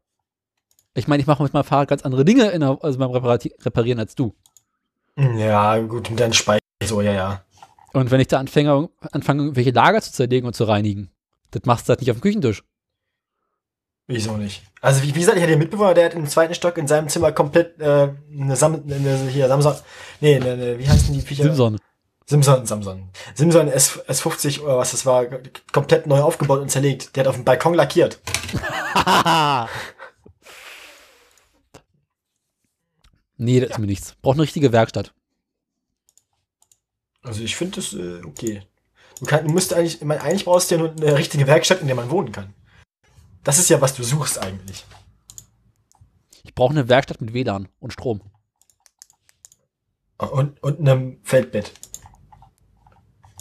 äh, ich meine, ich mache mit meinem Fahrrad ganz andere Dinge in der, also beim Reparati Reparieren als du. Ja, gut, mit deinem Speicher, so, ja, ja. Und wenn ich da anfange, anfange irgendwelche Lager zu zerlegen und zu reinigen, das machst du halt nicht auf dem Küchentisch. Wieso nicht? Also wie, wie gesagt, ich hatte einen Mitbewohner, der hat im zweiten Stock in seinem Zimmer komplett äh, eine, Sam eine hier Samsung, nee, eine, eine, wie heißen die Viecher? Simson. Simson, Samson. Simson S, S50 oder was das war, k- komplett neu aufgebaut und zerlegt. Der hat auf dem Balkon lackiert. Nee, das ist mir nichts. Braucht eine richtige Werkstatt. Also ich finde das äh, okay. Du, kann, du musst eigentlich, ich meine, eigentlich brauchst du ja nur eine richtige Werkstatt, in der man wohnen kann. Das ist ja, was du suchst eigentlich. Ich brauche eine Werkstatt mit WLAN und Strom. Und, und einem Feldbett.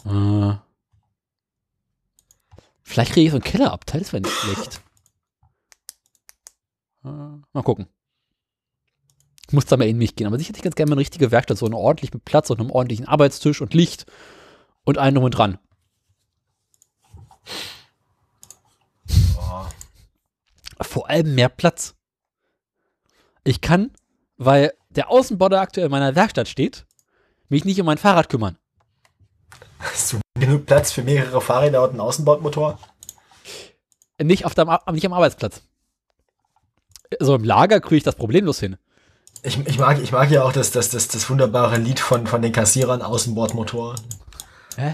Äh. Vielleicht kriege ich so einen Kellerabteil, das wäre nicht schlecht. Äh, mal gucken. Ich muss da mal in mich gehen, aber sicher hätte ich ganz gerne mal eine richtige Werkstatt, so eine ordentlich mit Platz und einem ordentlichen Arbeitstisch und Licht und allem drum und dran. Oh. Vor allem mehr Platz. Ich kann, weil der Außenborder aktuell in meiner Werkstatt steht, mich nicht um mein Fahrrad kümmern. Hast du genug Platz für mehrere Fahrräder und einen Außenbordmotor? Nicht, auf dem, Ar- nicht am Arbeitsplatz. So im Lager kriege ich das problemlos hin. Ich, ich, mag, ich mag ja auch das, das, das, das wunderbare Lied von, von den Kassierern Außenbordmotor. Hä?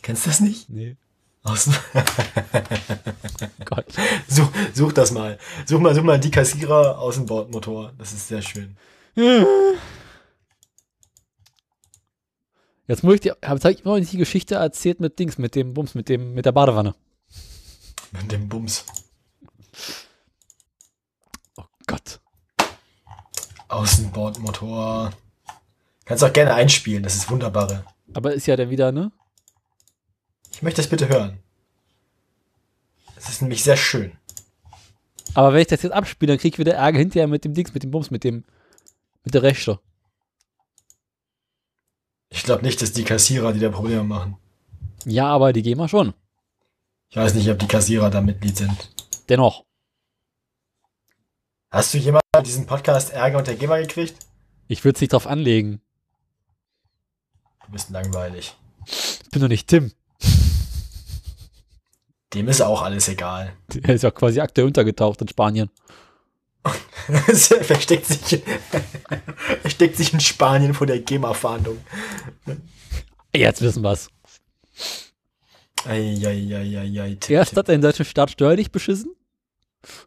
Kennst du das nicht? Nee. Aus, Gott. such, such das mal. Such mal, such mal die Kassierer Außenbordmotor. Das ist sehr schön. Jetzt muss ich dir, habe ich immer noch nicht die Geschichte erzählt mit Dings, mit dem Bums, mit dem, mit der Badewanne. Mit dem Bums. Oh Gott. Außenbordmotor. Kannst auch gerne einspielen, das ist wunderbare. Aber ist ja dann wieder, ne? Ich möchte das bitte hören. Es ist nämlich sehr schön. Aber wenn ich das jetzt abspiele, dann krieg ich wieder Ärger hinterher mit dem Dings, mit dem Bums, mit dem, mit der Rechte. Ich glaube nicht, dass die Kassierer, die da Probleme machen. Ja, aber die GEMA schon. Ich weiß nicht, ob die Kassierer da Mitglied sind. Dennoch. Hast du jemals mit diesem Podcast Ärger und der GEMA gekriegt? Ich würde es nicht drauf anlegen. Du bist langweilig. Ich bin doch nicht Tim. Dem ist auch alles egal. Der ist ja quasi aktuell untergetaucht in Spanien. Versteckt sich, versteckt sich in Spanien vor der GEMA-Fahndung. Jetzt wissen wir's. Eieieiei. Erst hat er den deutschen Staat steuerlich beschissen.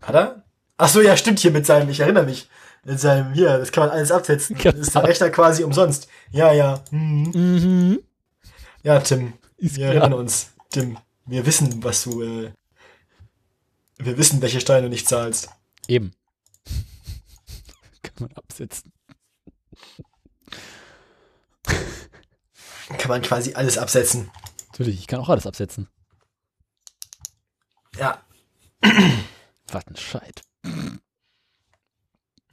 Hat er? Ach so, ja, stimmt hier mit seinem, ich erinnere mich. Mit seinem, hier, das kann man alles absetzen. Genau. Das ist der Rechner quasi umsonst. Ja, ja. Mhm. Mhm. Ja, genau. Tim, Ist wir erinnern uns. Tim, wir wissen, was du, äh, wir wissen, welche Steine du nicht zahlst. Eben. Kann man absetzen. Kann man quasi alles absetzen. Natürlich, ich kann auch alles absetzen. Ja, Was ein Scheit.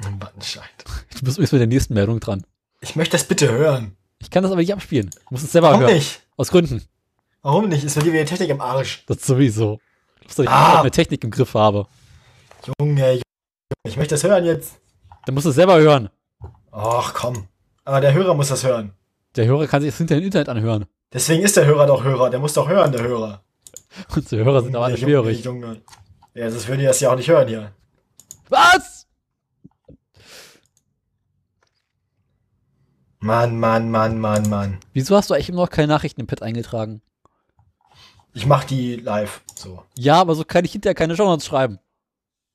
Wattenscheid. Du bist übrigens mit der nächsten Meldung dran. Ich möchte das bitte hören. Ich kann das aber nicht abspielen. Ich muss es selber Warum hören. nicht? Aus Gründen. Warum nicht? Ist bei dir wieder Technik im Arsch. Das sowieso. Ich muss doch nicht Ah! ah. meine Technik im Griff habe. Junge, Junge, ich möchte das hören jetzt. Dann musst du es selber hören. Ach komm. Aber der Hörer muss das hören. Der Hörer kann sich das hinter dem Internet anhören. Deswegen ist der Hörer doch Hörer. Der muss doch hören, der Hörer. Unsere Hörer sind aber alle Junge, schwierig. Junge. Ja, sonst würde das ja auch nicht hören hier. Was? Mann, Mann, Mann, Mann, Mann. Wieso hast du eigentlich immer noch keine Nachrichten im Pad eingetragen? Ich mach die live. So. Ja, aber so kann ich hinterher keine Journals schreiben.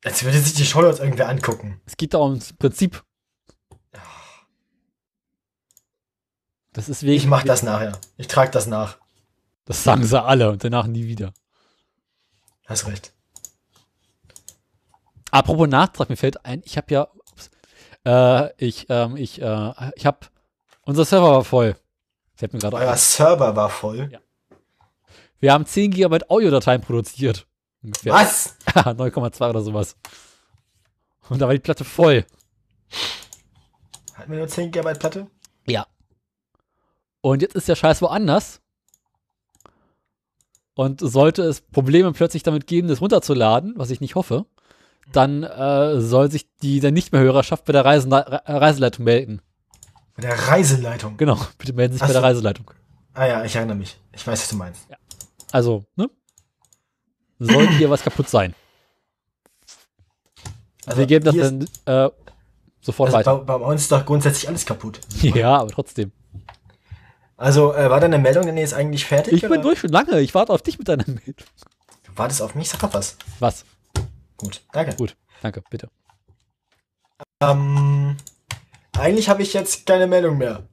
Als würde sich die Show jetzt irgendwer angucken. Es geht da ums Prinzip. Das ist wegen. Ich mach das nachher. Ich trage das nach. Das sagen sie alle und danach nie wieder. Hast recht. Apropos Nachtrag, mir fällt ein, ich habe ja, ups, äh, ich, ähm, ich, äh, ich habe, unser Server war voll. Fällt mir gerade Euer auf. Server war voll. Ja. Wir haben 10 GB Audiodateien produziert. Ungefähr. Was? 9,2 oder sowas. Und da war die Platte voll. Hatten wir nur 10 GB Platte? Ja. Und jetzt ist der Scheiß woanders. Und sollte es Probleme plötzlich damit geben, das runterzuladen, was ich nicht hoffe, dann äh, soll sich die dann nicht mehr Hörerschaft bei der Reisen Re äh, Reiseleitung melden. Mit der Reiseleitung. Genau, bitte melden Sie sich Ach bei der so. Reiseleitung. Ah ja, ich erinnere mich. Ich weiß, was du meinst. Also, ne? Sollte hier was kaputt sein. Also Wir geben das hier ist- dann äh, sofort Also weiter. bei, bei uns ist doch grundsätzlich alles kaputt. Ja, aber trotzdem. Also, äh, war deine Meldung denn jetzt eigentlich fertig? Ich bin oder? durch schon lange. Ich warte auf dich mit deiner Meldung. Du wartest auf mich, sag doch was. Was? Gut, danke. Gut, danke, bitte. Ähm, eigentlich habe ich jetzt keine Meldung mehr.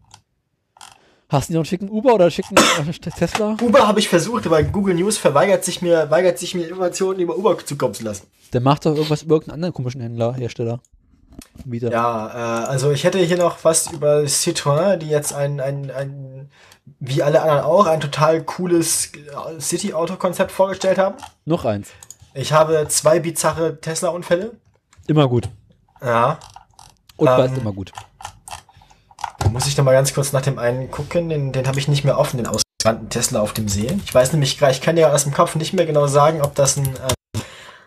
Hast du noch einen schicken Uber oder einen schicken äh, Tesla? Uber habe ich versucht, aber Google News verweigert sich mir, weigert sich mir Informationen über Uber zukommen zu lassen. Der macht doch irgendwas über irgendeinen anderen komischen Händler, Hersteller. Wieder. Ja, äh, also ich hätte hier noch was über Citroën, die jetzt ein, ein, ein wie alle anderen auch, ein total cooles äh, City-Auto-Konzept vorgestellt haben. Noch eins. Ich habe zwei bizarre Tesla-Unfälle. Immer gut. Ja, Und Ähm. war ist immer gut. Da muss ich noch mal ganz kurz nach dem einen gucken. Den, den habe ich nicht mehr offen, den ausgebrannten Tesla auf dem See. Ich weiß nämlich gar, ich kann dir aus dem Kopf nicht mehr genau sagen, ob das ein, äh,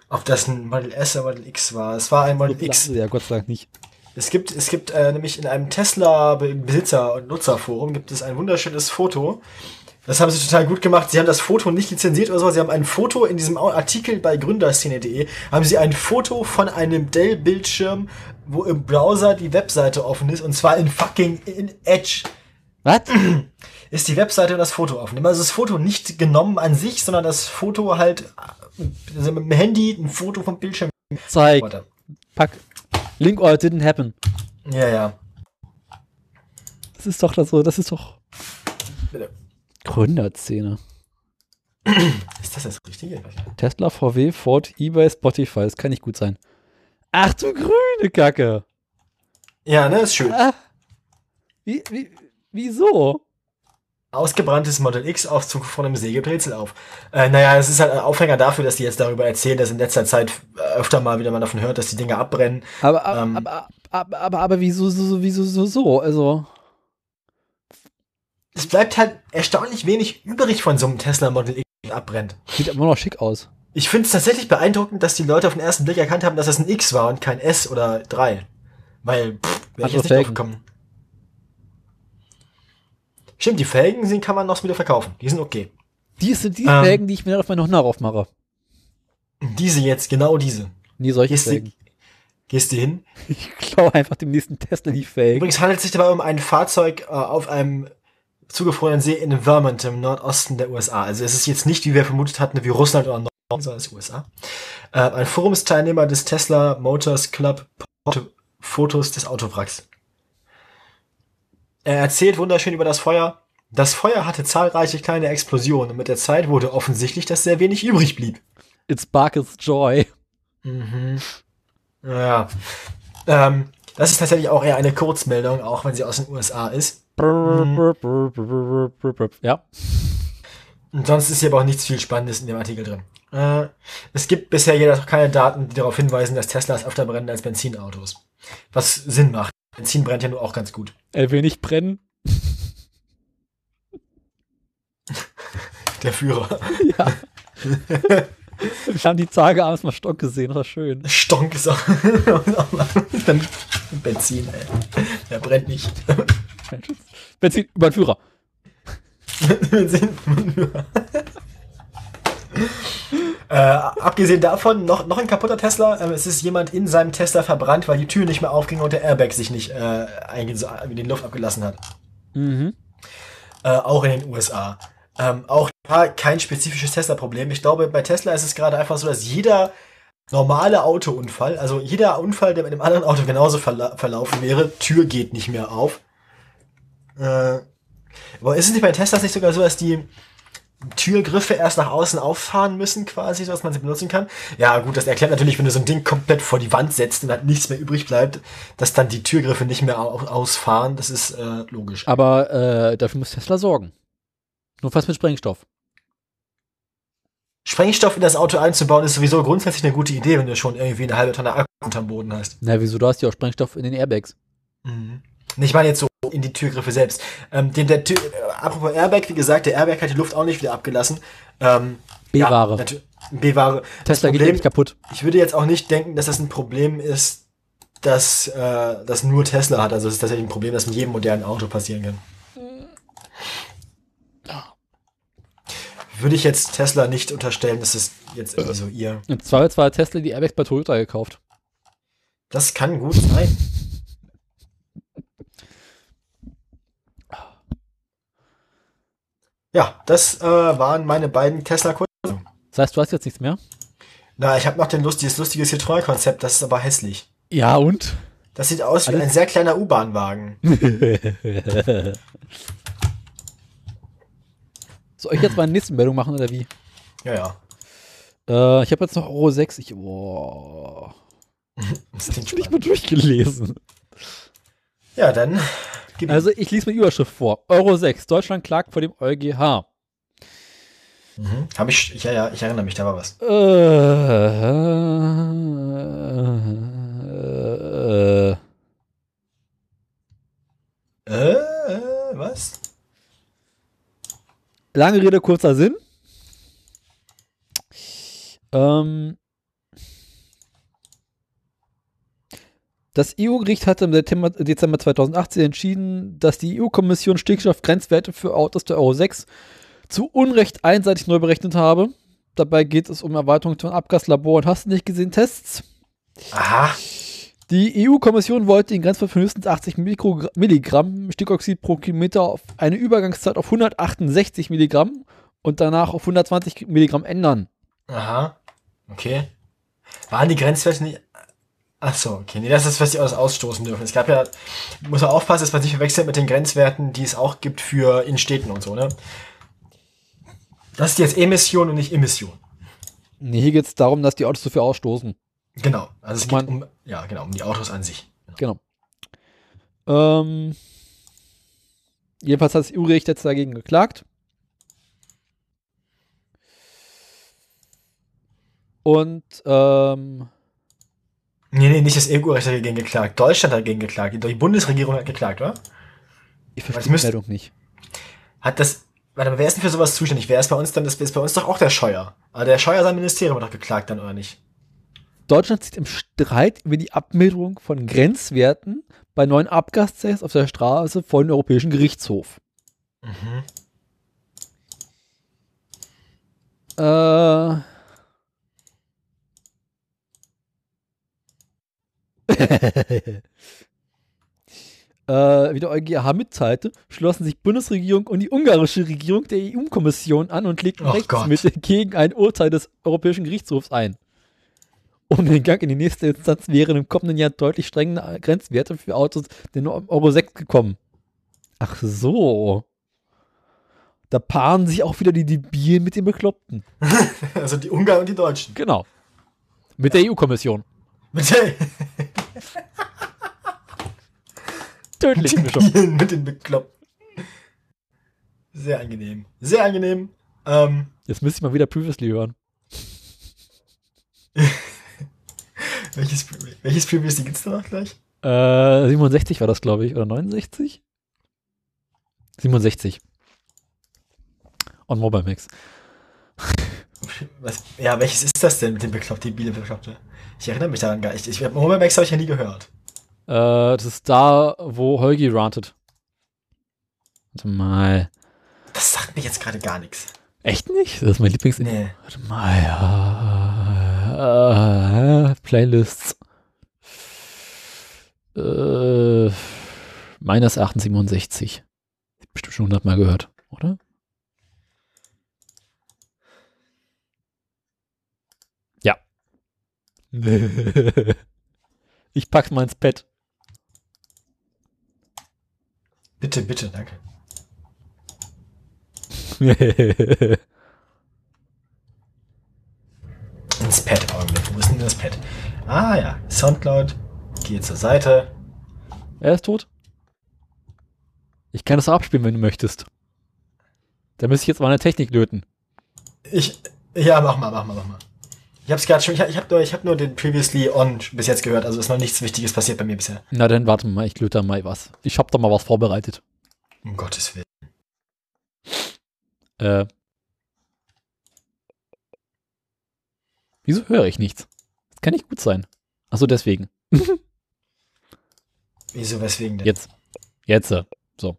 ob das ein Model S oder Model X war. Es war ein Model X. Ja, Gott sei Dank nicht. Es gibt, es gibt äh, nämlich in einem Tesla-Besitzer- und Nutzerforum gibt es ein wunderschönes Foto. Das haben sie total gut gemacht. Sie haben das Foto nicht lizenziert oder so. Sie haben ein Foto in diesem Au- Artikel bei gründerszene.de haben sie ein Foto von einem Dell-Bildschirm, wo im Browser die Webseite offen ist und zwar in fucking in Edge. Was? ist die Webseite und das Foto aufnehmen. Also das Foto nicht genommen an sich, sondern das Foto halt also mit dem Handy, ein Foto vom Bildschirm. Zeig. Warte. Pack. Link or it didn't happen. Ja, ja. Das ist doch das so, das ist doch Bitte. Gründerszene. Ist das das Richtige? Tesla, VW, Ford, eBay, Spotify. Das kann nicht gut sein. Ach du grüne Kacke. Ja, ne, ist schön. Ah. Wie, wie, wieso? Ausgebranntes Model X auf Zug von einem Sägebrezel auf. Äh, naja, es ist halt ein Aufhänger dafür, dass die jetzt darüber erzählen, dass in letzter Zeit äh, öfter mal wieder man davon hört, dass die Dinge abbrennen. Aber, aber, Ähm. aber, aber, aber, aber wieso, so, so, wieso, so, so? Also, Es bleibt halt erstaunlich wenig übrig von so einem Tesla Model X, der abbrennt. sieht immer noch schick aus. Ich finde es tatsächlich beeindruckend, dass die Leute auf den ersten Blick erkannt haben, dass das ein X war und kein S oder 3. Weil, pff, wäre ich jetzt Andere nicht drauf Felgen. gekommen. Stimmt, die Felgen sind, kann man noch wieder verkaufen. Die sind okay. Die sind die Ähm. Felgen, die ich mir dann auf meinen Honda raufmache. Diese jetzt, genau diese. Nee, solche Gehst du, Felgen. gehst du hin? Ich klaue einfach dem nächsten Tesla die Felgen. Übrigens handelt es sich dabei um ein Fahrzeug äh, auf einem zugefrorenen See in Vermont im Nordosten der USA. Also es ist jetzt nicht, wie wir vermutet hatten, wie Russland oder Norden, sondern es ist USA. Äh, ein Forumsteilnehmer des Tesla Motors Club postet Fotos des Autowracks. Er erzählt wunderschön über das Feuer. Das Feuer hatte zahlreiche kleine Explosionen und mit der Zeit wurde offensichtlich, dass sehr wenig übrig blieb. It sparkles joy. Mhm. Ja. Ähm, das ist tatsächlich auch eher eine Kurzmeldung, auch wenn sie aus den USA ist. Brr, brr, brr, brr, brr, brr. Mhm. Ja. Und sonst ist hier aber auch nichts viel Spannendes in dem Artikel drin. Äh, es gibt bisher jedoch keine Daten, die darauf hinweisen, dass Teslas öfter brennen als Benzinautos. Was Sinn macht. Benzin brennt ja nur auch ganz gut. Er will nicht brennen. Der Führer. Ja. Wir haben die Tage abends mal Stock gesehen, das war schön. Stonk ist auch. Dann Benzin, ey. Der brennt nicht. Benzin über den Führer. Benzin. äh, abgesehen davon, noch, noch ein kaputter Tesla. Ähm, es ist jemand in seinem Tesla verbrannt, weil die Tür nicht mehr aufging und der Airbag sich nicht äh, einge- so- in die Luft abgelassen hat. Mhm. äh, auch in den USA. Ähm, auch da kein spezifisches Tesla-Problem. Ich glaube, bei Tesla ist es gerade einfach so, dass jeder normale Autounfall, also jeder Unfall, der mit einem anderen Auto genauso verla verlaufen wäre, Tür geht nicht mehr auf. Äh, aber ist es nicht bei Teslas nicht sogar so, dass die Türgriffe erst nach außen auffahren müssen, quasi, sodass man sie benutzen kann? Ja, gut, das erklärt natürlich, wenn du so ein Ding komplett vor die Wand setzt und halt nichts mehr übrig bleibt, dass dann die Türgriffe nicht mehr au ausfahren. Das ist äh, logisch. Aber äh, dafür muss Tesla sorgen. Nur fast mit Sprengstoff. Sprengstoff in das Auto einzubauen ist sowieso grundsätzlich eine gute Idee, wenn du schon irgendwie eine halbe Tonne Akku unterm Boden hast. Na, wieso? Du hast ja auch Sprengstoff in den Airbags. Mhm. Ich meine jetzt so in die Türgriffe selbst. Ähm, den, der Tür, äh, apropos Airbag, wie gesagt, der Airbag hat die Luft auch nicht wieder abgelassen. Ähm, B-Ware. Ja, natür- B-Ware. Das Tesla geht Problem- nämlich kaputt. Ich würde jetzt auch nicht denken, dass das ein Problem ist, dass äh, das nur Tesla hat. Also es ist tatsächlich ein Problem, das mit jedem modernen Auto passieren kann. Mhm. Würde ich jetzt Tesla nicht unterstellen, dass es jetzt irgendwie so ihr Im Zweifelsfall hat Tesla die Airbags bei Toyota gekauft. Das kann gut sein. Ja, das äh, waren meine beiden tesla kurz Das heißt, du hast jetzt nichts mehr? Na, ich habe noch den lustiges, lustiges Citroën-Konzept, das ist aber hässlich. Ja, und? Das sieht aus wie Alles- ein sehr kleiner U-Bahn-Wagen. Soll ich jetzt meine nächste Meldung machen oder wie? Ja, ja. Äh, ich habe jetzt noch Euro 6. Ich, boah. Das klingt Nicht spannend. mal durchgelesen. Ja, dann. Gib Also, ich lese mir die Überschrift vor. Euro 6. Deutschland klagt vor dem EuGH. mhm. Hab ich. Ja, ja, ich erinnere mich, da war was. Äh, äh, Äh, äh was? lange Rede, kurzer Sinn. Ähm, das EU-Gericht hatte im September, Dezember 2018 entschieden, dass die E EU-Kommission Stickstoffgrenzwerte für Autos der Euro 6 zu Unrecht einseitig neu berechnet habe. Dabei geht es um Erweiterungen von Abgaslabor und hast du nicht gesehen Tests. Aha. Die EU-Kommission wollte den Grenzwert von höchstens 80 Mikrogra- Milligramm Stickoxid pro Kilometer auf eine Übergangszeit auf 168 Milligramm und danach auf 120 Milligramm ändern. Aha. Okay. Waren die Grenzwerte nicht. Achso, okay. Nee, das ist, was die alles ausstoßen dürfen. Es gab ja. Muss man aufpassen, dass man nicht verwechselt mit den Grenzwerten, die es auch gibt für in Städten und so, ne? Das ist jetzt Emission und nicht Emission. Nee, hier geht es darum, dass die Autos zu viel ausstoßen. Genau. Also es Man- geht um. Ja, genau, um die Autos an sich. Genau. Ähm, jedenfalls hat das EU-Gericht jetzt dagegen geklagt. Und ähm, Nee, nee, nicht das EU-Recht hat dagegen geklagt. Deutschland hat dagegen geklagt. Die Bundesregierung hat geklagt, oder? ich Was verstehe die müsst- Meldung nicht. Hat das. Warte mal, wer ist denn für sowas zuständig? Wer ist bei uns dann? Das ist bei uns doch auch der Scheuer. Aber der Scheuer sein Ministerium hat doch geklagt dann, oder nicht? Deutschland zieht im Streit über die Abmilderung von Grenzwerten bei neuen Abgastests auf der Straße vor den Europäischen Gerichtshof. Mhm. Äh. Äh, wie der EuGH mitteilte, schlossen sich Bundesregierung und die ungarische Regierung der EU-Kommission an und legten Oh Rechtsmittel gegen ein Urteil des Europäischen Gerichtshofs ein. Um den Gang in die nächste Instanz wären im kommenden Jahr deutlich strengere Grenzwerte für Autos den Euro 6 gekommen. Ach so. Da paaren sich auch wieder die Debilen mit den Bekloppten. Also die Ungarn und die Deutschen. Genau. Mit der E EU-Kommission. Mit, den- Tödlich. mit den Bekloppten. Sehr angenehm. Sehr angenehm. Ähm, Jetzt müsste ich mal wieder Previously hören. welches, welches Previously gibt's da noch gleich? Äh, 67 war das, glaube ich, oder 69? 67. On Mobile Max. Was, ja, welches ist das denn mit den Bekloppten, die Biele Bekloppte? Ich erinnere mich daran gar nicht. Ich, ich Max habe ich ja nie gehört. Äh, das ist da, wo Holgi rantet. Warte mal. Das sagt mir jetzt gerade gar nichts. Echt nicht? Das ist mein Lieblings... Nee. Warte mal. ja. Äh, Playlists. Äh, meines Erachtens 67. Bestimmt schon 100 Mal gehört, oder? Ja. ich pack's mal ins Bett. Bitte, bitte, danke. Ins Pad, Augenblick. Wo ist denn das Pad? Ah ja, Soundcloud. Gehe zur Seite. er ist tot. Ich kann das abspielen, wenn du möchtest. Da müsste ich jetzt mal eine Technik löten. Ich. Ja, mach mal, mach mal, mach mal. Ich hab's gerade schon, ich, hab- ich hab nur, ich hab nur den Previously On bis jetzt gehört, also ist noch nichts Wichtiges passiert bei mir bisher. Na dann warte mal, ich löte da mal was. Ich hab da mal was vorbereitet. Um Gottes Willen. Äh. Wieso höre ich nichts? Das kann nicht gut sein. Achso, deswegen. Wieso, weswegen denn? Jetzt. Jetzt. äh, So.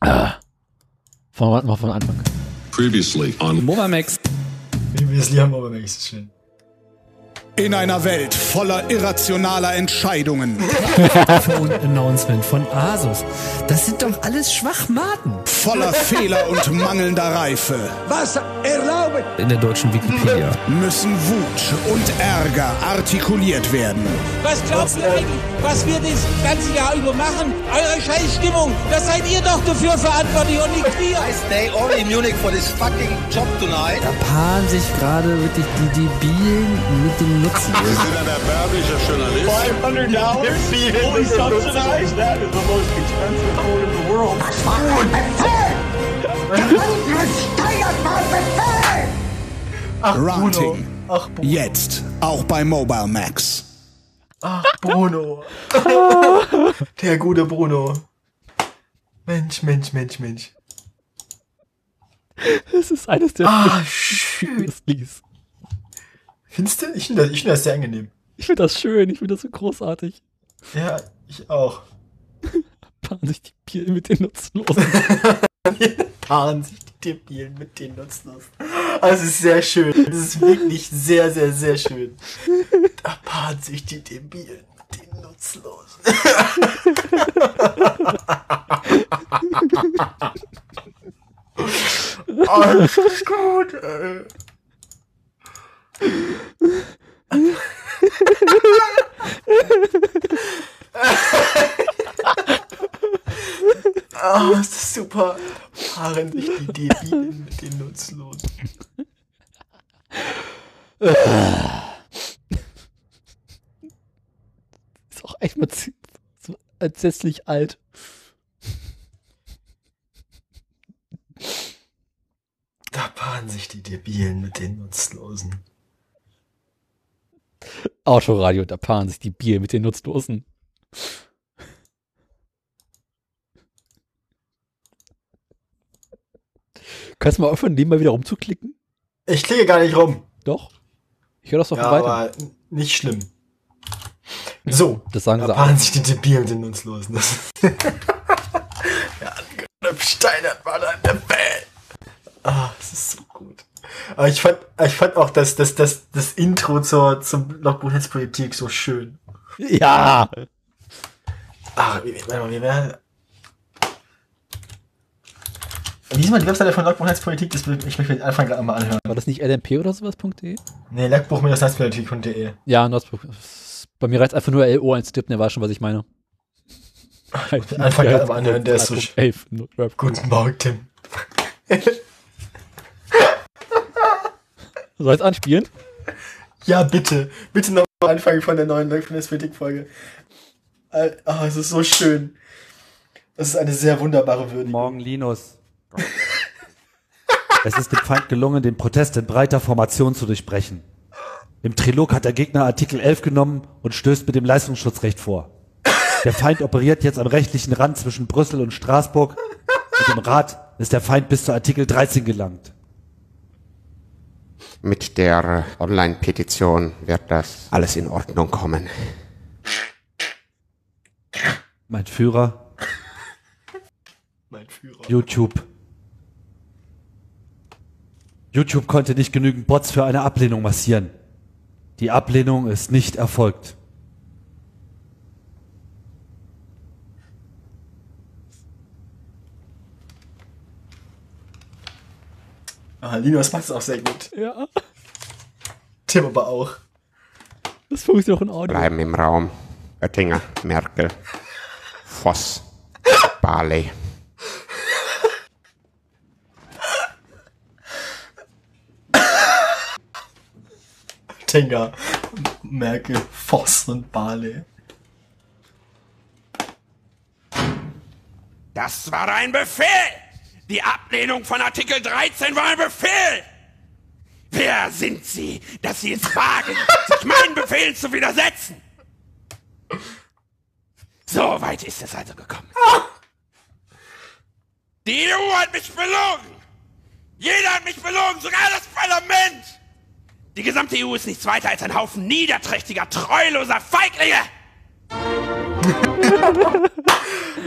Ah. Von, warte mal von Anfang. Previously on Movamex. Previously On, aber wenigstens ist schön. In einer Welt voller irrationaler Entscheidungen Phone Announcement von Asus. Das sind doch alles Schwachmaten. voller Fehler und mangelnder Reife In der deutschen Wikipedia. müssen Wut und Ärger artikuliert werden. Was glaubt ihr eigentlich, was wir das ganze Jahr über machen? Eure scheiß Stimmung, da seid ihr doch dafür verantwortlich und nicht wir. I stay only in Munich for this fucking job tonight. Da paaren sich gerade wirklich die Debilen mit dem Nutzen. Ranting. Ach, Bo Jetzt auch bei Mobile Max. Ach Bruno. Der gute Bruno. Mensch, Mensch, Mensch, Mensch. Es ist eines der Ah, schön. schönsten Lies. Findest du? Ich finde das, ich find das sehr angenehm. Ich finde das schön, ich finde das so großartig. Ja, ich auch. Paaren sich die Bier mit den Nutzlosen. Paaren sich die Debilen mit den Nutzlosen. Also, es ist sehr schön. Es ist wirklich sehr, sehr, sehr schön. Da paaren sich die Debilen mit den Nutzlosen. oh, das ist gut, ey. Oh, ist das super. Paaren sich die Debilen mit den Nutzlosen. Ist auch echt mal zie- so entsetzlich alt. Da paaren sich die Debilen mit den Nutzlosen. Autoradio, da paaren sich die Bier mit den Nutzlosen. Kannst du mal aufhören, nebenbei wieder rumzuklicken? Ich klicke gar nicht rum. Doch. Ich höre das doch Ja, weiter. aber n- nicht schlimm. So, Das sagen da sie auch. paaren sich die Debilen mit den Nutzlosen. Das ja, Angriff Steinert war dann der Band. Ah, das ist so gut. Aber ich fand, ich fand auch das, das, das, das Intro zur, zum Logbuch Netzpolitik so schön. Ja! Ach, wie, warte mal, wie wäre... Wie ist mal die Webseite von Logbuch Netzpolitik? Das will, ich möchte den Anfang gerade mal anhören. War das nicht lmp oder sowas.de? Nee, logbuch-netzpolitik.de. Ja, Notebook. Bei mir reizt einfach nur LO einzutippen, der weiß schon, was ich meine. Anfang gerade mal anhören, der ist so sch- 11, Rap. Guten Morgen, Tim. Soll ich es anspielen? Ja, bitte. Bitte noch mal anfangen von der neuen Leute von der Spätig-Folge. Äh, Ah, es ist so schön. Das ist eine sehr wunderbare Würdigung. Morgen, Linus. es ist dem Feind gelungen, den Protest in breiter Formation zu durchbrechen. Im Trilog hat der Gegner Artikel 11 genommen und stößt mit dem Leistungsschutzrecht vor. Der Feind operiert jetzt am rechtlichen Rand zwischen Brüssel und Straßburg. Mit dem Rat ist der Feind bis zu Artikel 13 gelangt. Mit der Online-Petition wird das alles in Ordnung kommen. Mein Führer, Mein Führer. YouTube. YouTube konnte nicht genügend Bots für eine Ablehnung massieren. Die Ablehnung ist nicht erfolgt. Ah, Linus macht es auch sehr gut. Ja. Tim aber auch. Das funktioniert auch in Audio. Bleiben im Raum Oettinger, Merkel, Voss, Barley. Tenga, Merkel, Voss und Barley. Das war ein Befehl! Die Ablehnung von Artikel 13 war ein Befehl! Wer sind Sie, dass Sie es wagen, sich meinen Befehlen zu widersetzen? So weit ist es also gekommen. Die EU hat mich belogen! Jeder hat mich belogen, sogar das Parlament! Die gesamte EU ist nichts weiter als ein Haufen niederträchtiger, treuloser Feiglinge!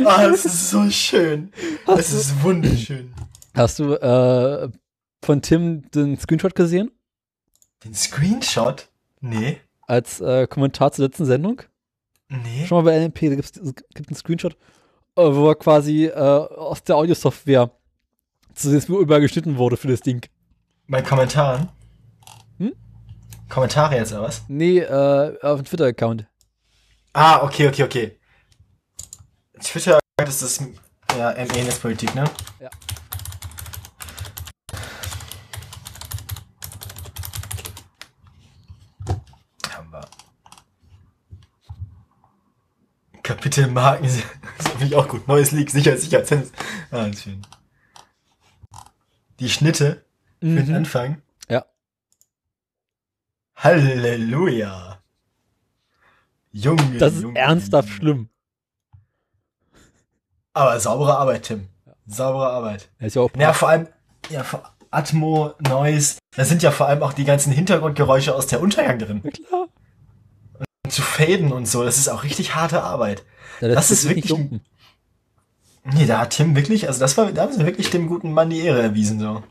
Ah, es ist so schön. Es ist wunderschön. Hast du äh, von Tim den Screenshot gesehen? Den Screenshot? Nee. Als äh, Kommentar zur letzten Sendung? Nee. Schon mal bei LMP, da gibt's, es gibt einen Screenshot, äh, wo er quasi äh, aus der Audiosoftware zu dem Spur übergeschnitten wurde für das Ding. Bei Kommentaren? Hm? Kommentare jetzt oder was? Nee, äh, auf dem Twitter-Account. Ah, okay, okay, okay. Twitter das ist das ja, ME Netzpolitik, ne? Ja. Haben wir. Kapitel Marken. Das finde ich auch gut. Neues Leak, sicher, sicher. Zens. Ah, ist schön. Die Schnitte für den Anfang. Mhm. Ja. Halleluja. Junge, Das ist Junge, ernsthaft Junge. schlimm. Aber saubere Arbeit, Tim. Saubere Arbeit. Er ist ja auch Ja, vor allem, ja, vor Atmo, Noise, da sind ja vor allem auch die ganzen Hintergrundgeräusche aus der Untergang drin. klar. Und zu faden und so, das ist auch richtig harte Arbeit. Ja, das ist wird nicht wirklich- lumpen. Nee, da hat Tim wirklich, also das war, da haben sie wirklich dem guten Mann die Ehre erwiesen, so.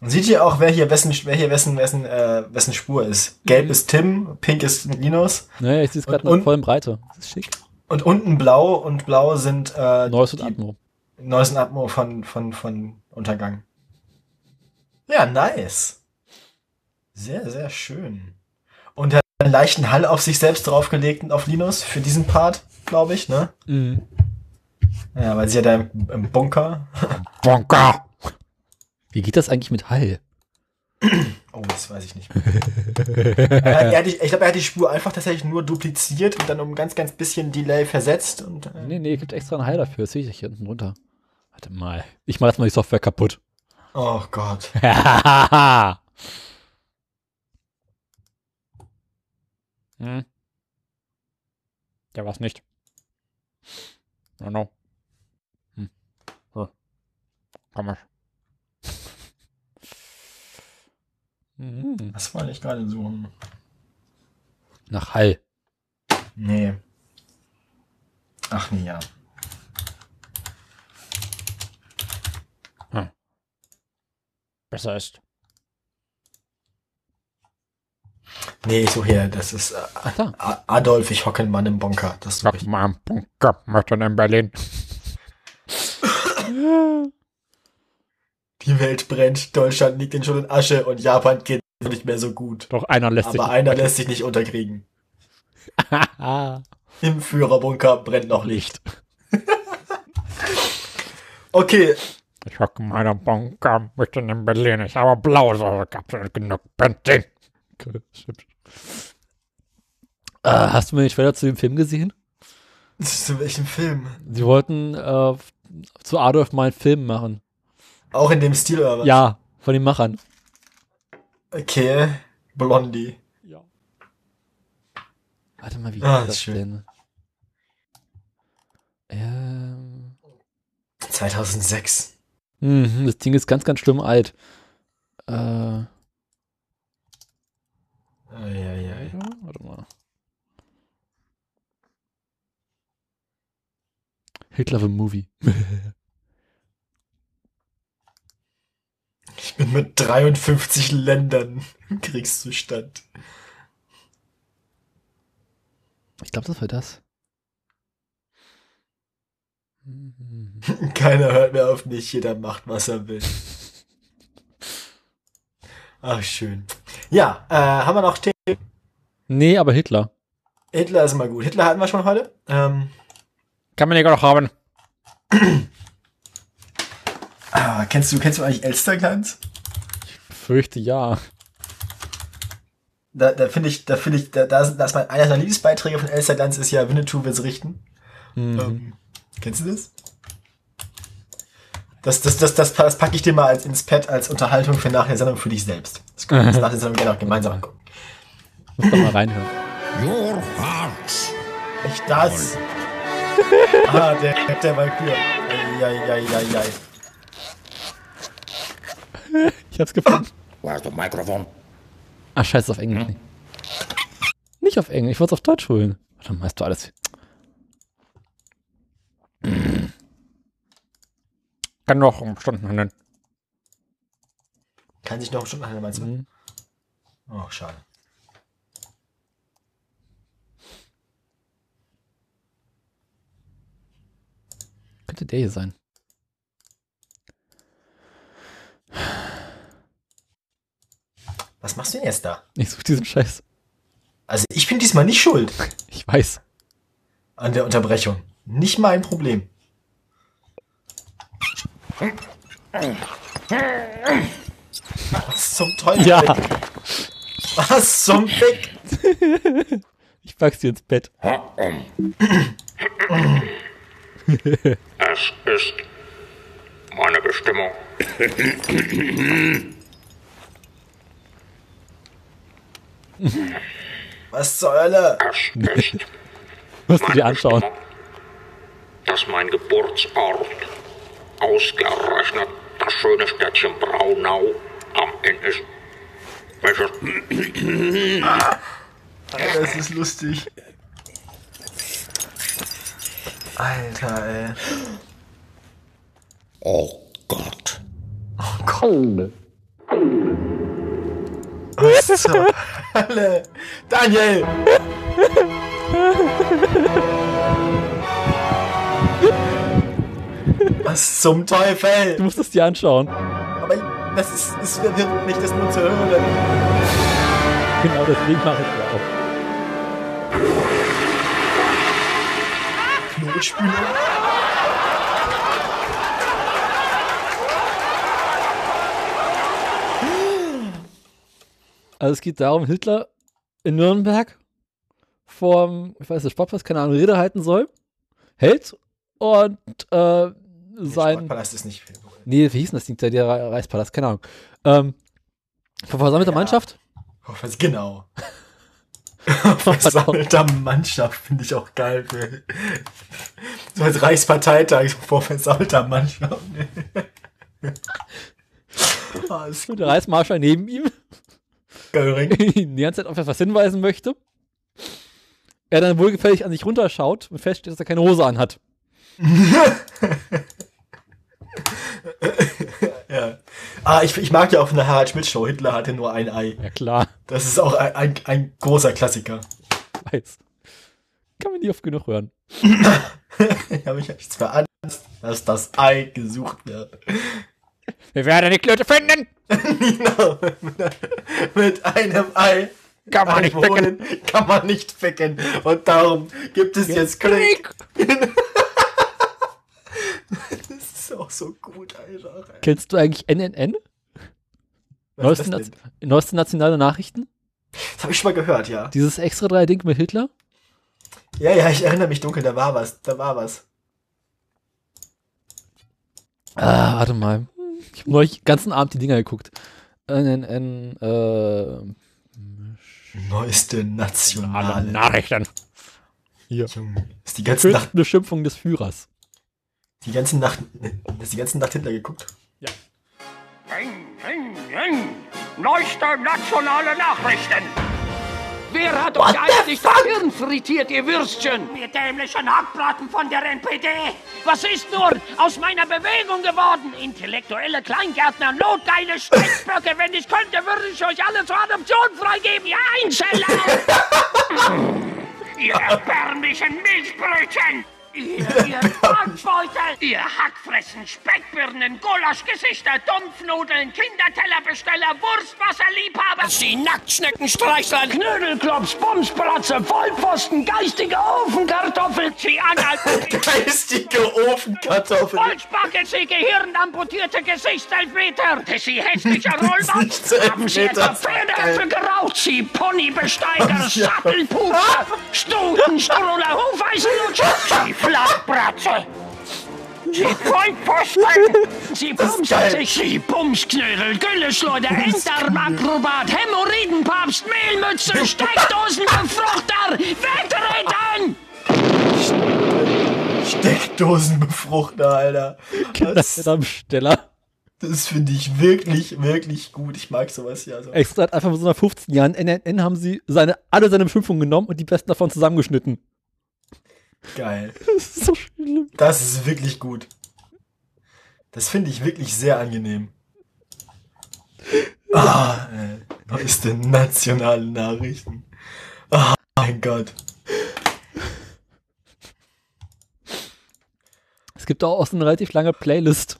Und seht ihr auch, wer hier wessen, wer hier wessen, wessen, äh, wessen Spur ist? Gelb ist Tim, pink ist Linus Naja, ich sehe Ne, es gerade Und- in der vollen Breite. Das ist schick. und unten blau und blau sind äh, Neues und die- Atmo. Neues und Atmo von, von, von Untergang. Ja, nice. Sehr, sehr schön. Und er hat einen leichten Hall auf sich selbst draufgelegt und auf Linus für diesen Part, glaube ich, ne? Ja, weil sie ja da im, im Bunker. Bonka! Wie geht das eigentlich mit Hall? Oh, das weiß ich nicht. er, er hat, die- ich glaube, er hat die Spur einfach tatsächlich nur dupliziert und dann um ein ganz, ganz bisschen Delay versetzt. Und, äh, Nee, nee, gibt extra einen Hall dafür. Das sehe ich hier unten runter. Warte mal. Ich mache jetzt mal die Software kaputt. Oh Gott. hm. Der war's nicht. No, no. Hm. Ja. Komisch. Mhm. Was wollte ich gerade suchen? Nach Hall. Nee. Ach nee, ja. Besser ist. Nee, ich suche hier, das ist äh, da. A- Adolf, ich hocke einen Mann im Bonker. Das suche ich. mal, Bunker, Mörder in Berlin. Die Welt brennt, Deutschland liegt in Schutt und Asche und Japan geht nicht mehr so gut. Doch einer lässt Aber einer lässt sich nicht unterkriegen. Im Führerbunker brennt noch Licht. okay, Ich hocke in meiner Bunker, mitten in Berlin. Ich habe blaue Säure gehabt und genug Benzin. Äh, hast du mir den Trailer zu dem Film gesehen? zu welchem Film? Sie wollten äh, zu Adolf mal einen Film machen. Auch in dem Stil oder was? Ja, von den Machern. Okay, Blondie. Warte mal, wie Ah, ah, ist das schön. denn? Ähm, 2006. mhm, das Ding ist ganz, ganz schlimm alt. Äh, ja, Eieiei. warte mal. Hitler the Movie. Ich bin mit 53 Ländern im Kriegszustand. Ich glaube, das war das. Keiner hört mehr auf mich, jeder macht, was er will. Ach, schön. Ja, äh, haben wir noch Themen? Nee, aber Hitler. Hitler ist immer gut. Hitler hatten wir schon heute. Ähm, Kann man ja doch haben. ah, kennst du, kennst du eigentlich Elsterglanz? Fürchte ja. Da, da finde ich, da finde ich, da, da ist, da ist mein, einer seiner Lieblingsbeiträge von Elsterglanz ist ja Winnetou wird's richten. Ähm, kennst du das? Das, das, das, das, das packe ich dir mal als, ins Pad als Unterhaltung für nach der Sendung für dich selbst. Das können wir uns nach der Sendung gerne auch gemeinsam angucken. Muss doch mal reinhören. Your heart. Echt das? ah, der, der Valkyrie. Eieieiei. Ich hab's gefunden. Where's the microphone? Ach, scheiße, auf Englisch. Nee. Nicht auf Englisch, ich wollte es auf Deutsch holen. Warte mal, hast du alles. Kann noch um Stunden handeln. Kann sich noch schon einer meinst du? Oh, schade. Könnte der hier sein. Was machst du denn jetzt da? Ich suche diesen Scheiß. Also ich bin diesmal nicht schuld Ich weiß. an der Unterbrechung. Nicht mein Problem. Was zum Teufel? Ja. Was zum Fick? Ich pack's dir ins Bett. Es ist meine Bestimmung. Was zur Hölle? Es ist Musst du dir anschauen. dass mein Geburtsort ausgerechnet das schöne Städtchen Braunau am Ende ist. Welches Alter, das ist lustig. Alter, ey. Oh Gott. Oh, Komm. So, alle. Daniel! Was zum Du Teufel? musst es dir anschauen. Aber das ist, es verwirrt mich, das nur zu hören. Genau deswegen mache ich das auch. Knotspüle. Also es geht darum, Hitler in Nürnberg vom, ich weiß nicht, Sportplatz, keine Ahnung, Rede halten soll, hält und äh, sein, Sportpalast ist nicht viel. nee, wie hieß denn das Ding, da, der Re- Reichspalast, keine Ahnung, ähm, vor versammelter Mannschaft, Oh, was, genau. Versammelter Mannschaft finde ich auch geil. Für, so als Reichsparteitag vor versammelter Mannschaft. Ah, ist und der Reichsmarschall neben ihm Göring. ihn die ganze Zeit auf etwas hinweisen möchte, er dann wohlgefällig an sich runterschaut und feststellt, dass er keine Hose anhat. Ah, ich, ich mag ja auch von der Harald Schmidt Show. Hitler hatte nur ein Ei. Ja klar, Das ist auch ein, ein, ein großer Klassiker. weiß. Kann man nie oft genug hören. Ich habe mich echt veranlasst, dass das Ei gesucht wird. Wir werden die Klöte finden! Genau. Mit einem Ei. Kann man nicht wecken! Wohnen Kann man nicht ficken. Und darum gibt es jetzt Krieg. das ist auch so gut, Alter. Kennst du eigentlich NNN? Was Neueste, ist das Naz denn? neueste nationale Nachrichten? Das habe ich schon mal gehört, ja. Dieses extra drei Ding mit Hitler? Ja, ja, ich erinnere mich dunkel, da war was. Da war was. Ah, warte mal. Ich habe neulich den ganzen Abend die Dinger geguckt. NNN, äh, Neueste nationale. Nachrichten. Junge. Ist die ganze Nacht, Höchste Beschimpfung des Führers. die ganze Nacht, ist die ganze Nacht Hitler geguckt? Neueste nationale Nachrichten. Wer hat euch eigentlich das Hirn frittiert, ihr Würstchen? Ihr dämlichen Hackbraten von der NPD. Was ist nun aus meiner Bewegung geworden? Intellektuelle Kleingärtner, notgeile Scheißböcke. Wenn ich könnte, würde ich euch alle zur Adoption freigeben, ihr Einzeller! Ihr erbärmlichen Milchbrötchen. ihr, ihr Zwangsbeutel! Ihr Hackfressen, Speckbirnen, Gulaschgesichter, Dumpfnudeln, Kindertellerbesteller, Wurstwasserliebhaber! Die Nacktschneckenstreichler! Knödelklops, Bumsbratze, Vollpfosten, geistige Ofenkartoffel! Sie anhalten! Geistige Ofenkartoffel. Vollspacke, gehirnamputierte Gesichtselfmeter! Sie hässlicher Rollbox! Gesichtselfmeter. Haben Sie etwa Pferdeäpfel geraucht, Sie Ponybesteiger, Ah. Sattelpuper, Stutenstruller, Hufeisenlutscher, Sie Flachbratze! Sie Vollpfosten! Sie geil. Bumsig, Sie Bumsknödel, Gülleschleuder, Entermakrobat, Hämorrhoidenpapst, Mehlmütze, Steckdosenbefruchter, Wettreten! Steckdosenbefruchter, Alter. Das Das, am Steller. das finde ich wirklich, wirklich gut. Ich mag sowas hier. Also. Extra hat einfach mit so nach 15 Jahren NNN haben sie seine, alle seine Beschimpfungen genommen und die besten davon zusammengeschnitten. Geil. Das ist so schlimm. Das ist wirklich gut. Das finde ich wirklich sehr angenehm. Ah, äh, neueste nationale Nachrichten. Ah, mein Gott. Es gibt auch so eine relativ lange Playlist.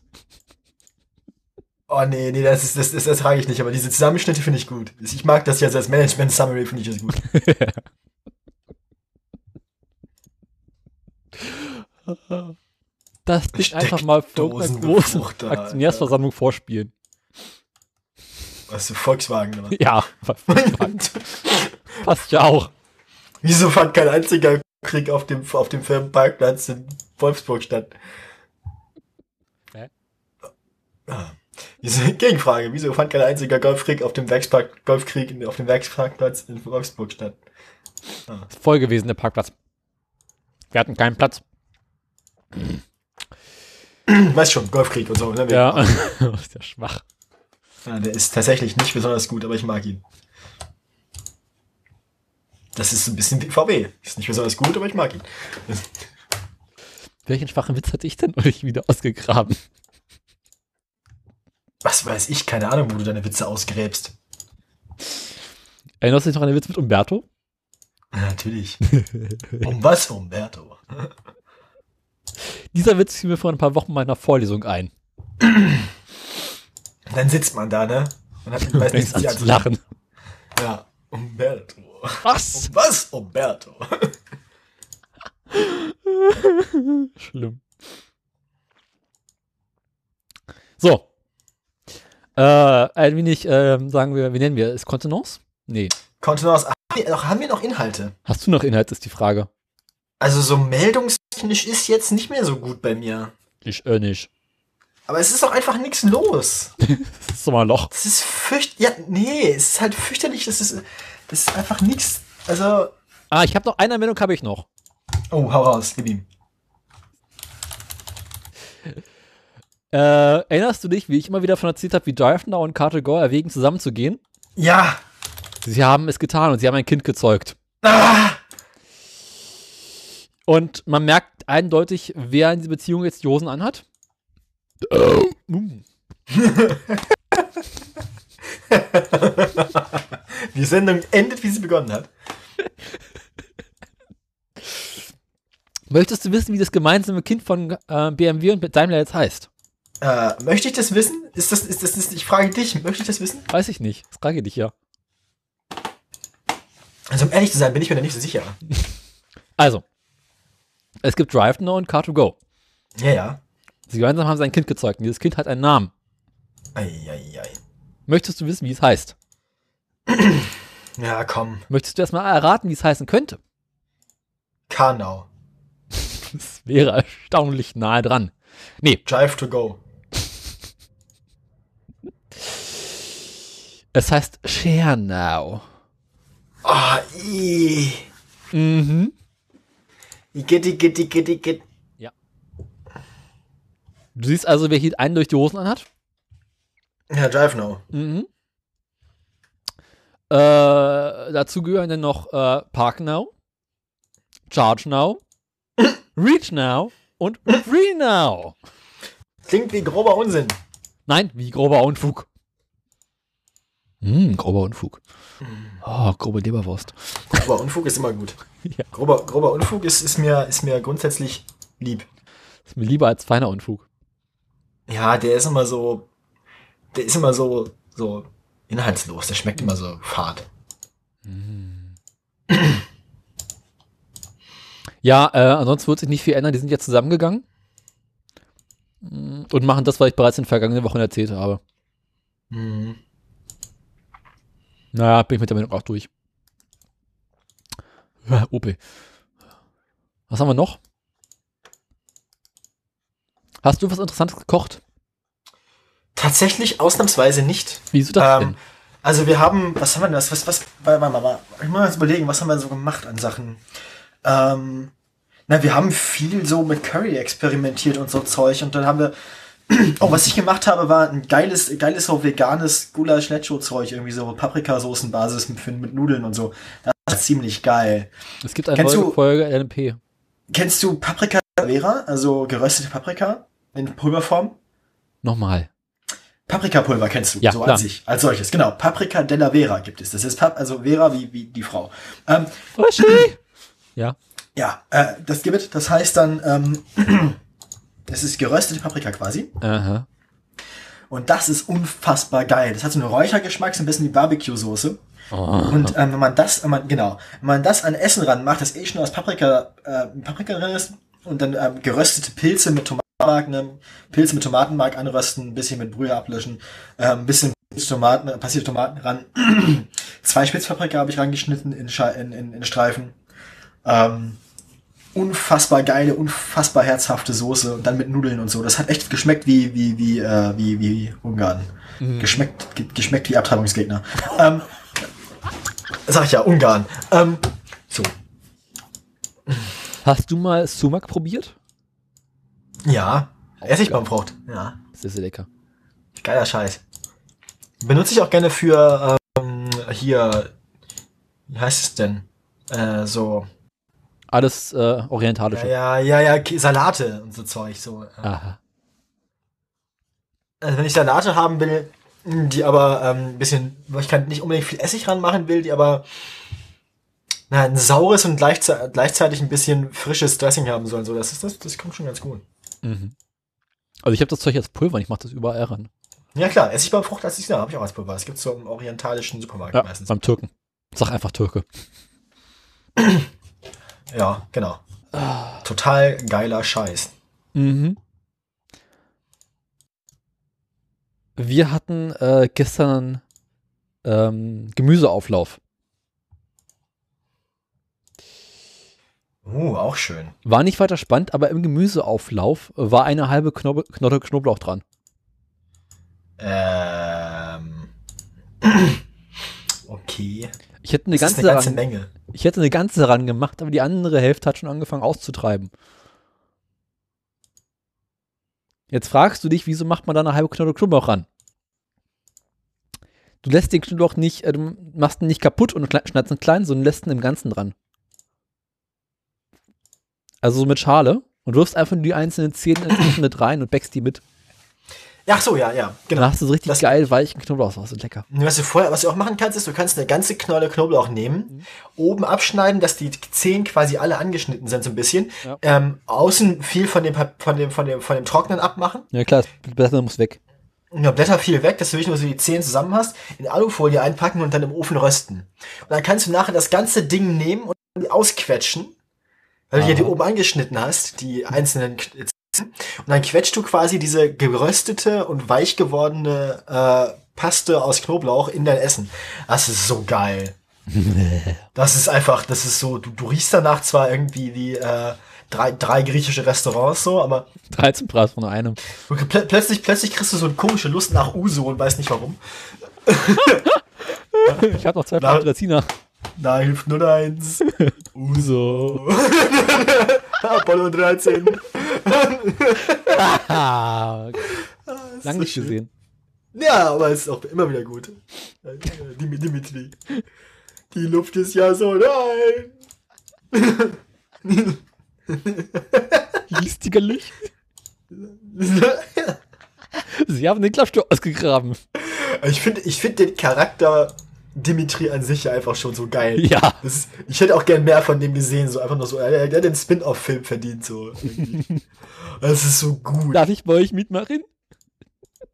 Oh nee, nee, das ist, das, das ertrage ich nicht, aber diese Zusammenschnitte finde ich gut. Ich mag das jetzt als Management Summary, finde ich das gut. Das Ding einfach mal vor irgendeiner großen Steckdosenbefruchter, Alter. Aktionärsversammlung vorspielen. Weißt du, Volkswagen oder Ja, was? passt ja auch. Wieso fand kein einziger Krieg auf dem, auf dem Firmenparkplatz in Wolfsburg statt? Hä? Ah. Wieso, Gegenfrage, wieso fand kein einziger Golfkrieg auf dem Werkspark, Golfkrieg in- auf dem Werksparkplatz in Wolfsburg statt? Ist voll gewesen, der Parkplatz. Wir hatten keinen Platz. Weißt schon, Golfkrieg und so, ne? Ja. ist ja schwach. Ja, der ist tatsächlich nicht besonders gut, aber ich mag ihn. Das ist ein bisschen wie VW. Ist nicht besonders gut, aber ich mag ihn. Welchen schwachen Witz hatte ich denn euch wieder ausgegraben? Was weiß ich, keine Ahnung, wo du deine Witze ausgräbst. Erinnerst du dich noch an den Witz mit Umberto? Ah, Natürlich. um was, Umberto? Dieser Witz fiel mir vor ein paar Wochen meiner Vorlesung ein. Dann sitzt man da, ne? Und hat weiß Fängst an die zu lachen. Ja, Umberto. Was? Um was, Umberto? Schlimm. So. Äh, ein wenig, ähm, sagen wir, wie nennen wir es? Kontenance? Nee. Kontenance, haben wir noch, haben wir noch Inhalte? Hast du noch Inhalt, ist die Frage. Also so meldungstechnisch ist jetzt nicht mehr so gut bei mir. Ich äh nicht. Aber es ist auch einfach nichts los. Das ist doch mal ein Loch. Es ist fürcht... Ja, nee, es ist halt fürchterlich. Das ist, das ist einfach nichts. Also... Ah, ich habe noch eine Meldung, habe ich noch. Oh, hau raus, gib ihm. Äh, erinnerst du dich, wie ich immer wieder von erzählt habe, wie Drivenau und Carter Gore erwägen, zusammenzugehen? Ja, Sie haben es getan und sie haben ein Kind gezeugt. Ah! Und man merkt eindeutig, wer in dieser Beziehung jetzt die Hosen anhat. Mm. die Sendung endet, wie sie begonnen hat. Möchtest du wissen, wie das gemeinsame Kind von äh, BMW und Daimler jetzt heißt? Äh, möchte ich das wissen? Ist das, ist das, ist, ich frage dich, möchte ich das wissen? Weiß ich nicht. Das frage ich dich ja. Also um ehrlich zu sein, bin ich mir da nicht so sicher. Also, es gibt Drive Now und Car2Go. Ja, ja. Sie gemeinsam haben sie ein Kind gezeugt und dieses Kind hat einen Namen. Eieiei. Möchtest du wissen, wie es heißt? Ja, komm. Möchtest du erstmal erraten, wie es heißen könnte? Karnau. Das wäre erstaunlich nahe dran. Nee, Drive to go. es heißt Share Now. Ah, i. Mhm. Igitt, igitt, igitt, igitt. Du siehst also, wer hier einen durch die Hosen anhat. Ja, Drive now. Mhm. Äh, dazu gehören dann noch äh, Park Now, Charge Now, Reach Now und Free Now. Klingt wie grober Unsinn. Nein, wie grober Unfug. Hm, grober Unfug. Oh, grobe Leberwurst. Grober Unfug ist immer gut. Ja. Grober, grober Unfug ist, ist, mir, ist mir grundsätzlich lieb. Ist mir lieber als feiner Unfug. Ja, der ist immer so. Der ist immer so, so inhaltslos. Der schmeckt immer so fad. Ja, äh, ansonsten wird sich nicht viel ändern. Die sind jetzt zusammengegangen. Mm, Und machen das, was ich bereits in den vergangenen Wochen erzählt habe. Mhm. Naja, bin ich mit der Meldung auch durch. Ja, OP. Was haben wir noch? Hast du was Interessantes gekocht? Tatsächlich ausnahmsweise nicht. Wieso das Ähm, denn? also wir haben, was haben wir denn? Was, was, was, warte mal, warte mal, ich muss mal jetzt überlegen, was haben wir so gemacht an Sachen? Ähm, na, wir haben viel so mit Curry experimentiert und so Zeug und dann haben wir, oh, was ich gemacht habe, war ein geiles, geiles so veganes gulasch lecho zeug irgendwie so Paprikasoßenbasis mit, mit Nudeln und so. Das ist ziemlich geil. Es gibt eine kennst Folge, du- Folge LMP. Kennst du Paprika Vera, also geröstete Paprika in Pulverform? Nochmal. Paprikapulver kennst du, Ja, so klar. an sich, als solches, genau. Paprika della Vera gibt es. Das ist Pap also Vera wie, wie die Frau. Ähm, Ja. ja, äh, das gibt es. Das heißt dann, ähm, das ist geröstete Paprika quasi. Aha. Und das ist unfassbar geil. Das hat so einen Räuchergeschmack, so ein bisschen wie Barbecue-Soße. Und ähm, wenn man das, wenn man, genau, wenn man das an Essen ranmacht, das eh schon aus Paprika, äh, Paprika drin ist, und dann ähm, geröstete Pilze mit Tomatenmark, ne, Pilze mit Tomatenmark anrösten, ein bisschen mit Brühe ablöschen, äh, ein bisschen Tomaten, äh, passierte Tomaten ran, zwei Spitzpaprika habe ich rangeschnitten in, Scha- in, in, in Streifen. Ähm, unfassbar geile, unfassbar herzhafte Soße und dann mit Nudeln und so. Das hat echt geschmeckt wie, wie, wie, äh, wie, wie Ungarn. Geschmeckt, ge geschmeckt wie Abtreibungsgegner. ähm, sag ich ja, Ungarn. Ähm, so. Hast du mal Sumak probiert? Ja. Essigbaumfrucht. Ja. Das ist sehr lecker. Geiler Scheiß. Benutze ich auch gerne für ähm, hier. Wie heißt es denn? Äh, so. Alles äh, orientalische. Ja, ja, ja, ja, Salate und so äh, Zeug. So. Aha. Also wenn ich Salate haben will, die aber ähm, ein bisschen, weil ich kann nicht unbedingt viel Essig ranmachen will, die aber na, ein saures und gleichze gleichzeitig ein bisschen frisches Dressing haben sollen. So, das, ist, das, das kommt schon ganz gut. Mhm. Also ich habe das Zeug als Pulver und ich mache das überall ran. Ja klar, Essig beim Frucht, das ist ja, habe ich auch als Pulver. Das gibt's so im orientalischen Supermarkt Ja, meistens. beim Türken. Sag einfach Türke. Ja, genau. Total geiler Scheiß. Mhm. Wir hatten äh, gestern ähm, Gemüseauflauf. Uh, auch schön. War nicht weiter spannend, aber im Gemüseauflauf war eine halbe Knob Knolle Knoblauch dran. Ähm. Okay. Ich hätte eine Das ist ganze, eine ganze ran- Menge. Ich hätte eine ganze ran gemacht, aber die andere Hälfte hat schon angefangen auszutreiben. Jetzt fragst du dich, wieso macht man da eine halbe Knolle Knoblauch ran? Du lässt den Knoblauch nicht, äh, du machst ihn nicht kaputt und kle- schneidest ihn klein, sondern lässt ihn im Ganzen dran. Also so mit Schale und wirfst einfach nur die einzelnen Zähne inzwischen mit rein und backst die mit. Ach so, ja, ja, Genau. genau. Dann hast du so richtig Das- geil weichen Knoblauch raus und lecker. Und Was du vorher, was du auch machen kannst, ist, du kannst eine ganze Knolle Knoblauch nehmen, oben abschneiden, dass die Zehen quasi alle angeschnitten sind, so ein bisschen. Ja. Ähm, außen viel von dem, Pap- von dem, von dem, von dem Trocknen abmachen. Ja klar, das Blätter muss weg. Ja, Blätter viel weg, dass du wirklich nur so die Zehen zusammen hast, in Alufolie einpacken und dann im Ofen rösten. Und dann kannst du nachher das ganze Ding nehmen und ausquetschen, weil du ja die oben angeschnitten hast, die einzelnen K- äh, Zehen. Und dann quetschst du quasi diese geröstete und weich gewordene äh, Paste aus Knoblauch in dein Essen. Das ist so geil. Das ist einfach, das ist so, du, du riechst danach zwar irgendwie wie äh, drei, drei griechische Restaurants so, aber 13 Preis von einem. Okay, plö plötzlich, plötzlich kriegst du so eine komische Lust nach Uso und weißt nicht warum. Ich habe noch zwei Na- Preise Latina. Na, hilft nur eins. Uso. Apollo 13. Ah, lang so nicht schön. gesehen. Ja, aber es ist auch immer wieder gut. Äh, Dim- Dimitri. Die Luft ist ja so rein. Hieß die gar nicht? Sie haben den Klappstuhl ausgegraben. Ich finde ich find den Charakter Dimitri an sich ja einfach schon so geil. Ja. Das ist, ich hätte auch gern mehr von dem gesehen, so einfach nur so. Er, er hat den Spin-off-Film verdient, so. irgendwie. Das ist so gut. Darf ich bei euch mitmachen?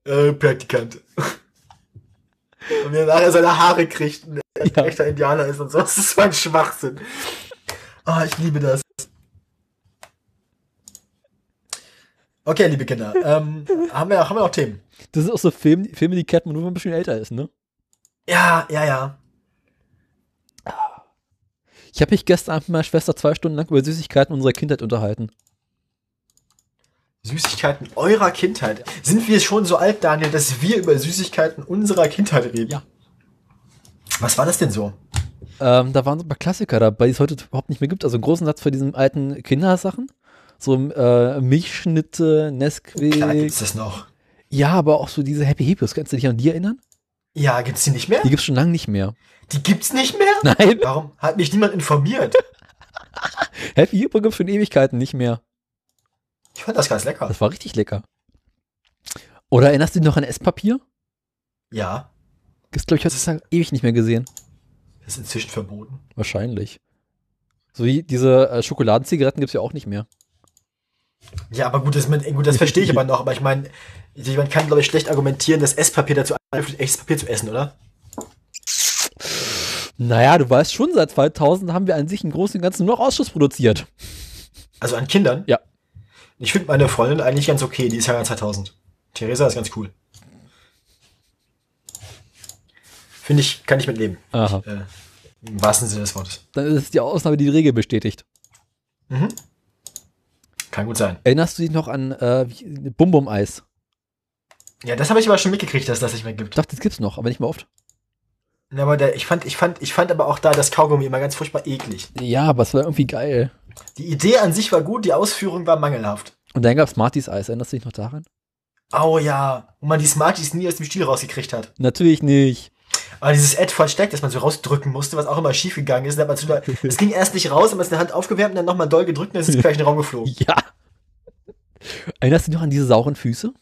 Äh, Praktikant. Und wie er nachher seine Haare kriegt und er Ja. ein echter Indianer ist und so. Das ist so ein Schwachsinn. Ah, ich liebe das. Okay, liebe Kinder, ähm, haben, wir, haben wir noch Themen? Das sind auch so Filme, Filme die kennt man nur, wenn man ein bisschen älter ist, ne? Ja, ja, ja. Ich habe mich gestern Abend mit meiner Schwester zwei Stunden lang über Süßigkeiten unserer Kindheit unterhalten. Süßigkeiten eurer Kindheit. Sind wir schon so alt, Daniel, dass wir über Süßigkeiten unserer Kindheit reden? Ja. Was war das denn so? Ähm, da waren so ein paar Klassiker dabei, die es heute überhaupt nicht mehr gibt. Also einen großen Satz von diesen alten Kindersachen. So äh, Milchschnitte, Klar Nesquik. gibt's das noch. Ja, aber auch so diese Happy Hippies. Kannst du dich an die erinnern? Ja, gibt's die nicht mehr? Die gibt's schon lange nicht mehr. Die gibt's nicht mehr? Nein, Warum hat mich niemand informiert? Happy Hippo gibt's schon Ewigkeiten nicht mehr. Ich fand das ganz lecker. Das war richtig lecker. Oder erinnerst du dich noch an Esspapier? Ja, Ist, glaube ich, heutzutage halt ewig nicht mehr gesehen. ist inzwischen verboten. Wahrscheinlich. So wie diese äh, Schokoladenzigaretten gibt es ja auch nicht mehr. Ja, aber gut, das, man, gut, das verstehe ich aber noch. Aber ich meine, man kann, glaube ich, schlecht argumentieren, dass Esspapier dazu einfällt, echtes Papier zu essen, oder? Naja, du weißt schon, seit 2000 haben wir an sich im Großen und Ganzen nur noch Ausschuss produziert. Also an Kindern? Ja. Ich finde meine Freundin eigentlich ganz okay, die ist ja 2000. Theresa ist ganz cool. Finde ich, kann ich mitleben. Aha. Äh, Im wahrsten Sinne des Wortes. Dann ist es die Ausnahme, die die Regel bestätigt. Kann gut sein. Erinnerst du dich noch an äh, wie- Bum-Bum-Eis? Ja, das habe ich aber schon mitgekriegt, dass das nicht mehr Ich gibt. dachte, das gibt's noch, aber nicht mehr oft. Ja, aber der, ich, fand, ich, fand, ich fand aber auch da das Kaugummi immer ganz furchtbar eklig. Ja, aber es war irgendwie geil. Die Idee an sich war gut, die Ausführung war mangelhaft. Und dann gab's Smarties-Eis. Erinnerst du dich noch daran? Oh ja, wo man die Smarties nie aus dem Stiel rausgekriegt hat. Natürlich nicht. Aber dieses Ad versteckt, das man so rausdrücken musste, was auch immer schief gegangen ist. dann hat man so- Es ging erst nicht raus, dann hat man es in der Hand aufgewärmt und dann nochmal doll gedrückt und dann ist es gleich in den Raum geflogen. Ja. Erinnerst du dich noch an diese sauren Füße?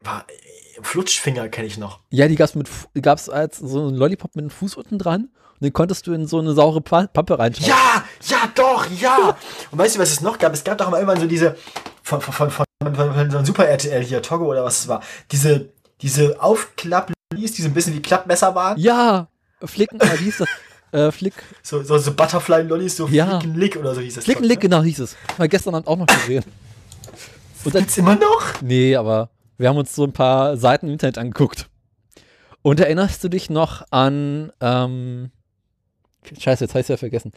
War, äh, Flutschfinger kenne ich noch. Ja, die gab's mit, Fu- die gab's als so ein Lollipop mit einem Fuß unten dran und den konntest du in so eine saure Pa- Pappe reinschauen. Ja, ja, doch, ja. Und weißt du, was es noch gab? Es gab doch mal irgendwann so diese von, von, von, von, von, von so einem Super RTL hier, Togo oder was es war. Diese, diese Aufklapp-Lies, die so ein bisschen wie Klappmesser waren. Ja, Flicken, äh, wie hieß das? Äh, Flick, So, so, so Butterfly-Lollis, so Ja. Flickenlick oder so hieß das. Flick, doch, Lick, genau hieß es. Mal gestern Abend auch noch gesehen. Und dann, Gibt's immer noch? nee, aber wir haben uns so ein paar Seiten im Internet angeguckt. Und erinnerst du dich noch an, ähm, scheiße, jetzt heißt ja vergessen.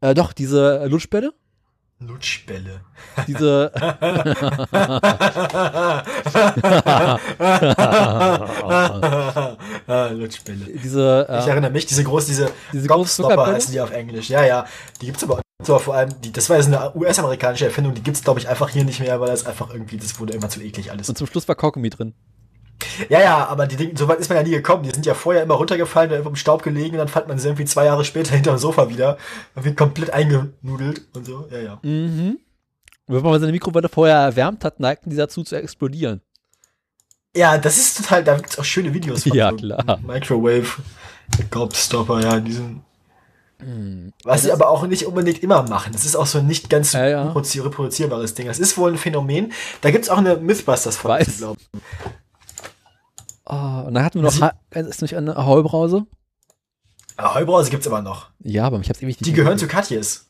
Äh, doch, diese Lutschbälle? Lutschbälle. Diese, ah, Lutschbälle. diese, Ich äh, erinnere mich, diese groß, diese, Diese Gobstopper Gobstopper-Bälle? heißen die auf Englisch. Ja, ja. Die gibt's aber, so, vor allem, die, das war jetzt eine US-amerikanische Erfindung, die gibt's, glaube ich, einfach hier nicht mehr, weil das einfach irgendwie, das wurde immer zu eklig alles. und zum Schluss war Kaugummi drin. Ja, ja, aber die Dinge, so weit ist man ja nie gekommen. Die sind ja vorher immer runtergefallen und irgendwo im Staub gelegen und dann fand man sie irgendwie zwei Jahre später hinterm Sofa wieder. Und wird komplett eingenudelt und so. Ja, ja. Mhm. Und wenn man seine Mikrowelle vorher erwärmt hat, neigten die dazu zu explodieren. Ja, das ist total, da gibt's auch schöne Videos von. Ja, so klar. Microwave, Gobstopper, ja, diesen. Was sie aber auch nicht unbedingt immer machen. Das ist auch so ein nicht ganz Mm. Ja, ja. reproduzi- reproduzierbares Ding. Das ist wohl ein Phänomen. Da gibt's auch eine Mythbusters-Folge, Weiß. glaube ich. Ah, und dann hatten wir noch, Sie- Ha- ist nicht eine Heubrause? Ah, Heubrause gibt's immer noch. Ja, aber ich hab's ewig nicht Die mehr gehören zu Katjes.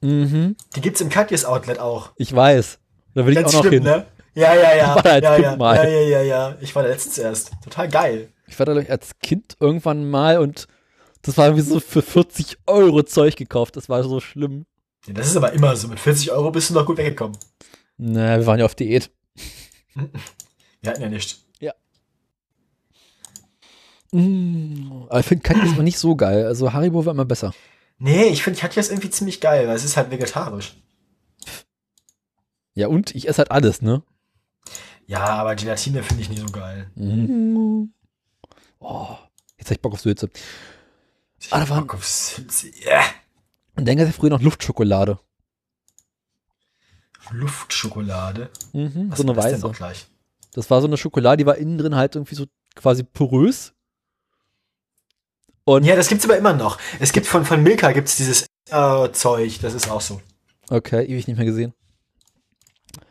Mhm, Die gibt's im Katjes-Outlet auch. ich weiß. Da will ich auch Ganz noch schlimm, hin. ne? Ja, ja, ja. war halt da ja, als ja, Kind mal. ja, ja, ja, ja. Ich war da letztens erst. Total geil. Ich war da glaub ich, als Kind irgendwann mal und das war irgendwie so für 40 Euro Zeug gekauft. Das war so schlimm. Ja, das ist aber immer so. Mit 40 Euro bist du noch gut weggekommen. Na, wir waren ja auf Diät. Wir hatten ja nicht. Mm, aber ich finde Kacken immer nicht so geil. Also Haribo war immer besser. Nee, ich finde Katjes irgendwie ziemlich geil, weil es ist halt vegetarisch. Ja, und ich esse halt alles, ne? Ja, aber Gelatine finde ich nie so geil. Mm. Mhm. Oh, jetzt hab ich Bock auf Sülze. Ah, da waren- Bock auf Sülze. Yeah. Und dann gab es ja früher noch Luftschokolade. Luftschokolade. Mhm, Was so eine ist das denn weiße. auch gleich? Das war so eine Schokolade, die war innen drin halt irgendwie so quasi porös. Und Ja, das gibt's aber immer noch. Es gibt von, von Milka gibt's dieses äh, Zeug, das ist auch so. okay, ewig nicht mehr gesehen.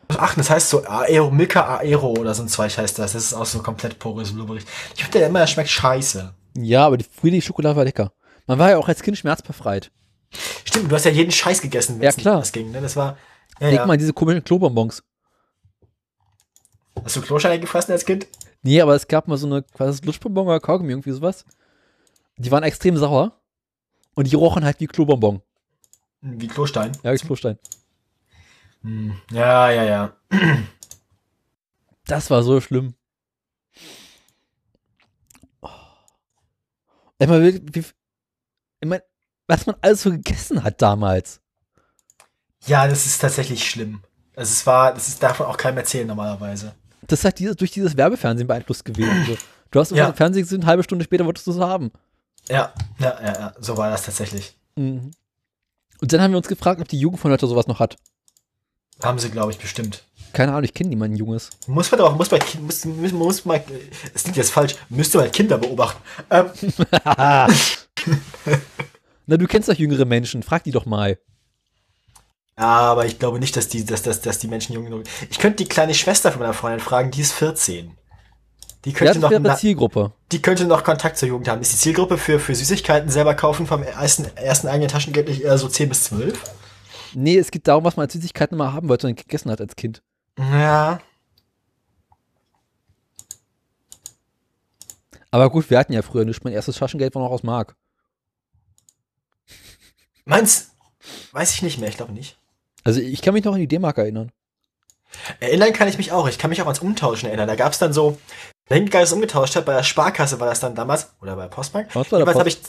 Ach, das heißt so Aero, Milka Aero oder so ein Zeug heißt das. Das ist auch so komplett porös blubberig. Ich finde der immer, der schmeckt scheiße. Ja, aber die früher die Schokolade war lecker. Man war ja auch als Kind schmerzbefreit. Stimmt, du hast ja jeden Scheiß gegessen, Ja, wenn's nicht klar. anders ging. Ne? Das war. Ja, Denk ja. mal an diese komischen Klobonbons. Hast du Klostein gefressen als Kind? Nee, aber es gab mal so eine, was ist das, Lutschbonbon oder Kaugummi, irgendwie sowas. Die waren extrem sauer. Und die rochen halt wie Klobonbon. Hm, Wie Klostein? Ja, wie Klostein. Hm. Ja, ja, ja. Das war so schlimm. Oh. Ich meine, wie, wie, ich meine, was man alles so gegessen hat damals. Ja, das ist tatsächlich schlimm. Also es war, das ist, darf man auch keinem erzählen normalerweise. Das hat dieses, durch dieses Werbefernsehen beeinflusst gewesen. So. Du hast Ja. im Fernsehen gesehen, eine halbe Stunde später wolltest du es haben. Ja, ja, ja, ja, so war das tatsächlich. Mhm. Und dann haben wir uns gefragt, ob die Jugend von heute sowas noch hat. Haben sie, glaube ich, bestimmt. Keine Ahnung, ich kenne niemanden Junges. Muss man doch, muss man, Ki- muss, muss, muss man, es klingt jetzt falsch, müsste man Kinder beobachten. Ähm, Na, du kennst doch jüngere Menschen, frag die doch mal. ja, aber ich glaube nicht, dass die, dass, dass, dass die Menschen jung genug Ich könnte die kleine Schwester von meiner Freundin fragen, die ist 14. Die Ja, könnte, das noch, wäre eine na, Zielgruppe. die könnte noch Kontakt zur Jugend haben. Ist die Zielgruppe für, für Süßigkeiten selber kaufen vom ersten, ersten eigenen Taschengeld nicht eher so 10 bis 12? Nee, es geht darum, was man als Süßigkeiten immer haben wollte und gegessen hat als Kind. Ja. Aber gut, wir hatten ja früher nicht. Mein erstes Taschengeld war noch aus Mark. Meins, weiß ich nicht mehr, ich glaube nicht. Also ich kann mich noch an die D-Mark erinnern. Erinnern kann ich mich auch. Ich kann mich auch ans Umtauschen erinnern. Da gab es dann so, wenn ich das umgetauscht habe, bei der Sparkasse war das dann damals, oder bei der Postbank. Was war der habe ich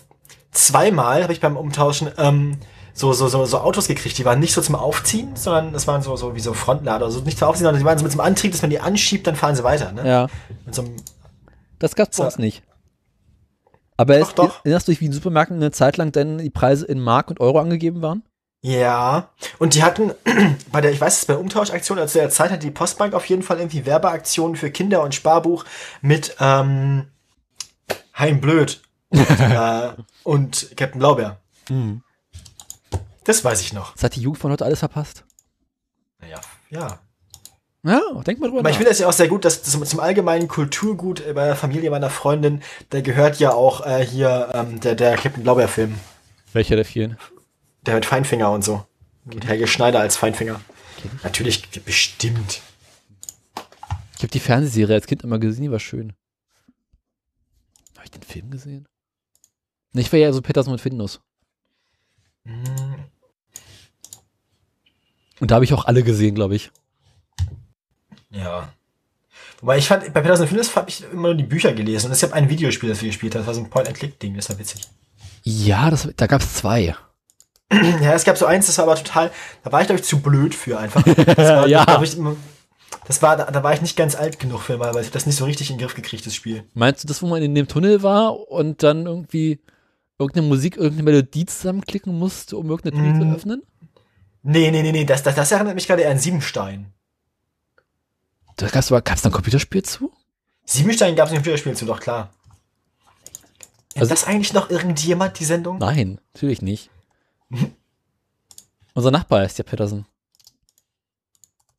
zweimal, habe ich beim Umtauschen ähm, so, so, so, so Autos gekriegt. Die waren nicht so zum Aufziehen, sondern das waren so, so wie so Frontlader. Also nicht zum Aufziehen, sondern die waren so mit so einem Antrieb, dass man die anschiebt, dann fahren sie weiter. Ne? Ja, Mit so einem, das gab's bei So. uns nicht. Aber Doch, es, doch. erinnerst du dich, wie in Supermärkten eine Zeit lang denn die Preise in Mark und Euro angegeben waren? Ja, und die hatten bei der, ich weiß es, bei der Umtauschaktion, also zu der Zeit hat die Postbank auf jeden Fall irgendwie Werbeaktionen für Kinder und Sparbuch mit ähm, Heimblöd und, äh, und Captain Blaubeer. Hm. Das weiß ich noch. Das hat die Jugend von heute alles verpasst. Naja, ja. Ja, denk mal drüber Aber nach. ich finde das ja auch sehr gut, dass zum, zum allgemeinen Kulturgut bei der Familie meiner Freundin, da gehört ja auch äh, hier ähm, der, der Captain Blaubeer-Film. Welcher der vielen? Der mit Feinfinger und so. Mit Helge Schneider als Feinfinger. Natürlich, bestimmt. Ich habe die Fernsehserie als Kind immer gesehen, die war schön. Habe ich den Film gesehen? Nee, Ich war ja so Petersen und Findus. Und da habe ich auch alle gesehen, glaube ich. Ja. Wobei ich fand, bei Peterson Phillips habe ich immer nur die Bücher gelesen und es gab ein Videospiel, das wir gespielt haben. Das war so ein Point-and-Click-Ding, das war witzig. Ja, das, da gab es zwei. ja, es gab so eins, das war aber total, da war ich glaube ich zu blöd für einfach. Das war, Ja. glaub ich, immer- das war, da, da war ich nicht ganz alt genug für mal, weil ich hab das nicht so richtig in den Griff gekriegt, das Spiel. Meinst du das, wo man in dem Tunnel war und dann irgendwie irgendeine Musik, irgendeine Melodie zusammenklicken musste, um irgendeine Tür zu öffnen? Nee, nee, nee, nee, das, das, das erinnert mich gerade eher an Siebenstein. Da gab es aber, gab's da ein Computerspiel zu? Siebenstein gab es ein Computerspiel zu, doch klar. Hat das eigentlich noch irgendjemand, die Sendung? Nein, natürlich nicht. Unser Nachbar ist ja Petersen.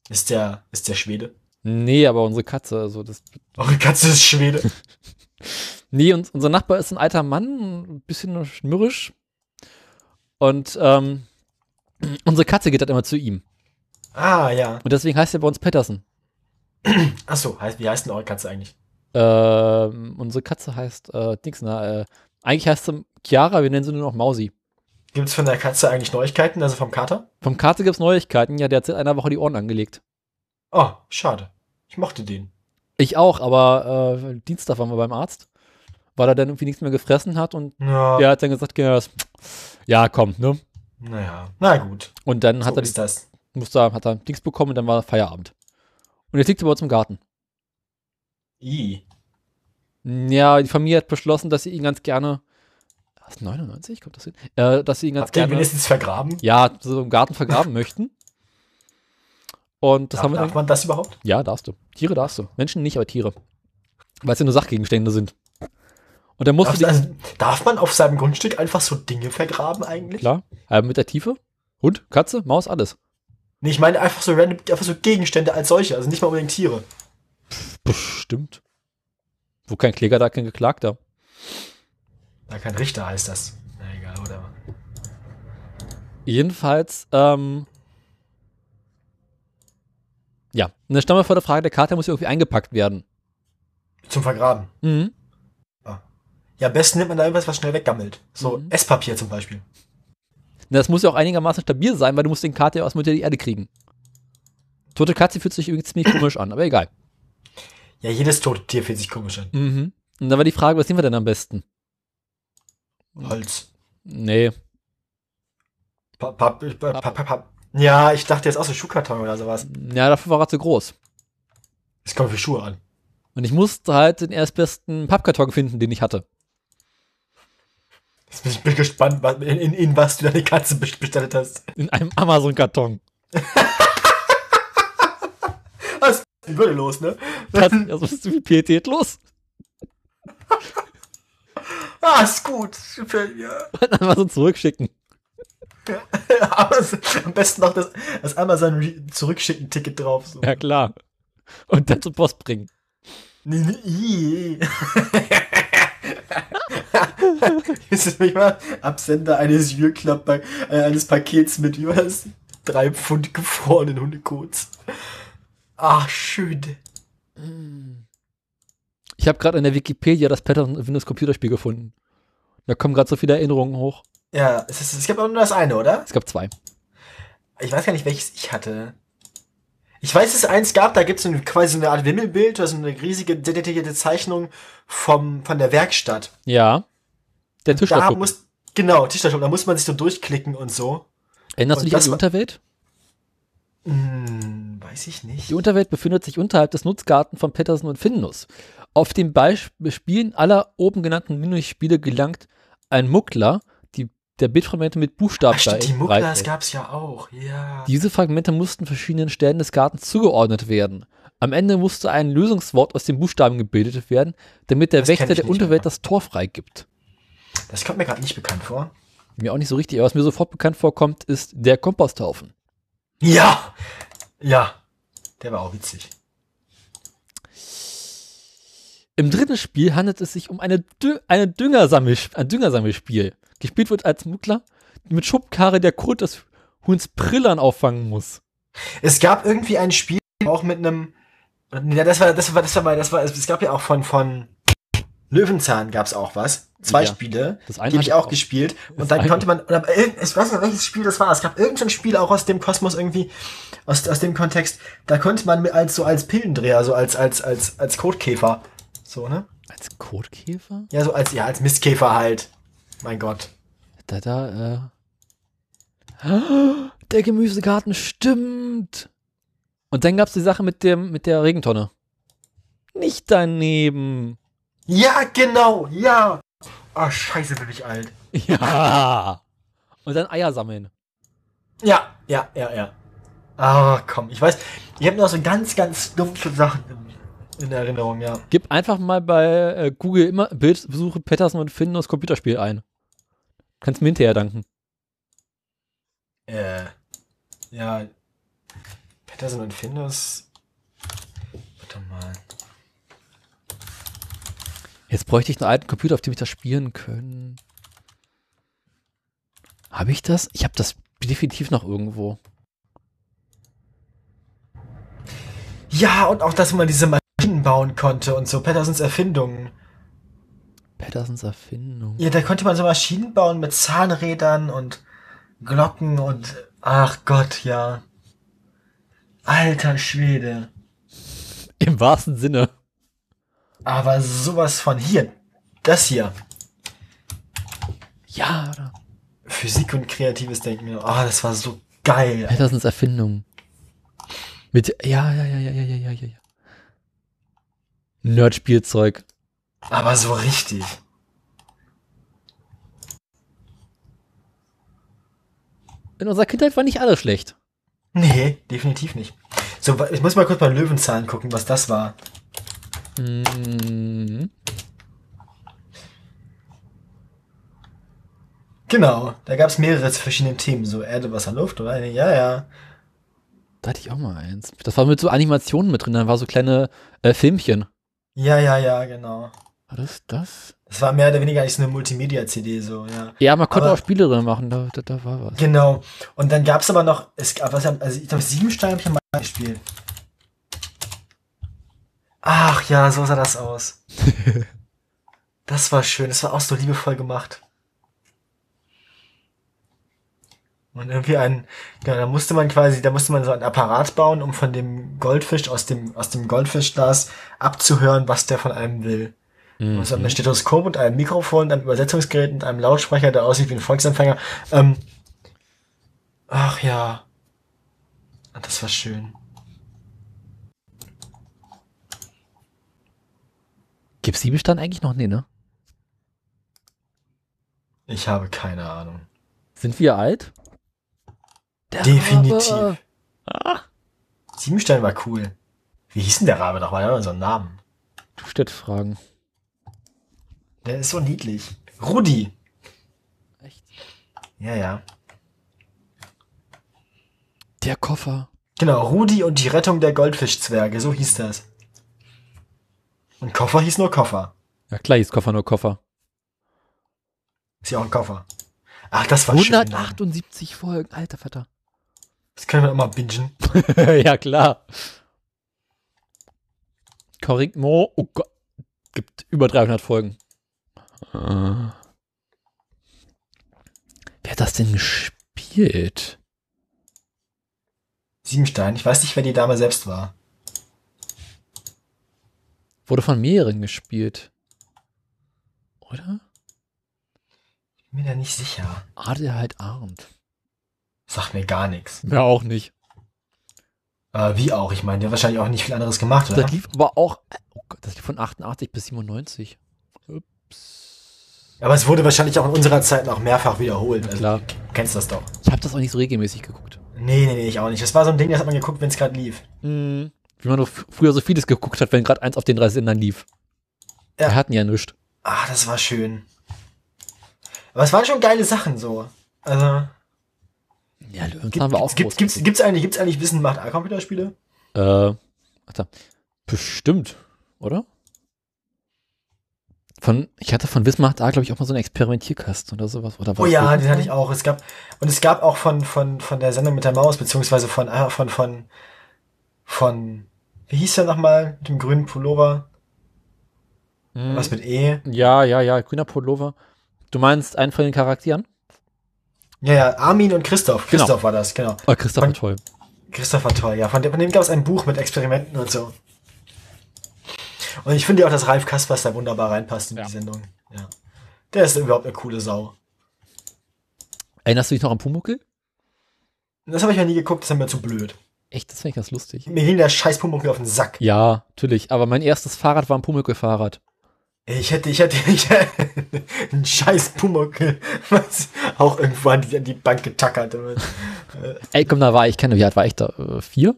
Ist der, ist der Schwede? Nee, aber unsere Katze, also das. Eure Katze ist Schwede. Nee, und unser Nachbar ist ein alter Mann, ein bisschen mürrisch. Und ähm, unsere Katze geht halt immer zu ihm. Ah, ja. Und deswegen heißt er bei uns Petersen. Achso, heißt, wie heißt denn eure Katze eigentlich? Ähm, unsere Katze heißt äh, nix, na, äh, eigentlich heißt sie Chiara, wir nennen sie nur noch Mausi. Gibt's von der Katze eigentlich Neuigkeiten, also vom Kater? Vom Kater gibt's Neuigkeiten, ja, der hat seit einer Woche die Ohren angelegt. Oh, schade. Ich mochte den. Ich auch, aber äh, Dienstag waren wir beim Arzt, weil er dann irgendwie nichts mehr gefressen hat und Ja. der hat dann gesagt, ja, das, ja komm, ne? Naja, na gut. Und dann hat So er ist die- das. Musste, er- hat er Dings bekommen und dann war Feierabend. Und jetzt liegt er bei uns im Garten. I. Ja, die Familie hat beschlossen, dass sie ihn ganz gerne. Was, 99? Kommt das hin? Äh, dass sie ihn ganz Habt ihr ihn gerne. wenigstens vergraben? Ja, so im Garten vergraben möchten. Und das Darf- haben wir darf man das überhaupt? Ja, darfst du. Tiere darfst du. Menschen nicht, aber Tiere. Weil es ja nur Sachgegenstände sind. Und dann musst Darf, du die. also, darf man auf seinem Grundstück einfach so Dinge vergraben eigentlich? Klar. Aber mit der Tiefe? Hund, Katze, Maus, alles. Nee, ich meine einfach so random, einfach so Gegenstände als solche, also nicht mal unbedingt Tiere. Bestimmt. Wo kein Kläger, da kein Geklagter. Da kein Richter heißt das. Na egal, oder? Jedenfalls, ähm. Ja, eine Stamme vor der Frage der Karte muss irgendwie eingepackt werden. Zum Vergraben. Ah. Mhm. Ja, am besten nimmt man da irgendwas, was schnell weggammelt. So Mhm. Esspapier zum Beispiel. Na, Das muss ja auch einigermaßen stabil sein, weil du musst den Kater ja aus Mutter die Erde kriegen. Tote Katze fühlt sich übrigens ziemlich komisch an, aber egal. Ja, jedes tote Tier fühlt sich komisch an. Mhm. Und dann war die Frage, was nehmen wir denn am besten? Mhm. Holz. Nee, Papp, papp, papp, papp, papp, papp. Ja, ich dachte jetzt auch so Schuhkarton oder sowas. ja, dafür war er zu groß. Es kommt für Schuhe an. Und ich musste halt den erstbesten Pappkarton finden, den ich hatte. Jetzt bin ich bin gespannt, was- in, in, in was du deine Katze best- bestattet hast. In einem Amazon-Karton. Das ist würdelos, ne? Das, das ist zu viel pietätlos. Ah, ist gut. Das Gefällt mir. Und dann mal so zurückschicken. Aber es- am besten noch das, das Amazon Re- Zurückschicken-Ticket drauf. So. Ja, klar. Und dann zur Post bringen. Nee, nee, ii. Ist es nicht mal Absender eines Jürklapp äh, eines Pakets mit wie war das? Drei Pfund gefrorenen Hundekots. Ach, schön. Ich habe gerade in der Wikipedia das Pattern Windows Computerspiel gefunden. Da kommen gerade so viele Erinnerungen hoch. Ja, es, ist, es gibt auch nur das eine, oder? Es gab zwei. Ich weiß gar nicht, welches ich hatte. Ich weiß, dass es eins gab, da gibt es quasi so eine Art Wimmelbild, also eine riesige detaillierte Zeichnung vom, von der Werkstatt. Ja. Der Tisch Da muss, genau, Tischlershop, da muss man sich so durchklicken und so. Erinnerst du und dich an das die war- Unterwelt? Hm, weiß ich nicht. Die Unterwelt befindet sich unterhalb des Nutzgarten von Patterson und Findus. Auf dem Beispiel Spielen aller oben genannten Minispiele gelangt ein Muckler, die, der Bildfragmente mit Buchstaben Ach, stimmt, die Mucklas bereitgelegt. gab's ja auch. Ja. Diese Fragmente mussten verschiedenen Stellen des Gartens zugeordnet werden. Am Ende musste ein Lösungswort aus den Buchstaben gebildet werden, damit der Das kenn Wächter ich der nicht, Unterwelt das Tor freigibt. Das kommt mir gerade nicht bekannt vor. Mir auch nicht so richtig, aber was mir sofort bekannt vorkommt, ist der Komposthaufen. Ja! Ja. Der war auch witzig. Im dritten Spiel handelt es sich um eine Dü eine Düngersammelspiel, ein Düngersammelspiel. Gespielt wird als Muggler mit Schubkarre der Kult des Huhns Prillern auffangen muss. Es gab irgendwie ein Spiel auch mit einem. Ja, das war, das war, das war, mal- das war, es gab ja auch von, von Löwenzahn gab's auch was. Zwei Ja. Spiele. Das Das eine die habe ich hatte ich auch auch. gespielt. Das Und dann eine. konnte man, oder, irgend- ich weiß nicht, welches Spiel das war. Es gab irgendein Spiel auch aus dem Kosmos irgendwie, aus, aus dem Kontext. Da konnte man mit- als, so als Pillendreher, so als, als, als, als Kotkäfer. So, ne? Als Kotkäfer? Ja, so als, ja, als Mistkäfer halt. Mein Gott. Da, da, äh. Der Gemüsegarten stimmt. Und dann gab's die Sache mit dem, mit der Regentonne. Nicht daneben. Ja, genau, ja. Ah, scheiße, bin ich alt. Ja. Und dann Eier sammeln. Ja, ja, ja, ja. Ah, komm, ich weiß, ich habe noch so ganz, ganz dumpfe Sachen in, in Erinnerung, ja. Gib einfach mal bei äh, Google immer Bildsuche Patterson und Finn das Computerspiel ein. Kannst mir hinterher danken. Äh, ja. Patterson und Findus. Warte mal. Jetzt bräuchte ich einen alten Computer, auf dem ich das spielen können. Habe ich das? Ich habe das definitiv noch irgendwo. Ja, und auch, dass man diese Maschinen bauen konnte und so, Pattersons Erfindungen. Pattersons Erfindung. Ja, da konnte man so Maschinen bauen mit Zahnrädern und Glocken und, ach Gott, ja. Alter Schwede. Im wahrsten Sinne. Aber sowas von hier. Das hier. Ja, oder? Physik und kreatives Denken. Ah, das war so geil. Pattersons Erfindung. Mit, ja, ja, ja, ja, ja, ja, ja, ja, ja. Nerd-Spielzeug. Aber so richtig. In unserer Kindheit war nicht alles schlecht. Nee, definitiv nicht. So, wa- ich muss mal kurz mal Löwenzahn gucken, was das war. Mhm. Genau, da gab es mehrere verschiedene Themen. So Erde, Wasser, Luft oder eine. Ja, ja. Da hatte ich auch mal eins. Das war mit so Animationen mit drin. Da war so kleine äh, Filmchen. Ja, ja, ja, genau. War das das? Das war mehr oder weniger eigentlich so eine Multimedia-CD, so, ja. Ja, man konnte Aber- auch Spiele drin machen. Da, da, da war was. Genau. Und dann gab es aber noch, es gab, was, hab- also ich glaube, Siebenstein habe ich am meisten gespielt. Ach ja, so sah das aus. das war schön, das war auch so liebevoll gemacht. Und irgendwie ein, ja, da musste man quasi, da musste man so einen Apparat bauen, um von dem Goldfisch aus dem, aus dem Goldfischglas abzuhören, was der von einem will. Und so einem Stethoskop und einem Mikrofon, einem Übersetzungsgerät und einem Lautsprecher, der aussieht wie ein Volksempfänger. Ähm, ach ja. Ah, Das war schön. Gibt's Siebenstand eigentlich noch? Nee, ne? Ich habe keine Ahnung. Sind wir alt? Definitiv. Rabe. äh, Siebenstein war cool. Wie hieß denn der Rabe nochmal? Der hat so einen Namen. Du stellst Fragen. Der ist so niedlich. Rudi. Echt? Ja, ja. Der Koffer. Genau, Rudi und die Rettung der Goldfischzwerge, so hieß das. Und Koffer hieß nur Koffer. Ja, klar, hieß Koffer nur Koffer. Ist ja auch ein Koffer. Ach, das war schön. 178 Folgen. Alter Vater. Das können wir immer bingen. ja, klar. Corrigmo, oh Gott, gibt über 300 Folgen. Wer hat das denn gespielt? Siebenstein, ich weiß nicht, wer die Dame selbst war. Wurde von mehreren gespielt. Oder? Ah, Bin mir da nicht sicher. Adelheid Arndt. Sagt mir gar nichts. halt Ja, auch nicht. Äh, wie auch, ich meine, der hat wahrscheinlich auch nicht viel anderes gemacht, oder? Das lief aber auch, oh Gott, das lief von 88 bis 97. Ups. Aber es wurde wahrscheinlich auch in unserer Zeit noch mehrfach wiederholt. Also, klar. Du kennst das doch. Ich habe das auch nicht so regelmäßig geguckt. Nee, nee, nee, ich auch nicht. Das war so ein Ding, das hat man geguckt, wenn es gerade lief. Mhm. Wie man doch f- früher so vieles geguckt hat, wenn gerade eins auf den drei Sendern lief. Wir hatten ja nichts. Ah, das war schön. Aber es waren schon geile Sachen so. Also. Ja, Löwenzahn haben wir auch Gibt's, gibt's, gibt's, eigentlich, gibt's eigentlich Wissen macht A Computerspiele? Äh, warte. Bestimmt, oder? Von, ich hatte von Wismar A, glaube ich, auch mal so einen Experimentierkasten oder sowas. Oder Oh ja, den hatte ich auch. Es gab, und es gab auch von, von, von der Sendung mit der Maus, beziehungsweise von, ah, von, von, von, wie hieß der nochmal? Mit dem grünen Pullover? Hm. Was mit E? Ja, ja, ja, grüner Pullover. Du meinst einen von den Charakteren? Ja, ja, Armin und Christoph. Genau. Christoph war das, genau. Oh, Christoph war toll. Christoph war toll, ja. Von dem, von dem gab es ein Buch mit Experimenten und so. Und ich finde ja auch, dass Ralf Kaspers da wunderbar reinpasst in die Sendung. Ja. Der ist überhaupt eine coole Sau. Erinnerst du dich noch an Pumuckel? Das habe ich ja nie geguckt, das ist mir zu blöd. Echt, das finde ich ganz lustig. Mir ging der scheiß Pumuckl auf den Sack. Ja, natürlich. Aber mein erstes Fahrrad war ein Pumuckel-Fahrrad. Ich hätte, ich hätte, ich hätte einen scheiß Pumuckl was auch irgendwo an die, an die Bank getackert. damit. Äh, Ey, komm, da war ich, keine, wie alt war ich da? Äh, Vier?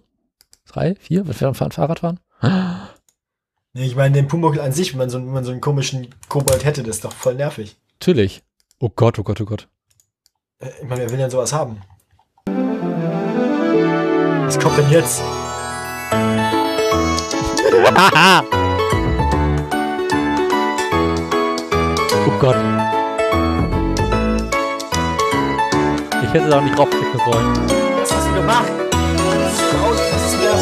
Drei? Vier? Wenn wir am Fahrrad fahren? nee, ich meine, den Pumuckl an sich, wenn man, so, wenn man so einen komischen Kobold hätte, das ist doch voll nervig. Natürlich. Oh Gott, oh Gott, oh Gott. Äh, Ich meine, wer will denn sowas haben? Was kommt denn jetzt? Oh Gott. Ich hätte da auch nicht draufklicken sollen. Was hast du gemacht? Das ist raus, das ist wieder-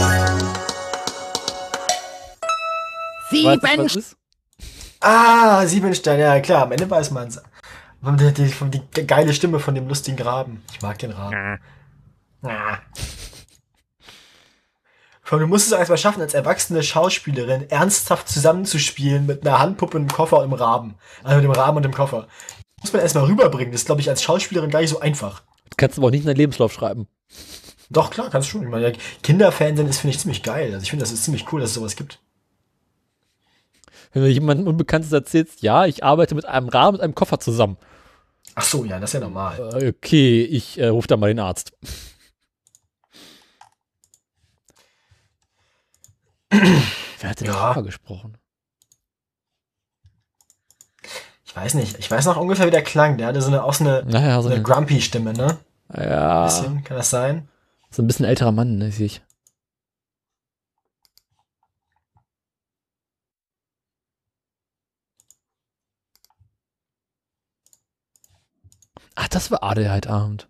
Weißt du, was ist? Ah, Siebenstein, ja klar, am Ende weiß man's. Von der- Die, von die, die geile Stimme von dem lustigen Raben. Ich mag den Raben. Ah. Vor allem, Du musst es erstmal schaffen, als erwachsene Schauspielerin ernsthaft zusammenzuspielen mit einer Handpuppe, einem Koffer und einem Raben. Also mit dem Raben und dem Koffer. Muss man erstmal rüberbringen. Das ist, glaube ich, als Schauspielerin gar nicht so einfach. Du kannst aber auch nicht in deinen Lebenslauf schreiben. Doch, klar, kannst du schon. Ich meine, Kinderfernsehen ist, finde ich, ziemlich geil. Also ich finde, das ist ziemlich cool, dass es sowas gibt. Wenn du jemandem Unbekanntes erzählst, ja, ich arbeite mit einem Rahmen und einem Koffer zusammen. Ach so, ja, das ist ja normal. Äh, Okay, ich äh, rufe da mal den Arzt. Wer hat denn Ja. darüber gesprochen? Ich weiß nicht. Ich weiß noch ungefähr, wie der klang. Der hatte so eine, auch so eine, Naja, so so eine ein, Grumpy-Stimme, ne? Mhm. ja, so bisschen, kann das sein? ein bisschen älterer Mann, ne, sehe ich. Ach, das war Adelheid-Abend.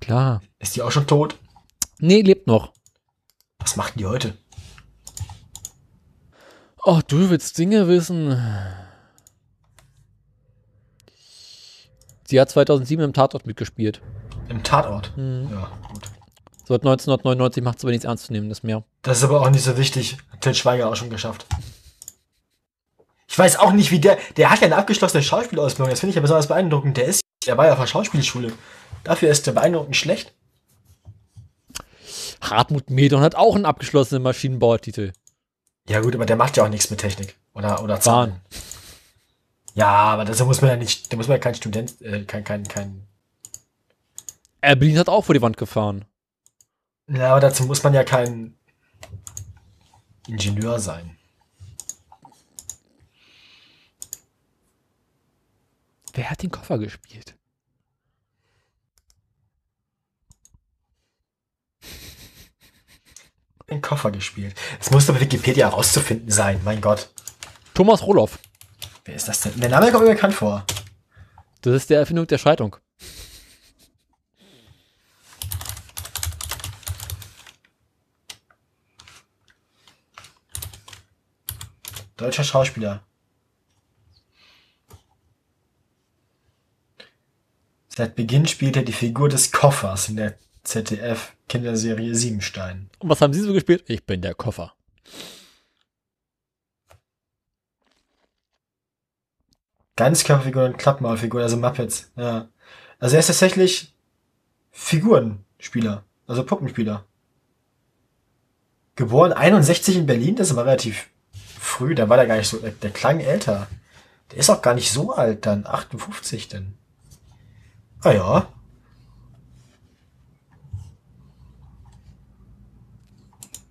Klar. Ist die auch schon tot? Nee, lebt noch. Was machen die heute? Oh, du willst Dinge wissen. Sie hat 2007 im Tatort mitgespielt. Im Tatort. Ja, gut. Seit 1999 macht es aber nichts Ernstzunehmendes mehr. Das ist aber auch nicht so wichtig. Hat Till Schweiger auch schon geschafft. Ich weiß auch nicht, wie der. Der hat ja eine abgeschlossene Schauspielausbildung. Das finde ich ja besonders beeindruckend. Der ist. Der war ja auf der Schauspielschule. Dafür ist der beeindruckend schlecht. Hartmut Medon hat auch einen abgeschlossenen Maschinenbauertitel. Ja, gut, aber der macht ja auch nichts mit Technik. Oder, oder Zahlen. Ja, aber das muss man ja nicht. Da muss man ja kein Student. Äh, kein, kein, kein. Erbelin Äh, hat auch vor die Wand gefahren. Ja, aber dazu muss man ja kein. Ingenieur sein. Wer hat den Koffer gespielt? Den Koffer gespielt. Es muss doch bei Wikipedia herauszufinden sein. Mein Gott. Thomas Roloff. Wer ist das denn? Der Name kommt mir bekannt vor. Das ist der Erfindung der Scheidung. Deutscher Schauspieler. Seit Beginn spielt er die Figur des Koffers in der ZDF-Kinderserie Siebenstein. Und was haben Sie so gespielt? Ich bin der Koffer. Ganzkörperfigur und Klappmaulfigur, also Muppets. Ja. Also er ist tatsächlich Figurenspieler, also Puppenspieler. Geboren 61 in Berlin, das war relativ früh, da war der gar nicht so, der, der klang älter. Der ist auch gar nicht so alt dann, 58 denn. Ah ja.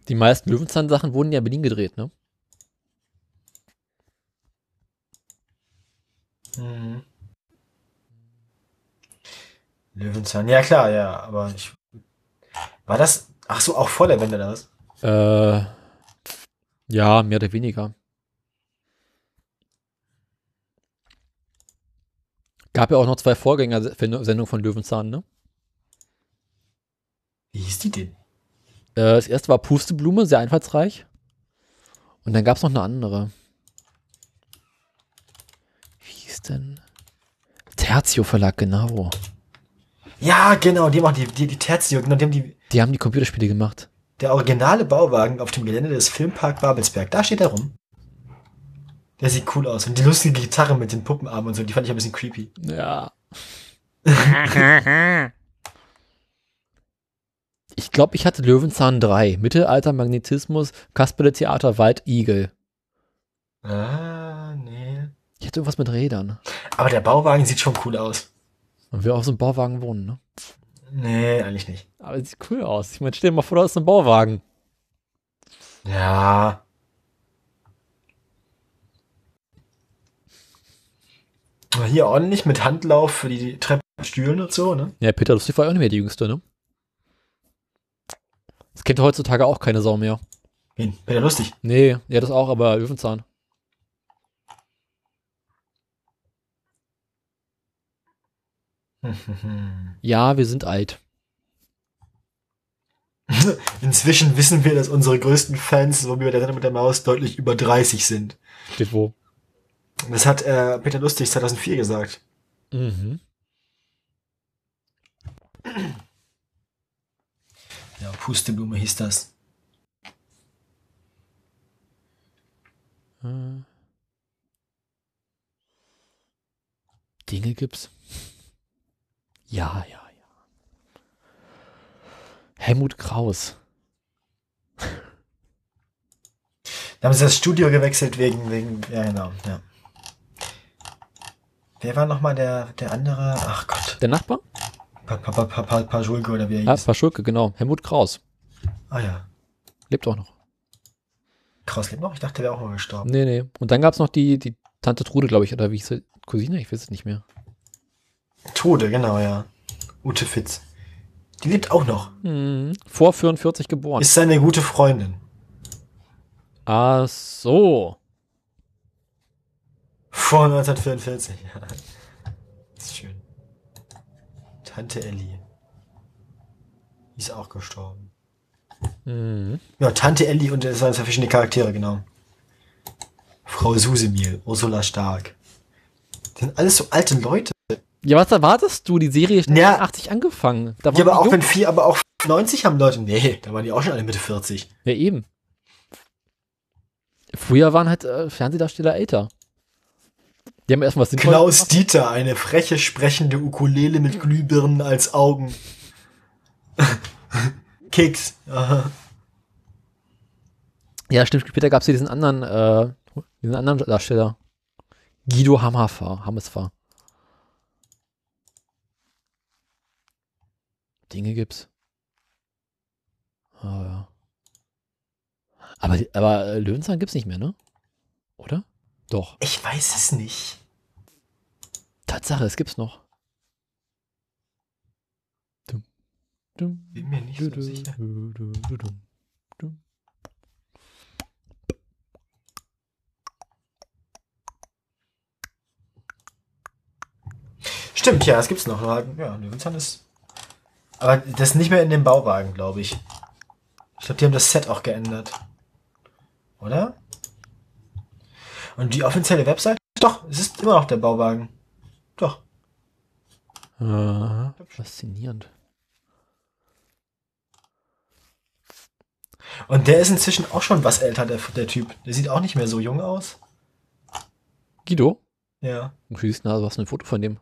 Die meisten Löwenzahn-Sachen wurden ja in Berlin gedreht, ne? Mhm. Löwenzahn, ja klar, ja, aber ich. War das. Ach so, auch vor der Wende oder was? Äh, ja, mehr oder weniger. Gab ja auch noch zwei Vorgängersendungen von Löwenzahn, ne? Wie hieß die denn? Äh, das erste war Pusteblume, sehr einfallsreich. Und dann gab es noch eine andere. Wie hieß denn? Tertio Verlag, genau. Ja, genau, die machen die, die, die Terzio, genau, die haben die. Die haben die Computerspiele gemacht. Der originale Bauwagen auf dem Gelände des Filmpark Babelsberg, da steht er rum. Der sieht cool aus. Und die lustige Gitarre mit den Puppenarmen und so, die fand ich ein bisschen creepy. Ja. ich glaube, ich hatte Löwenzahn 3, Mittelalter, Magnetismus, Kasperle Theater, Wald, Igel. Ah, nee. Ich hatte irgendwas mit Rädern. Aber der Bauwagen sieht schon cool aus. Und wir auf so einem Bauwagen wohnen, ne? Nee, eigentlich nicht. Aber es sieht cool aus. Ich meine, stell dir mal vor, das ist ein Bauwagen. Ja. Aber Hier ordentlich mit Handlauf für die Treppenstühlen und so, ne? Ja, Peter Lustig war ja auch nicht mehr die Jüngste, ne? Das kennt heutzutage auch keine Sau mehr. Wen? Peter Lustig. Nee, ja, das auch, aber Löwenzahn. Ja, wir sind alt. Inzwischen wissen wir, dass unsere größten Fans, so wie bei der Sendung mit der Maus, deutlich über 30 sind. Steht wo? Das hat äh, Peter Lustig 2004 gesagt. Mhm. Ja, Pusteblume hieß das. Äh. Dinge gibt's. Ja, ja, ja. Helmut Kraus. Da haben sie das Studio gewechselt wegen, wegen, ja genau, ja. Wer war nochmal der, der andere? Ach Gott. Der Nachbar? Pa, pa, pa, pa, pa, Pajulke oder wie er Ja, hieß. Paar Schulke, genau. Helmut Kraus. Ah ja. Lebt auch noch. Kraus lebt noch? Ich dachte, der wäre auch mal gestorben. Nee, nee. Und dann gab's noch die, die Tante Trude, glaube ich, oder wie hieß sie? Cousine? Ich weiß es nicht mehr. Tode, genau, ja. Ute Fitz. Die lebt auch noch. Mhm. Vor 44 geboren. Ist seine gute Freundin. Ach so. Vor 1944. Ja. Ist schön. Tante Elli. Die Ist auch gestorben. Mhm. Ja, Tante Elli und es waren zwei verschiedene Charaktere, genau. Frau Susemiel, Ursula Stark. Das sind alles so alte Leute. Ja, was erwartest du? Die Serie ist Ja. 80 angefangen. Da Ja, waren aber die auch wenn jung. vier, aber auch 90 haben Leute. Nee, da waren die auch schon alle Mitte 40. Ja, eben. Früher waren halt äh, Fernsehdarsteller älter. Die haben erstmal was Sinnvolles Klaus Dieter, eine freche sprechende Ukulele mit Glühbirnen als Augen. Keks. Aha. Ja, stimmt. Später gab es hier diesen anderen, äh, diesen anderen Darsteller. Guido Hammerfahr. Hammesfahr. Dinge gibt's. Ah, ja. Aber, aber äh, Löwenzahn gibt's nicht mehr, ne? Oder? Doch. Ich weiß es nicht. Tatsache, es gibt's noch. Dum, dum, Bin mir nicht so du, sicher. du, du, du, dum, dum. Stimmt, ja, es gibt's noch. Ja, Löwenzahn ist. Aber das ist nicht mehr in dem Bauwagen, glaube ich. Ich glaube, die haben das Set auch geändert. Oder? Und die offizielle Website? Doch, es ist immer noch der Bauwagen. Doch. Ah, faszinierend. Und der ist inzwischen auch schon was älter, der, der Typ. Der sieht auch nicht mehr so jung aus. Guido? Ja. Du siehst, na, du hast also ein Foto von dem.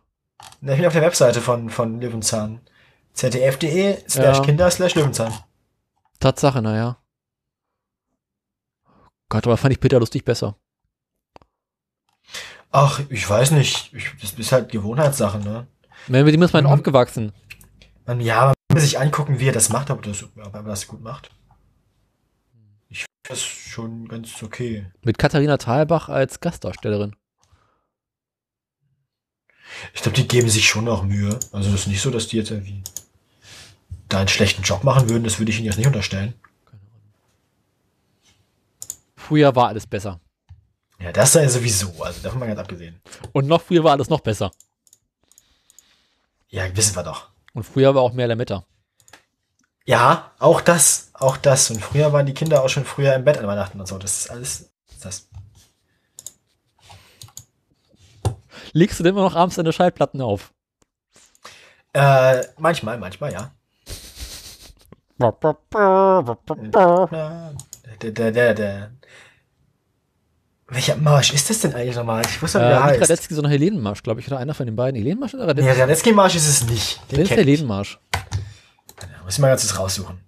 Na, Ich bin auf der Webseite von, von Löwenzahn. zdf.de E slash Ja. kinder slash Löwenzahn. Tatsache, naja. Gott, aber fand ich Peter lustig besser. Ach, ich weiß nicht. Ich, das ist halt Gewohnheitssache, ne? Wenn wir dem ist man aufgewachsen. Man, ja, man muss sich angucken, wie er das macht, ob er das, ob er das gut macht. Ich finde das schon ganz okay. Mit Katharina Thalbach als Gastdarstellerin. Ich glaube, die geben sich schon auch Mühe. Also das ist nicht so, dass die jetzt irgendwie da einen schlechten Job machen würden. Das würde ich ihnen jetzt nicht unterstellen. Früher war alles besser. Ja, das sei sowieso. Also davon mal ganz abgesehen. Und noch früher war alles noch besser. Ja, wissen wir doch. Und früher war auch mehr Lametta. Ja, auch das, auch das. Und früher waren die Kinder auch schon früher im Bett an Weihnachten und so. Das ist alles. Das. Legst du denn immer noch abends deine Schallplatten auf? Äh, manchmal, manchmal, ja. Der, der, der, der. Welcher Marsch ist das denn eigentlich nochmal? Ich wusste, wie Äh, der nicht heißt. Radetzky, sondern Helenenmarsch, glaube ich. Oder einer von den beiden. Helenenmarsch oder Nee, Radetzky? Radetzky-Marsch ist es nicht. Den Den ist kenn ich. Helenenmarsch. Da muss ich mal ganz kurz raussuchen.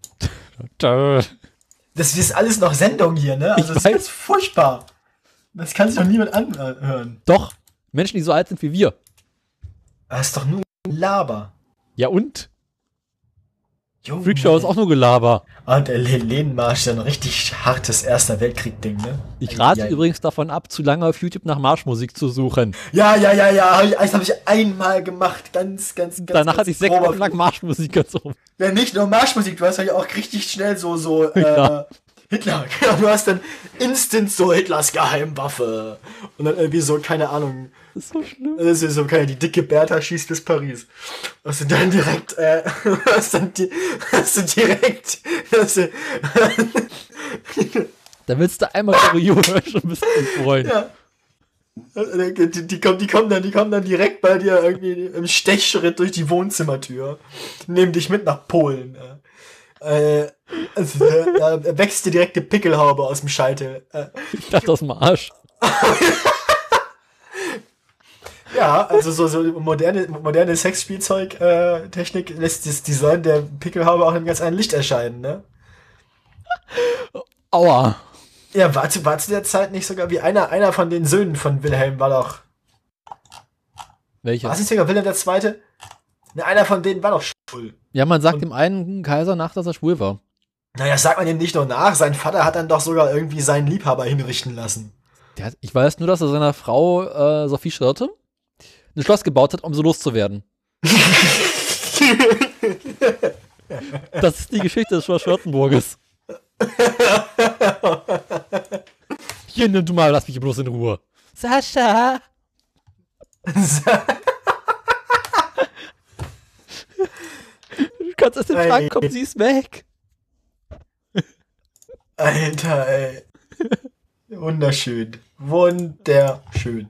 Wie Das ist alles noch Sendung hier, ne? Also das ist ganz furchtbar. Das kann sich doch niemand anhören. Doch, Menschen, die so alt sind wie wir. Das ist doch nur Laber. Ja und? Junge. Freakshow ist auch nur Gelaber. Und der Lenenmarsch ist ja ein richtig hartes Erster Weltkrieg-Ding, ne? Ich rate Eieiei. übrigens davon ab, zu lange auf YouTube nach Marschmusik zu suchen. Ja, ja, ja, ja. hab ich- Das habe ich einmal gemacht. Ganz, ganz, ganz. Danach ganz hatte ich sechs grob. Wochen lang Marschmusik gezogen. Ja, nicht nur Marschmusik, du hast ja auch richtig schnell so, so, äh, Hitler. Hitler. Genau, du hast dann instant so Hitlers Geheimwaffe. Und dann irgendwie so, keine Ahnung. Das ist so schlimm. Das ist so, keine, die dicke Bertha schießt bis Paris. Hast du dann direkt, äh, hast dann die, hast du direkt, hast du, Da willst du einmal Choreo hören, schon bist du freuen. ja. Die, die, die, kommen, die, kommen dann, die kommen dann direkt bei dir irgendwie im Stechschritt durch die Wohnzimmertür. Nehmen dich mit nach Polen. ne? Äh, äh, also, äh, da wächst dir direkt die Pickelhaube aus dem Scheitel. Äh, Ich dachte aus dem Arsch. ja, also so, so moderne, moderne Sexspielzeug-Technik lässt das Design der Pickelhaube auch in einem ganz anderen Licht erscheinen, ne? Aua. Ja, war zu, war zu der Zeit nicht sogar wie einer, einer von den Söhnen von Wilhelm war doch. Welcher? Was ist sogar Wilhelm der Zweite? Ne, einer von denen war doch schwul. Ja, man sagt dem einen Kaiser nach, dass er schwul war. Naja, sagt man ihm nicht nur nach, sein Vater hat dann doch sogar irgendwie seinen Liebhaber hinrichten lassen. Der hat, ich weiß nur, dass er seiner Frau äh, Sophie Schirte ein Schloss gebaut hat, um so loszuwerden. Das ist die Geschichte des Schloss Schörtenburges. Hier, nimm du mal, lass mich bloß in Ruhe. Sascha! Du kannst aus dem Ey. Schrank kommen, sie ist weg. Alter, ey. Wunderschön. Wunderschön.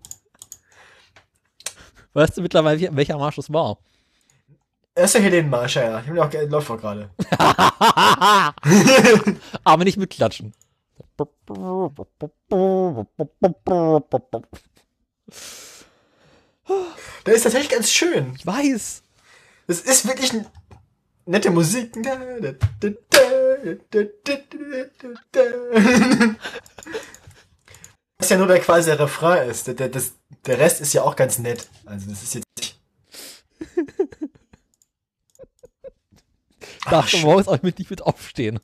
Weißt du mittlerweile, wie- welcher Marsch das war? Er ist ja hier den Marscher, ja. Ich bin auch ge- läuft auch gerade. Aber nicht mit Klatschen. Der ist tatsächlich ganz schön. Ich weiß. Das ist wirklich n- nette Musik. Das ist ja nur der quasi der Refrain ist. Der, der, das, der Rest ist ja auch ganz nett. Also das ist jetzt nicht. Dachte, du morgens auch mit, nicht mit aufstehen.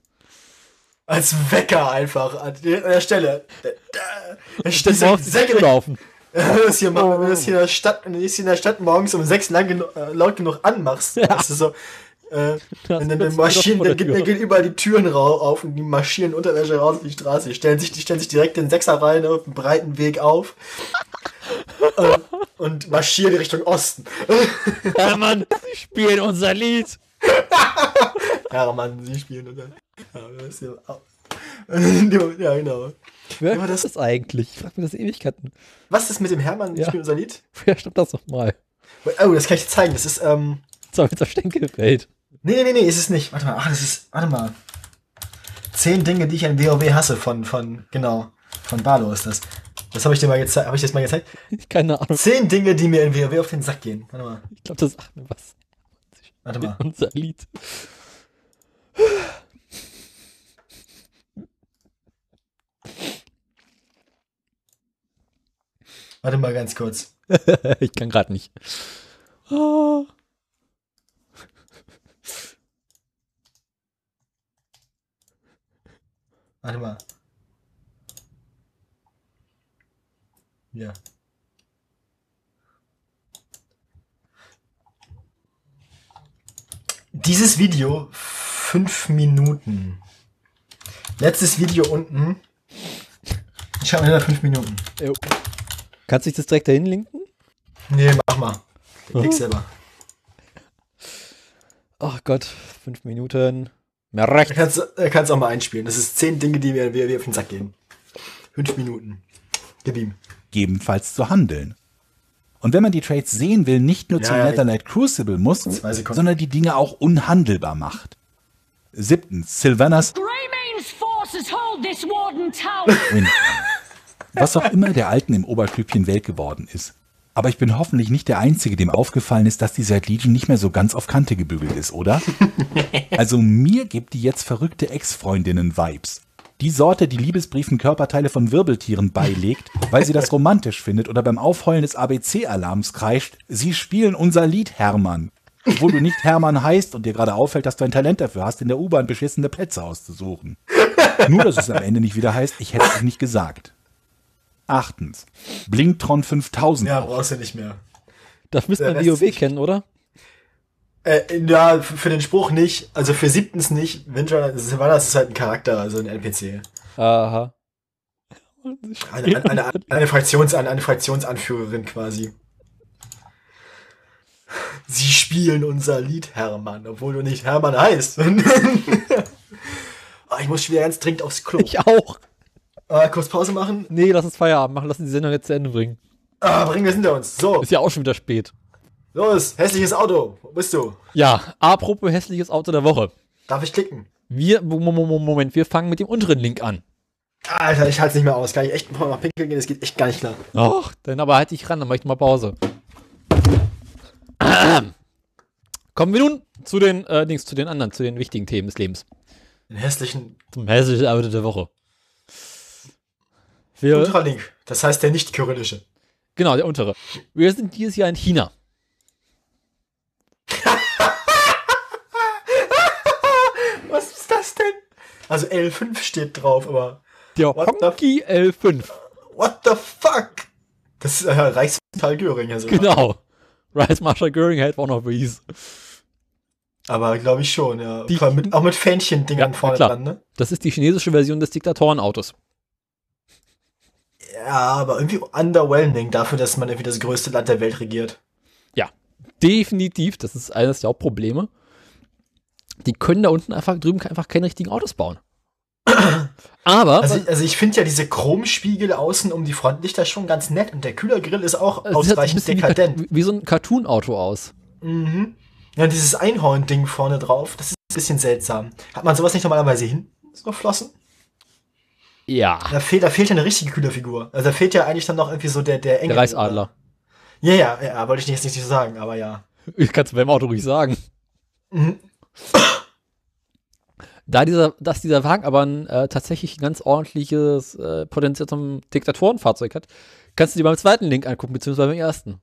Als Wecker einfach an der, an der Stelle. Ich stehe Du morgens Oh. nicht senkrecht. laufen. Wenn du es hier, ma- wenn du es hier in der Stadt, wenn du es hier in der Stadt morgens um sechs lang genu- äh, laut genug anmachst, ja. ist so. Äh, Das dann, dann ist kurz marschieren, vor der dann, geht- dann Tür. gehen überall die Türen rau- auf und die marschieren Unterwäsche raus auf die Straße. Die stellen sich, die stellen sich direkt in Sechserreihen auf dem breiten Weg auf äh, und marschieren Richtung Osten. Hermann, sie spielen unser Lied. Hermann, sie spielen und dann. Ja, das ist ja, au- ja, genau. Wer Aber ja, das- das ist eigentlich? Ich frag mir das Ewigkeiten. Was ist mit dem Hermann? Ja. Spielt unser Lied? Wer stimmt das nochmal? Oh, das kann ich dir zeigen. Das ist, ähm. Zweifelter Stenkelfeld. Nee, nee, nee, ist es nicht. Warte mal, ach, das ist. Warte mal. Zehn Dinge, die ich an WoW hasse von, von, genau, von Barlo ist das. Das habe ich dir mal gezeigt. Habe ich das mal gezeigt? Keine Ahnung. Zehn Dinge, die mir in WoW auf den Sack gehen. Warte mal. Ich glaube, das sagt mir was. Warte mal. Unser Lied. Warte mal ganz kurz. ich kann gerade nicht. Ah. Oh. Warte mal. Ja. Dieses Video, fünf Minuten. Letztes Video unten. Ich habe wieder fünf Minuten. Jo. Kannst du dich das direkt dahin linken? Nee, mach mal. Ich klick selber. Ach Gott, fünf Minuten. Mehr Da recht. kannst, du- da kannst du auch mal einspielen. Das ist zehn Dinge, die mir mir- mir auf den Sack gehen. Fünf Minuten. Gib ihm. gegebenenfalls zu handeln. Und wenn man die Trades sehen will, nicht nur Ja, zum ja, Netherlight Crucible muss, sondern die Dinge auch unhandelbar macht. Siebtens, Sylvanas Greymane's forces hold this warden tower. Wind. Was auch immer der Alten im Oberstübchen Welt geworden ist. Aber ich bin hoffentlich nicht der Einzige, dem aufgefallen ist, dass die seit Legion nicht mehr so ganz auf Kante gebügelt ist, oder? Also mir gibt die jetzt verrückte Ex-Freundinnen-Vibes. Die Sorte, die Liebesbriefen Körperteile von Wirbeltieren beilegt, weil sie das romantisch findet oder beim Aufheulen des ABC-Alarms kreischt, sie spielen unser Lied, Hermann. Obwohl du nicht Hermann heißt und dir gerade auffällt, dass du ein Talent dafür hast, in der U-Bahn beschissene Plätze auszusuchen. Nur, dass es am Ende nicht wieder heißt, ich hätte es nicht gesagt. Achtens. Blinktron 5000. Ja, brauchst du nicht mehr. Das müsste Der man Rest WoW kennen, oder? Äh, ja, f- für den Spruch nicht. Also für siebtens nicht. Windrunner Sylvanas ist halt ein Charakter, also ein NPC. Aha. Eine, eine, eine, eine, Fraktions, eine, eine Fraktionsanführerin quasi. Sie spielen unser Lied, Hermann, obwohl du nicht Hermann heißt. Ah, ich muss schon wieder ganz dringend aufs Klo. Ich auch. Äh, kurz Pause machen. Nee, lass uns Feierabend machen, lass uns die Sendung jetzt zu Ende bringen. Ah, bringen wir es hinter uns. So. Ist ja auch schon wieder spät. Los, hässliches Auto. Wo bist du? Ja, apropos hässliches Auto der Woche. Darf ich klicken? Wir, Mo- Mo- Mo- Moment, wir fangen mit dem unteren Link an. Alter, ich halte nicht mehr aus. Kann ich echt mal nach pinkeln gehen? Das geht echt gar nicht klar. Ach, dann aber halt dich ran, dann mach ich mal Pause. Ahem. Kommen wir nun zu den, äh, Dings, zu den anderen, zu den wichtigen Themen des Lebens. Den hässlichen Zum hässlichen Auto der Woche. Wir, Ultralink. Das heißt der nicht kyrillische. Genau, der untere. Wir sind dieses Jahr in China. Was ist das denn? Also L5 steht drauf, aber. Der Honky L5. What the fuck? Das ist äh, Reichsmetall Göring. Also. Genau. Rice Marshal Göring hält auch noch Bees. Aber glaube ich schon, ja. Vor allem mit, auch mit Fähnchen-Dingern vorne Klar, dran, ne? das ist die chinesische Version des Diktatorenautos. Ja, aber irgendwie underwhelming dafür, dass man irgendwie das größte Land der Welt regiert. Ja, definitiv. Das ist eines der Hauptprobleme. Die können da unten einfach drüben einfach keine richtigen Autos bauen. Aber. Also, also ich finde ja diese Chromspiegel außen um die Frontlichter schon ganz nett und der Kühlergrill ist auch Es sieht halt ein ausreichend bisschen wie dekadent. Kat- Wie, so ein Cartoon-Auto aus. Mhm. Ja, und dieses Einhorn-Ding vorne drauf, das ist ein bisschen seltsam. Hat man sowas nicht normalerweise hinten so flossen? Ja. Da fehlt, da fehlt ja eine richtige Kühlerfigur. Also da fehlt ja eigentlich dann noch irgendwie so der, der Der Engel. Reichsadler. Ja, ja, ja, wollte ich jetzt nicht so sagen, aber ja. Ich kann es beim Auto ruhig sagen. Mhm. Da dieser, dass dieser Wagen aber ein, äh, tatsächlich ein ganz ordentliches äh, Potenzial zum Diktatorenfahrzeug hat, kannst du dir beim zweiten Link angucken, beziehungsweise beim ersten.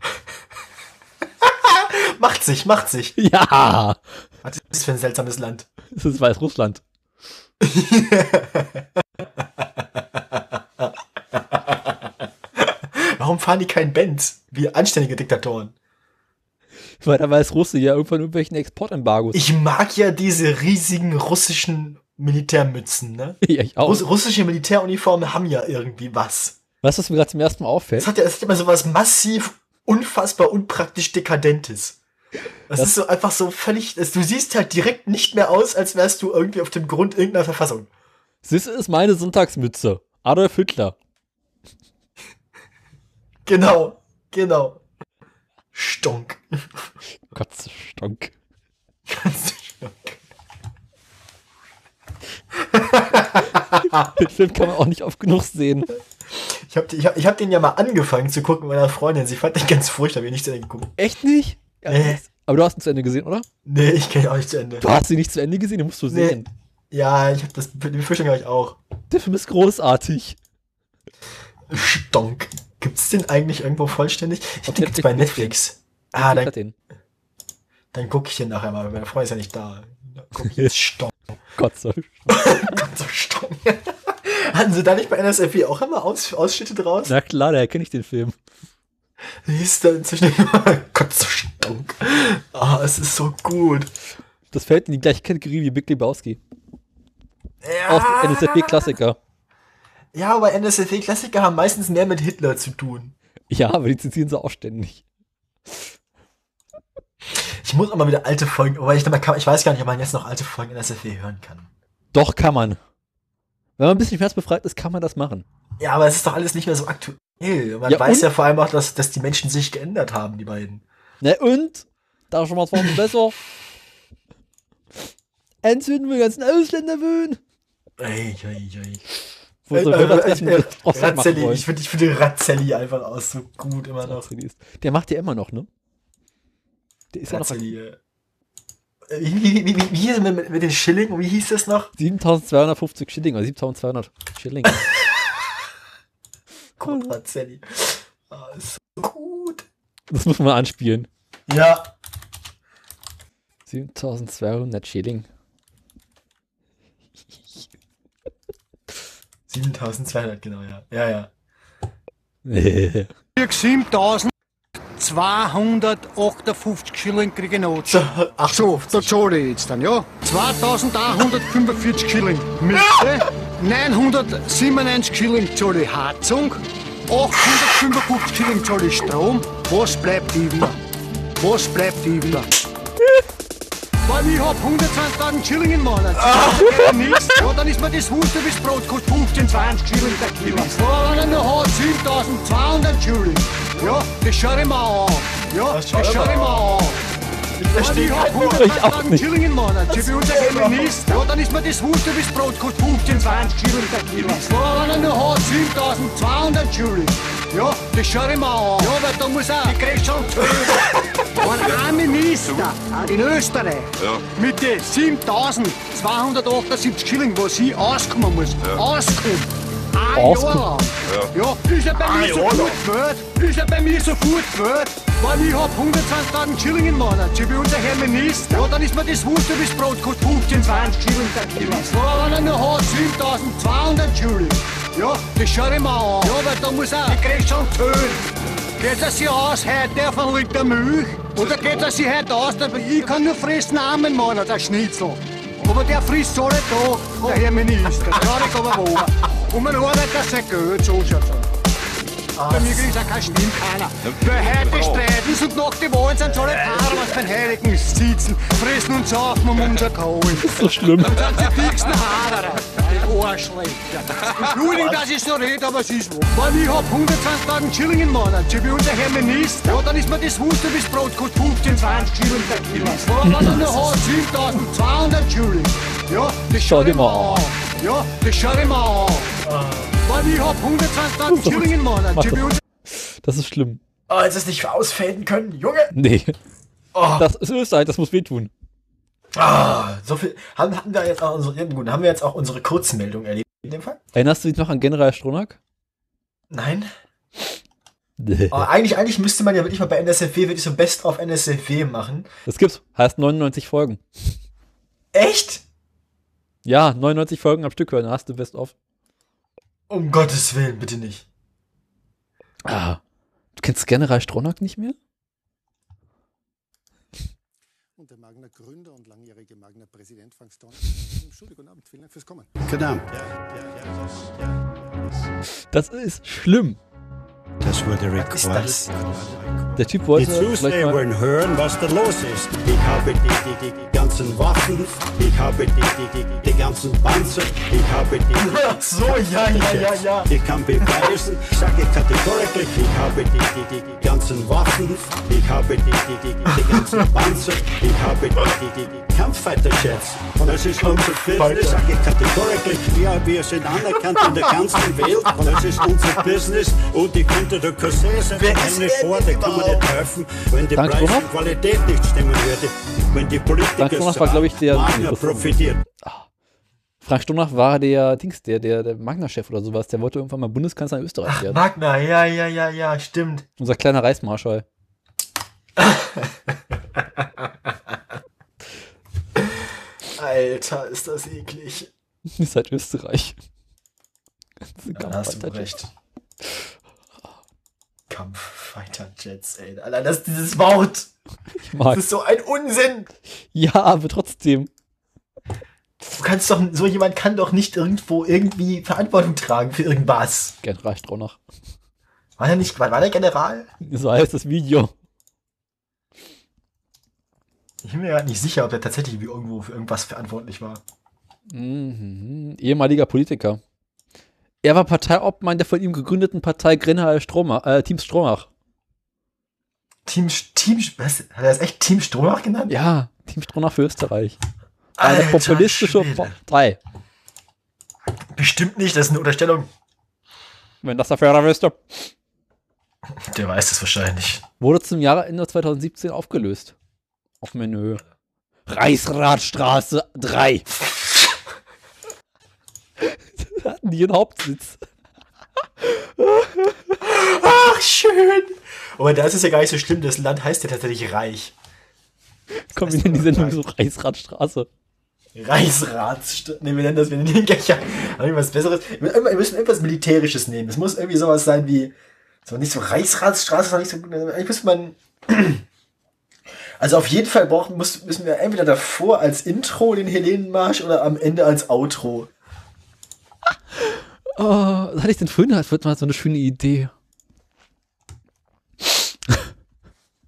Macht sich, macht sich. Ja. Was ist das für ein seltsames Land? Das ist Weißrussland. Warum fahren die kein Benz? Wie anständige Diktatoren. Weil da weiß Russe ja irgendwann irgendwelchen Exportembargos. Ich mag ja diese riesigen russischen Militärmützen, ne? Ja, ich auch. Russ russische Militäruniformen haben ja irgendwie was. Weißt du, was mir gerade zum ersten Mal Es auffällt? hat ja es hat immer so was massiv, unfassbar unpraktisch Dekadentes. Das, ist so einfach so völlig. es- Du siehst halt direkt nicht mehr aus, als wärst du irgendwie auf dem Grund irgendeiner Verfassung. Das ist meine Sonntagsmütze. Adolf Hitler. Genau, genau. Stonk. Kotzstunk. Den Film kann man auch nicht oft genug sehen. Ich hab, ich, hab, ich hab den ja mal angefangen zu gucken mit meiner Freundin. Sie fand den ganz furchtbar, wie ich nicht zu Ende geguckt hab. Echt nicht? Ja, Nee. Aber du hast ihn zu Ende gesehen, oder? Nee, ich kenne auch nicht zu Ende. Du hast ihn nicht zu Ende gesehen, den musst du Nee. sehen. Ja, ich hab das, die Befürchtung habe ich auch. Der Film ist großartig. Stonk. Gibt's den eigentlich irgendwo vollständig? Ich Auf denke, gibt's bei Netflix. Netflix Ah, dann, hat den. dann gucke ich den nachher mal. Meine Freundin ist ja nicht da. Dann guck ich jetzt Stonk. Gott sei Dank. Gott, so Stonk. Hatten sie da nicht bei NSFW auch immer Aus Ausschnitte draus? Na klar, daher kenne ich den Film. Wie hieß der inzwischen? Gott, so Stonk. Ah, es ist so gut. Das fällt in die gleiche Kategorie wie Big Lebowski. Aus Ah! NSFW-Klassiker. Ja, aber NSFW-Klassiker haben meistens mehr mit Hitler zu tun. Ja, aber die zitieren sie auch ständig. Ich muss auch mal wieder alte Folgen, weil ich, kann, ich weiß gar nicht, ob man jetzt noch alte Folgen NSFW hören kann. Doch, kann man. Wenn man ein bisschen schmerzbefreit ist, kann man das machen. Ja, aber es ist doch alles nicht mehr so aktuell. Man Ja, weiß und- ja vor allem auch, dass, dass die Menschen sich geändert haben, die beiden. Ne, und? Da schon mal zwei Wochen besser. Entzünden wir die ganzen Ausländer wöhnen. Ey, ey, ey. Wo so Äh, Hörer äh, treffen, äh, die das draus machen Razzelli, wollen. ich finde ich find Razzelli einfach aus so gut immer noch. Razzelli ist- Der macht ja immer noch, ne? Der ist ja noch Razzelli. äh. Äh, Wie, wie, wie, wie, wie hieß es mit, mit den Schilling? Wie hieß das noch? 7250 Schilling oder 7200 Schilling. Gut, Razzelli. Ah, ist so gut. Das muss man mal anspielen. Ja. 7200 Schilling. 7200, genau, ja. Ja, ja. 7258 Schilling kriege ich noch. So, so, der Jolly jetzt dann, ja? 2145 Schilling Miete, 997 Schilling Jolly Heizung, 855 Schilling Jolly Strom. Was bleibt über? Was bleibt über? Weil ich hab 120.000 Schilling im Monat. Das geht nichts. Ja, dann ist mir das Wurst bis Brot, kostet 15, 20 Schilling der Kilo. Ja, wenn er noch hat, 7200 Schilling. Ja, das schau ich mir an. Ja, das schau ich mir an. versteh Weil ich hab kein Wort. Ich auch 120.000 nicht. Schilling im Monat. Ich bin unser Das ist Feminist. Ja, dann ist mir das Wurst bis Brot, kostet 15, 20 Schilling der Kilo. Ja, wenn er noch hat, 7200 Schilling. Ja, das schau ich mir an. Ja, weil da muss er. Die kriegst schon Wenn ein Minister in Österreich mit den 7278 Schilling, was ich auskommen muss. Auskommen. Ein Auskommen. Jahr lang. Ja, ist ja bei Ein mir so Jahr gut lang. gewählt. Ist ja bei mir so gut gewählt. Weil ich hab 120.000 Schilling im Monat. Ich bin unser Herr Minister. Ja, dann ist mir das Wurst bis Brot kostet 15, 20 Schilling der Kilo. Ja, wenn er noch hat, 7200 Schilling. Ja, das schau ich mir an. Ja, weil da muss er. Die kriegst schon töten. Geht er sich aus heute auf einen Liter Milch? Oder geht er sich heute aus? Der- Ich kann nur fressen einmal im Monat ein Schnitzel. Aber der frisst alle Tag, der Herr Minister. Traurig aber wahr. Und man arbeitet das sein Geld, so schaut's aus. Bei mir kriegt auch kein Stimmt keiner. Weil heute streiten sie und nach die Wahlen sind sie alle Paare, was beim Heiligen sitzen, fressen und saufen um unser Kohlen. Das ist so schlimm. Dann sind sie die dicksten Haderer, die Arschlöcher. Entschuldigung, dass ich so rede, aber es ist wahr. Weil ich hab 120.000 Schilling im Monat, so wie unser Herr Minister. Ja, dann ist mir das Wurst bis Brot, kostet 15, 20 Schilling der Kilo. Ja, wenn er noch hat, 7.200 Schilling. Ja, das Schau dir ich mal mir an. Ja, das schau ich mir an. Weil ich hab 120.000 Schilling im Monat, Mach so wie das. unser Das ist schlimm. Oh, als es nicht ausfaden können, Junge! Nee. Oh. Das ist Österreich, das muss wehtun. Ah, so viel. Haben, hatten wir jetzt auch unsere, ja, gut, haben wir jetzt auch unsere Kurzmeldung erlebt in dem Fall? Erinnerst du dich noch an General Stronach? Nein. Aber Oh, eigentlich, eigentlich müsste man ja wirklich mal bei NSFW wirklich so Best of NSFW machen. Das gibt's. Heißt 99 Folgen. Echt? Ja, 99 Folgen am Stück hören. Hast du Best of. Um Gottes Willen, bitte nicht. Ah. Du kennst General Stronach nicht mehr? Und der Magner Gründer und langjährige Magner Präsident Frank Stone. Entschuldigung, guten Abend, vielen Dank fürs Kommen. Guten Abend. Das ist schlimm. Das wurde Request. Request. Der Typ wollte Die vielleicht mal- Zuseher hören, was da los ist. Ich habe die, die, die, die ganzen Waffen, ich habe die, die, die, die ganzen Panzer, ich habe die. Ach so, ja, ja, ja, ja. Ich kann beweisen, sage kategorisch, ich habe die, die, die, die ganzen Waffen, ich habe die, die, die, die, die ganzen Panzer, ich habe die, die, die, die Kampffighter-Jets. Und das ist unser Business, sage kategorisch, wir, wir sind anerkannt in der ganzen Welt und das ist unser Business und ich könnte der Corsese Wer ist keine er vor, denn der kann man nicht helfen, wenn die Dank Preis Ronald? und Qualität nicht stimmen würde, wenn die Dank Politiker Ronald war, glaub ich, der- Magna profitiert. Frank Stonach war der Dings, der, der, der Magna-Chef oder sowas, der wollte irgendwann mal Bundeskanzler in Österreich werden. Magna, ja, ja, ja, ja, stimmt. Unser kleiner Reichsmarschall. Alter, ist das eklig. Ihr seid halt Österreich. Da hast du recht. Kampffighter-Jets, ey. Allein das dieses Wort. Ich mag. Das ist so ein Unsinn. Ja, aber trotzdem. Du kannst doch, so jemand kann doch nicht irgendwo irgendwie Verantwortung tragen für irgendwas. Gern reicht auch noch. War er nicht, war, war der General? So heißt das Video. Ich bin mir gerade nicht sicher, ob er tatsächlich wie irgendwo für irgendwas verantwortlich war. Mhm. Ehemaliger Politiker. Er war Parteiobmann der von ihm gegründeten Partei Grenal Stromach, äh, Team Stromach. Team, Team, was, hat er das echt Team Strohmach genannt? Ja, Team Stronach für Österreich. Eine Alter populistische Schwede. Partei. Bestimmt nicht, das ist eine Unterstellung. Wenn das der Förderer wüsste. Der weiß das wahrscheinlich. Wurde zum Jahresende 2017 aufgelöst. Auf Menü. Reichsradstraße 3. Hatten die ihren Hauptsitz. Ach, schön. Aber da ist es ja gar nicht so schlimm, das Land heißt ja tatsächlich reich. Kommen wir in die Sendung so Reichsradstraße. Reichsrats. Ne, wir nennen das, wir nennen den ja, aber irgendwas Besseres. Wir wir müssen irgendwas Militärisches nehmen. Es muss irgendwie sowas sein wie. So nicht so Reichsratsstraße, ist noch nicht so gut. Eigentlich müsste man. Also auf jeden Fall brauchen, muss, müssen wir entweder davor als Intro den Helenenmarsch oder am Ende als Outro. Oh, was hatte ich denn vorhin? Das wird mal so eine schöne Idee.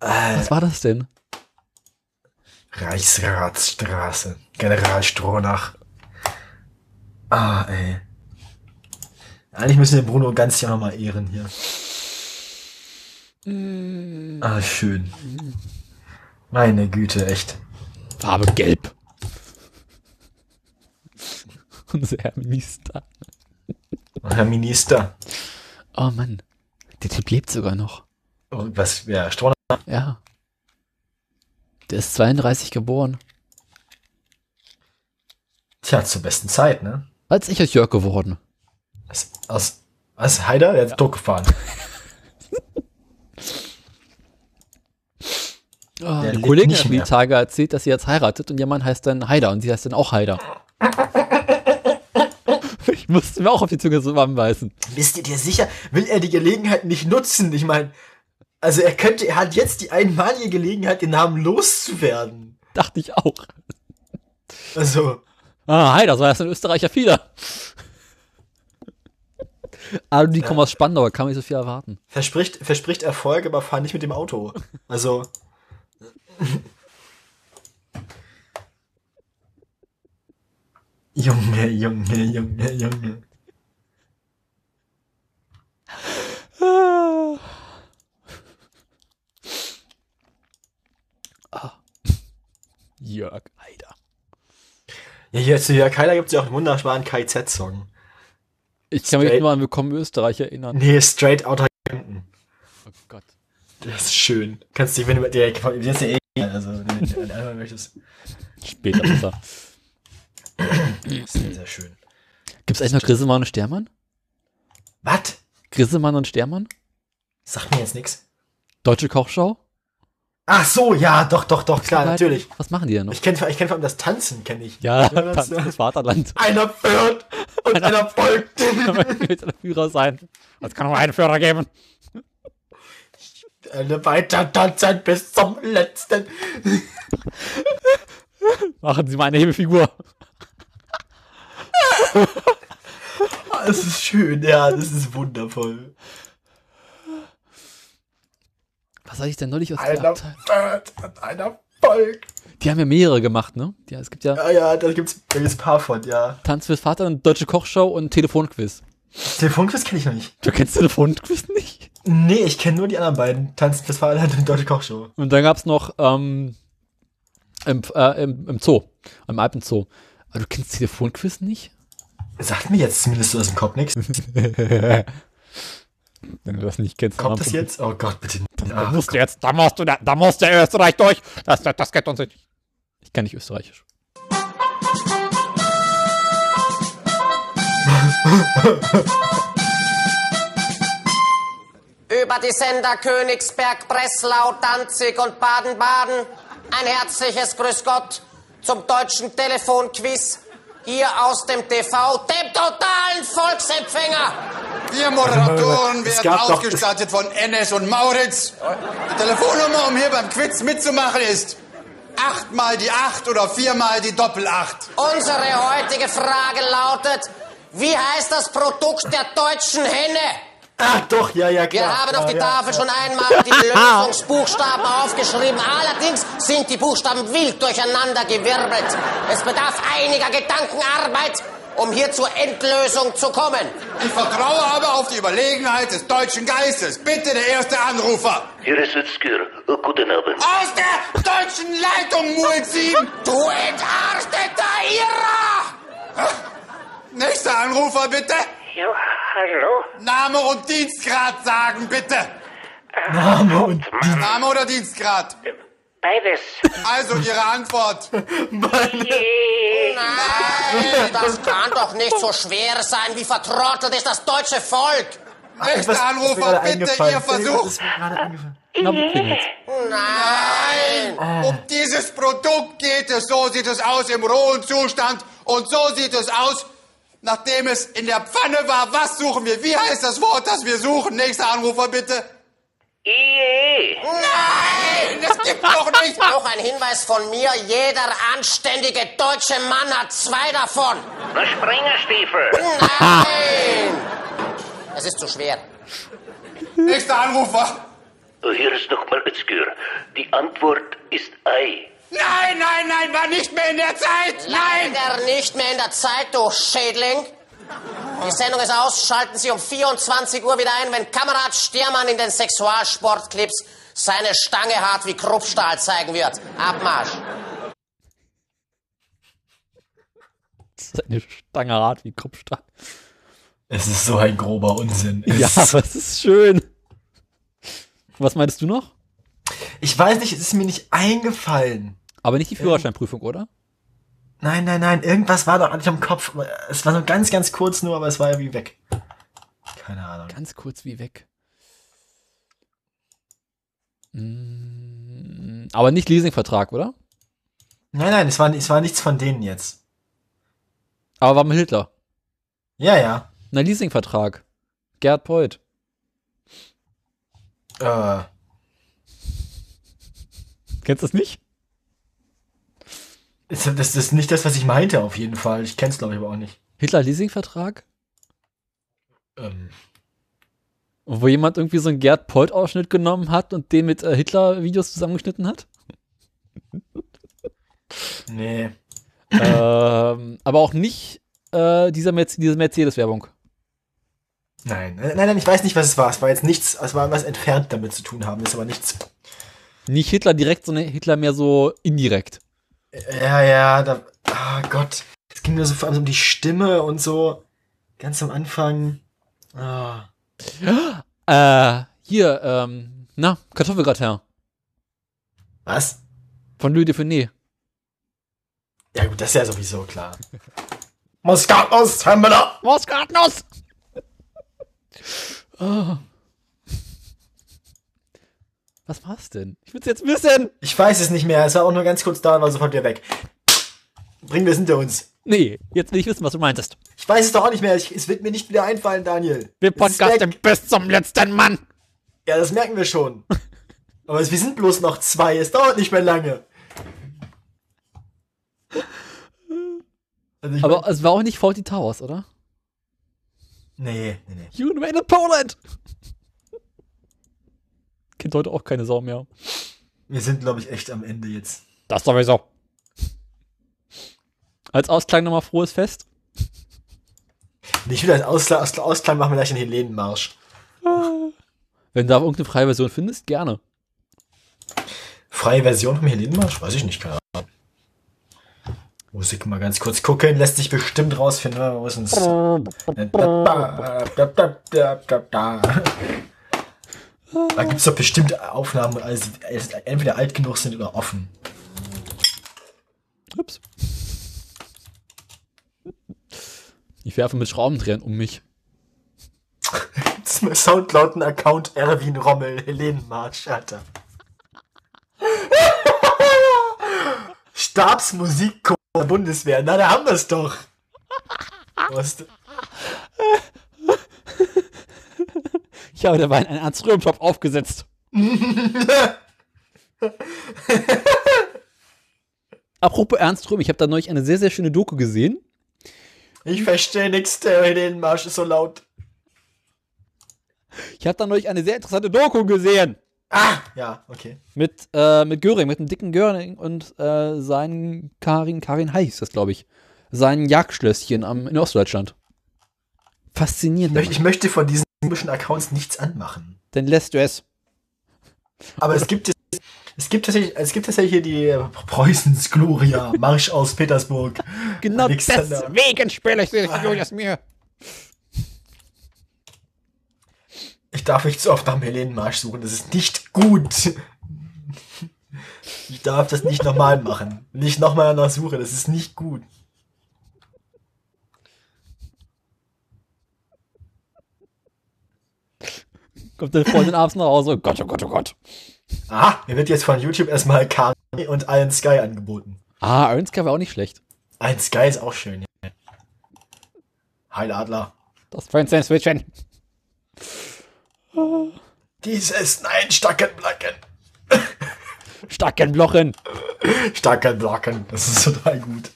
Was war das denn? Reichsratsstraße. General Strohnach. Ah, ey. Eigentlich müssen wir Bruno ganz ja nochmal ehren hier. Ah, schön. Meine Güte, echt. Farbe gelb. Unser Herr Minister. Herr Minister. Oh Mann, der Typ lebt sogar noch. Und Oh, was, ja, Strohnach. Ja. Der ist 32 geboren. Tja, zur besten Zeit, ne? Als ich als Jörg geworden. Aus, aus, aus Heider, der hat Druck gefahren. Ah, Der die lebt Kollegin nicht hat mir die mehr. Tage erzählt, dass sie jetzt heiratet und ihr Mann heißt dann Haider und sie heißt dann auch Haider. ich musste mir auch auf die Zunge zusammenbeißen. Bist du dir sicher? Will er die Gelegenheit nicht nutzen? Ich meine, also er könnte, er hat jetzt die einmalige Gelegenheit, den Namen loszuwerden. Dachte ich auch. Also, Ah, Haider, so heißt ein Österreicher Fieder. Aber Ah, die kommen aus Spandau, kann man nicht so viel erwarten. verspricht, verspricht Erfolg, aber fahr nicht mit dem Auto. Also, Junge, Junge, Junge, Junge. Ah. Jörg Haider. Ja, hier zu Jörg Heiler gibt es ja auch einen wunderbaren KIZ-Song. Ich kann mich Straight- nur an Willkommen Österreich erinnern. Nee, Straight Outta Compton. Oh Gott. Das ist schön. Kannst dich, wenn du dir jetzt ja eh, egal, also wenn du den anderen möchtest. Später besser. Das ist sehr schön. Gibt's eigentlich noch Grissemann und Stermann? Was? Grissemann und Stermann? Sagt mir jetzt nichts. Deutsche Kochschau? Ach so, ja, doch, doch, doch, klar, Beide? natürlich. Was machen die denn noch? Ich kenne ich kenn vor allem das Tanzen, kenne ich. Ah, Ja, das, das- das Vaterland. Einer führt und einer, folgt. Willst du der Führer sein? Es kann nur einen Führer geben. Alle weiter tanzen bis zum letzten. Machen Sie mal eine Hebefigur. Ah, Es ist schön, ja, das ist wundervoll. Was hatte ich denn neulich aus der Einer Abteilung? führt und einer folgt. Die haben ja mehrere gemacht, ne? Ja, es gibt ja Ja, ja, da gibt's, da gibt's ein paar von, ja. Tanz fürs Vaterland, Deutsche Kochschau und Telefonquiz. Telefonquiz kenne ich noch nicht. Du kennst Telefonquiz nicht? Nee, ich kenne nur die anderen beiden. Tanzen fürs Vaterland und Deutsche Kochshow. Und dann gab's noch ähm, im, äh, im, im Zoo, im Alpenzoo. Aber du kennst Telefonquiz nicht? Sagt mir jetzt zumindest so aus dem Kopf nichts. Wenn du das nicht kennst, Kommt das jetzt? Oh Gott, bitte nicht. Da Ah, musst du jetzt, da musst du, da, da musst du Österreich durch. Das, das, das geht uns nicht. Ich kann nicht Österreichisch. Über die Sender Königsberg, Breslau, Danzig und Baden-Baden ein herzliches Grüß Gott zum deutschen Telefonquiz hier aus dem TV, dem totalen Volksempfänger. Wir Moderatoren Es werden gab doch- ausgestattet von Ennis und Mauritz. Die Telefonnummer, um hier beim Quiz mitzumachen, ist achtmal die acht oder viermal die Doppelacht. Unsere heutige Frage lautet, wie heißt das Produkt der deutschen Henne? Ach Ah, doch, ja, ja, klar. Wir haben ja, auf die ja, Ah. Tafel ja. schon einmal die Lösungsbuchstaben aufgeschrieben. Allerdings sind die Buchstaben wild durcheinander gewirbelt. Es bedarf einiger Gedankenarbeit, um hier zur Endlösung zu kommen. Ich vertraue aber auf die Überlegenheit des deutschen Geistes. Bitte der erste Anrufer. Hier ist Sitzker. Guten Abend. Aus der deutschen Leitung, Muezzin! Du entarteter Irrer! Nächster Anrufer, bitte! Ja, hallo? Name und Dienstgrad sagen, bitte! Name und Name oder Dienstgrad? Beides. Also Ihre Antwort. Nein, das kann doch nicht so schwer sein. Wie vertrottelt ist das deutsche Volk? Nächster Was- Anrufer, was mir gerade bitte, eingefallen Ihr ist. Versuch. Was Nein! Um dieses Produkt geht es. So sieht es aus im rohen Zustand. Und so sieht es aus, nachdem es in der Pfanne war. Was suchen wir? Wie heißt das Wort, das wir suchen? Nächster Anrufer, bitte. Nein, das gibt doch nicht. Auch ein Hinweis von mir, jeder anständige deutsche Mann hat zwei davon. Na, Springerstiefel. Nein! Es ist zu schwer. Nächster Anrufer. Hier ist nochmal Sitzker. Die Antwort ist Ei. Nein, nein, nein, war nicht mehr in der Zeit. Nein! Leider nicht mehr in der Zeit, du Schädling. Die Sendung ist aus. Schalten Sie um 24 Uhr wieder ein, wenn Kamerad Stiermann in den Sexualsportclips seine Stange hart wie Kruppstahl zeigen wird. Abmarsch. Das ist eine Stange hart wie Kruppstahl. Es ist so ein grober Unsinn. Ja, Es- aber es ist schön. Was meinst du noch? Ich weiß nicht, es ist mir nicht eingefallen. Aber nicht die Führerscheinprüfung, oder? Nein, nein, nein, irgendwas war doch eigentlich am Kopf. Es war so ganz, ganz kurz nur, aber es war irgendwie weg. Keine Ahnung. Ganz kurz wie weg. Mm, Aber nicht Leasingvertrag, oder? Nein, nein, es war, es war nichts von denen jetzt. Aber war mit Hitler. Ja, ja. Na, Leasingvertrag. Gerd Poit. Äh, Kennst du das nicht? das, das ist nicht das, was ich meinte, auf jeden Fall. Ich kenn's, glaube ich, aber auch nicht. Hitler Leasingvertrag? Ähm, Wo jemand irgendwie so einen Gerd Poit-Ausschnitt genommen hat und den mit äh, Hitler-Videos zusammengeschnitten hat? nee. ähm, aber auch nicht äh, dieser Merz diese Mercedes-Werbung. Nein, Äh, nein, nein, ich weiß nicht, was es war. Es war jetzt nichts, es war was entfernt damit zu tun haben, ist aber nichts. Nicht Hitler direkt, sondern Hitler mehr so indirekt. Ja, ja, da. Ah Gott. Es ging mir so vor allem um die Stimme und so. Ganz am Anfang. Ah. Äh, hier, ähm, na, Kartoffelgratin. Was? Von Louis de Funès. Ja gut, das ist ja sowieso klar. Muskatnuss, hören wir da! Muskatnuss! Oh. Was war's denn? Ich will's jetzt wissen! Ich weiß es nicht mehr, es war auch nur ganz kurz da und war sofort wieder weg. Bringen wir es hinter uns. Nee, jetzt will ich wissen, was du meintest. Ich weiß es doch auch nicht mehr, ich, es wird mir nicht wieder einfallen, Daniel. Wir Es ist weg. podcasten bis zum letzten Mann! Ja, das merken wir schon. Aber es- wir sind bloß noch zwei, es dauert nicht mehr lange. Also ich Aber es war auch nicht Faulty Towers, oder? Nee, nee, nee. You made in Poland! Kennt heute auch keine Sau mehr. Wir sind, glaube ich, echt am Ende jetzt. Das sowieso. Als Ausklang nochmal frohes Fest. Nicht wieder als Ausla Aus Ausklang machen wir gleich den Helenenmarsch. Wenn du da irgendeine freie Version findest, gerne. Freie Version vom Helenenmarsch? Weiß ich nicht, keine Ahnung. Musik mal ganz kurz gucken, lässt sich bestimmt rausfinden. ne? Wo ist denn Da gibt es doch bestimmt Aufnahmen, also entweder alt genug sind oder offen. Ups. Ich werfe mit Schraubendrehern um mich. Soundcloud-Account Erwin Rommel, Helene March, Alter. Stabsmusik der Bundeswehr, na da haben wir es doch. Was? Ich habe dabei einen Anzröhrentopf aufgesetzt. Apropos Ernst Röhm, ich habe da neulich eine sehr, sehr schöne Doku gesehen. Ich verstehe nichts, der Helene Marsch ist so laut. Ich habe da neulich eine sehr interessante Doku gesehen. Ah! Ja, okay. Mit, äh, mit Göring, mit dem dicken Göring und äh, seinen Karin, Karin Hai hieß das, glaube ich. Sein Jagdschlösschen am, in Ostdeutschland. Faszinierend. Ich möchte von diesen komischen Accounts nichts anmachen. Dann lässt du es. Aber es gibt es. Es gibt tatsächlich, es gibt tatsächlich hier die Preußens Gloria, Marsch aus Petersburg. Genau Alexander. deswegen spiele ich dich, Julius mir. Ich darf nicht zu oft nach dem Helenenmarsch suchen, das ist nicht gut. Ich darf das nicht nochmal machen. Nicht nochmal danach suche, das ist nicht gut. Kommt dann Freundin abends nach Hause. Oh Gott, oh Gott, oh Gott. Aha, Ah, mir wird jetzt von YouTube erstmal Kanye und Iron Sky angeboten. Ah, Earnscar war auch nicht schlecht. Iron Sky ist auch schön. ja. Heil Adler. Das Fenster switchen. Dieses Nein, starken Blocken. Starken Blochen. Starken Blocken, das ist total gut.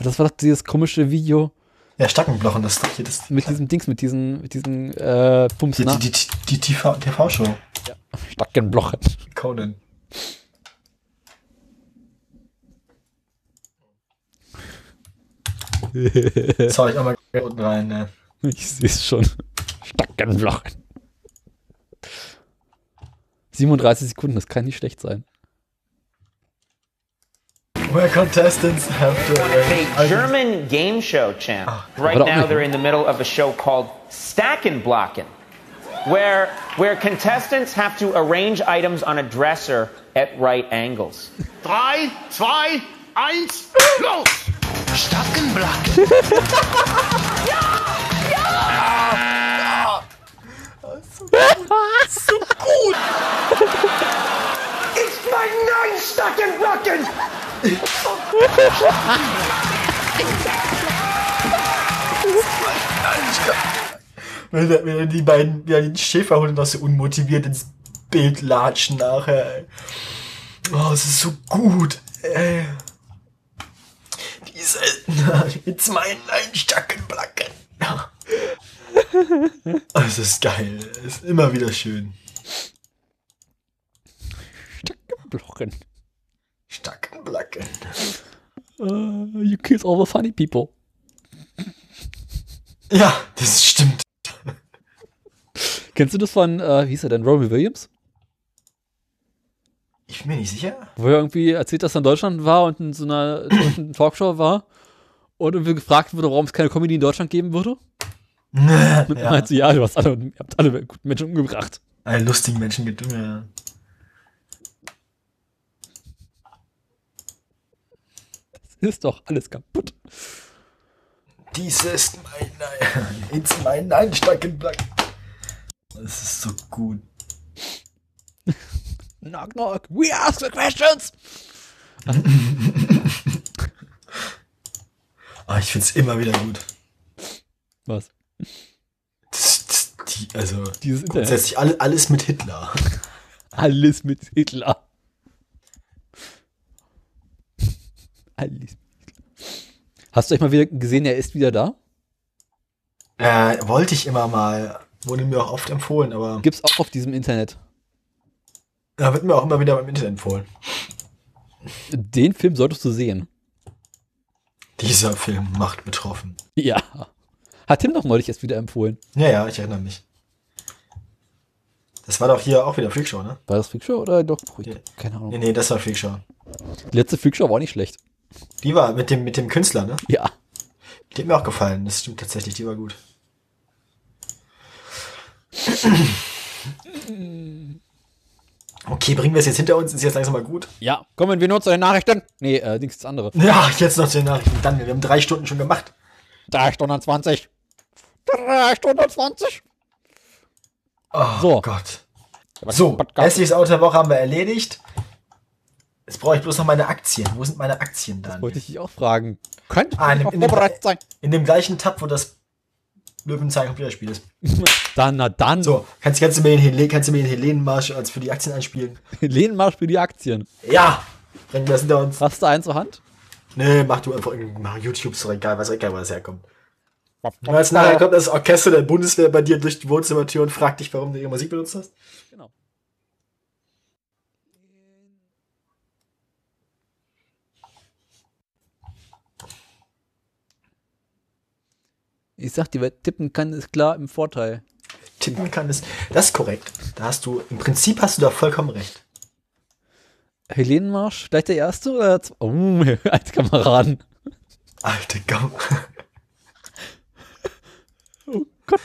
Das war doch dieses komische Video. Ja, starken Blochen, das ist doch hier das. Mit diesem Dings, mit diesen, mit diesen äh, Pumps. Die, die, die, die TV TV-Show. Starken Blochen. Conan. Das hau ich auch mal unten rein, ne? Ich sehe es schon. Starken Blochen. 37 Sekunden, das kann nicht schlecht sein. Where contestants have to Also, arrange. a German game show champ. right Hold on. now, they're in the middle of a show called Stackenblocken, where where contestants have to arrange items on a dresser at right angles. 3, 2, 1, los! Stackenblatt. ja! Ja! So gut! Ich mein Nein, Stackenblacken! Wenn, der- wenn die beiden, ja, die Schäferhunde noch so unmotiviert ins Bild latschen nachher, ey. Oh, es ist so gut, ey. Diese, jetzt mein Einstackenblacken. Oh, es ist geil, es ist immer wieder schön. Blochen. Stackenblacken. Uh, you kiss all the funny people. Ja, das stimmt. Kennst du das von, äh, wie hieß er denn, Romy Williams? Ich bin mir nicht sicher. Wo er irgendwie erzählt, dass er in Deutschland war und in so einer deutschen Talkshow war und irgendwie gefragt wurde, warum es keine Comedy in Deutschland geben würde. Und Ja. man meinte, so, ja, du hast alle, ihr habt alle guten Menschen umgebracht. Ein lustigen Menschen gibt ja. Ist doch alles kaputt. Dies ist mein Nein. Jetzt mein Einstackenblacken. Es ist so gut. Knock, knock, we ask the questions! Ah, ich find's immer wieder gut. Was? Das, das, die, also Dieses Internet. grundsätzlich alle, alles mit Hitler. Alles mit Hitler. Alles mit Hitler. Hast du euch mal wieder gesehen, er ist wieder da? Äh, wollte ich immer mal. Wurde mir auch oft empfohlen, aber Gibt's auch auf diesem Internet. da wird mir auch immer wieder im Internet empfohlen. Den Film solltest du sehen. Dieser Film macht betroffen. Ja. Hat Tim doch neulich erst wieder empfohlen. Ja, ja, ich erinnere mich. Das war doch hier auch wieder Freakshow, ne? War das Freakshow oder doch? Keine Ahnung. Nee, nee, das war Freakshow. Die letzte Freakshow war auch nicht schlecht. Die war mit dem, mit dem Künstler, ne? Ja. Die hat mir auch gefallen, das stimmt tatsächlich, die war gut. Okay, bringen wir es jetzt hinter uns, ist jetzt langsam mal gut. Ja, kommen wir nur zu den Nachrichten. Nee, äh, Dings das andere. Ja, jetzt noch zu den Nachrichten. Dann, wir haben drei Stunden schon gemacht. 3 Stunden 20. 3 Stunden 20. Oh so. Gott. So, hässliches Auto der Woche haben wir erledigt. Jetzt brauche ich bloß noch meine Aktien. Wo sind meine Aktien dann? Wollte ich dich auch fragen. Könnte Ah, in, noch dem- in, dem, vorbereitet sein. in dem gleichen Tab, wo das Löwenzahn Computerspiel ist. Dann, na dann. So, kannst, kannst du mir den Helen- kannst du mir den Helenenmarsch als für die Aktien einspielen? Lehnmarsch für die Aktien. Ja! Bringen wir das hinter uns. Hast du eins zur Hand? Nee, mach du einfach irgendein mach YouTube, so egal, weiß egal, wo das herkommt. Und als nachher kommt das Orchester der Bundeswehr bei dir durch die Wohnzimmertür und fragt dich, warum du ihre Musik benutzt hast. Genau. Ich sag dir, wer tippen kann, ist klar im Vorteil. Tippen kann ist. Das ist korrekt. Da hast du, im Prinzip hast du da vollkommen recht. Helenenmarsch, gleich der erste oder der zwe- Oh, als Kameraden. Alte Gau. Oh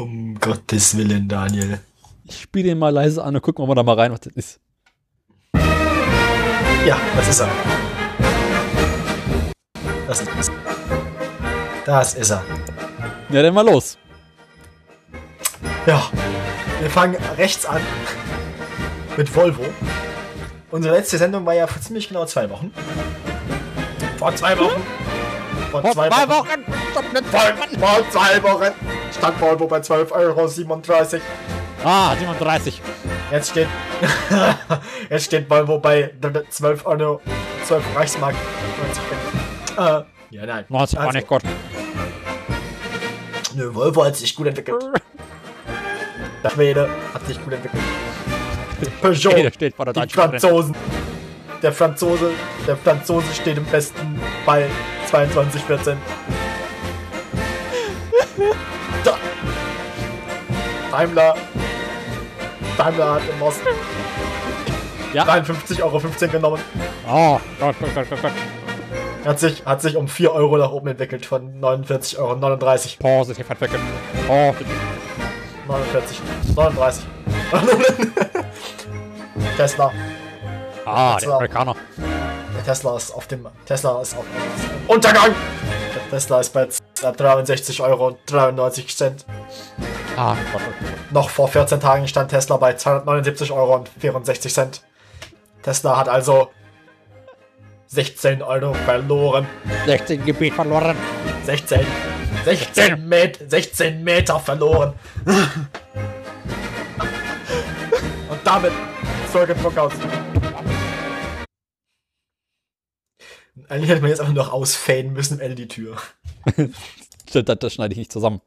Um Gottes Willen, Daniel. Ich spiele den mal leise an und gucken, ob wir da mal rein, was das ist. Ja, das ist er. Das ist es. Das ist er. Ja, dann mal los. Ja, wir fangen rechts an mit Volvo. Unsere letzte Sendung war ja vor ziemlich genau zwei Wochen. Vor zwei Wochen. Vor, zwei, Wochen. Vor, vor zwei Wochen stand Volvo bei 12,37 Euro. Ah, 37. Jetzt steht, jetzt steht Volvo bei 12 Euro, 12 Reichsmark. 90 Cent. Äh, ja, nein. 90 war Also, nicht gut. Nö, Volvo hat sich gut entwickelt. Der Schwede hat sich gut entwickelt. Peugeot. Schwede steht vor der die deutschen Franzosen. Der Franzose, der Franzose steht im besten bei 22,14. Da. Daimler. Daimler hat im Osten 53,15 Euro genommen. Oh, Gott, Gott, Gott, Gott, Gott. Hat sich, hat sich um 4 Euro nach oben entwickelt von 49,39 Euro. Positiv entwickelt. Oh, 49, 39. Tesla. ah, der Tesla. Amerikaner. Der Tesla ist auf dem. Tesla ist auf dem Untergang! Der Tesla ist bei 63,93 Euro. Ah, Gott, Gott, Gott. Noch vor 14 Tagen stand Tesla bei 279,64 Euro. Tesla hat also 16 Euro verloren. 16 Gebiet verloren. 16. 16, Met 16 Meter verloren. Und damit Folge Knockouts. Eigentlich hätte man jetzt einfach noch ausfäden müssen, L die Tür. Das, das schneide ich nicht zusammen.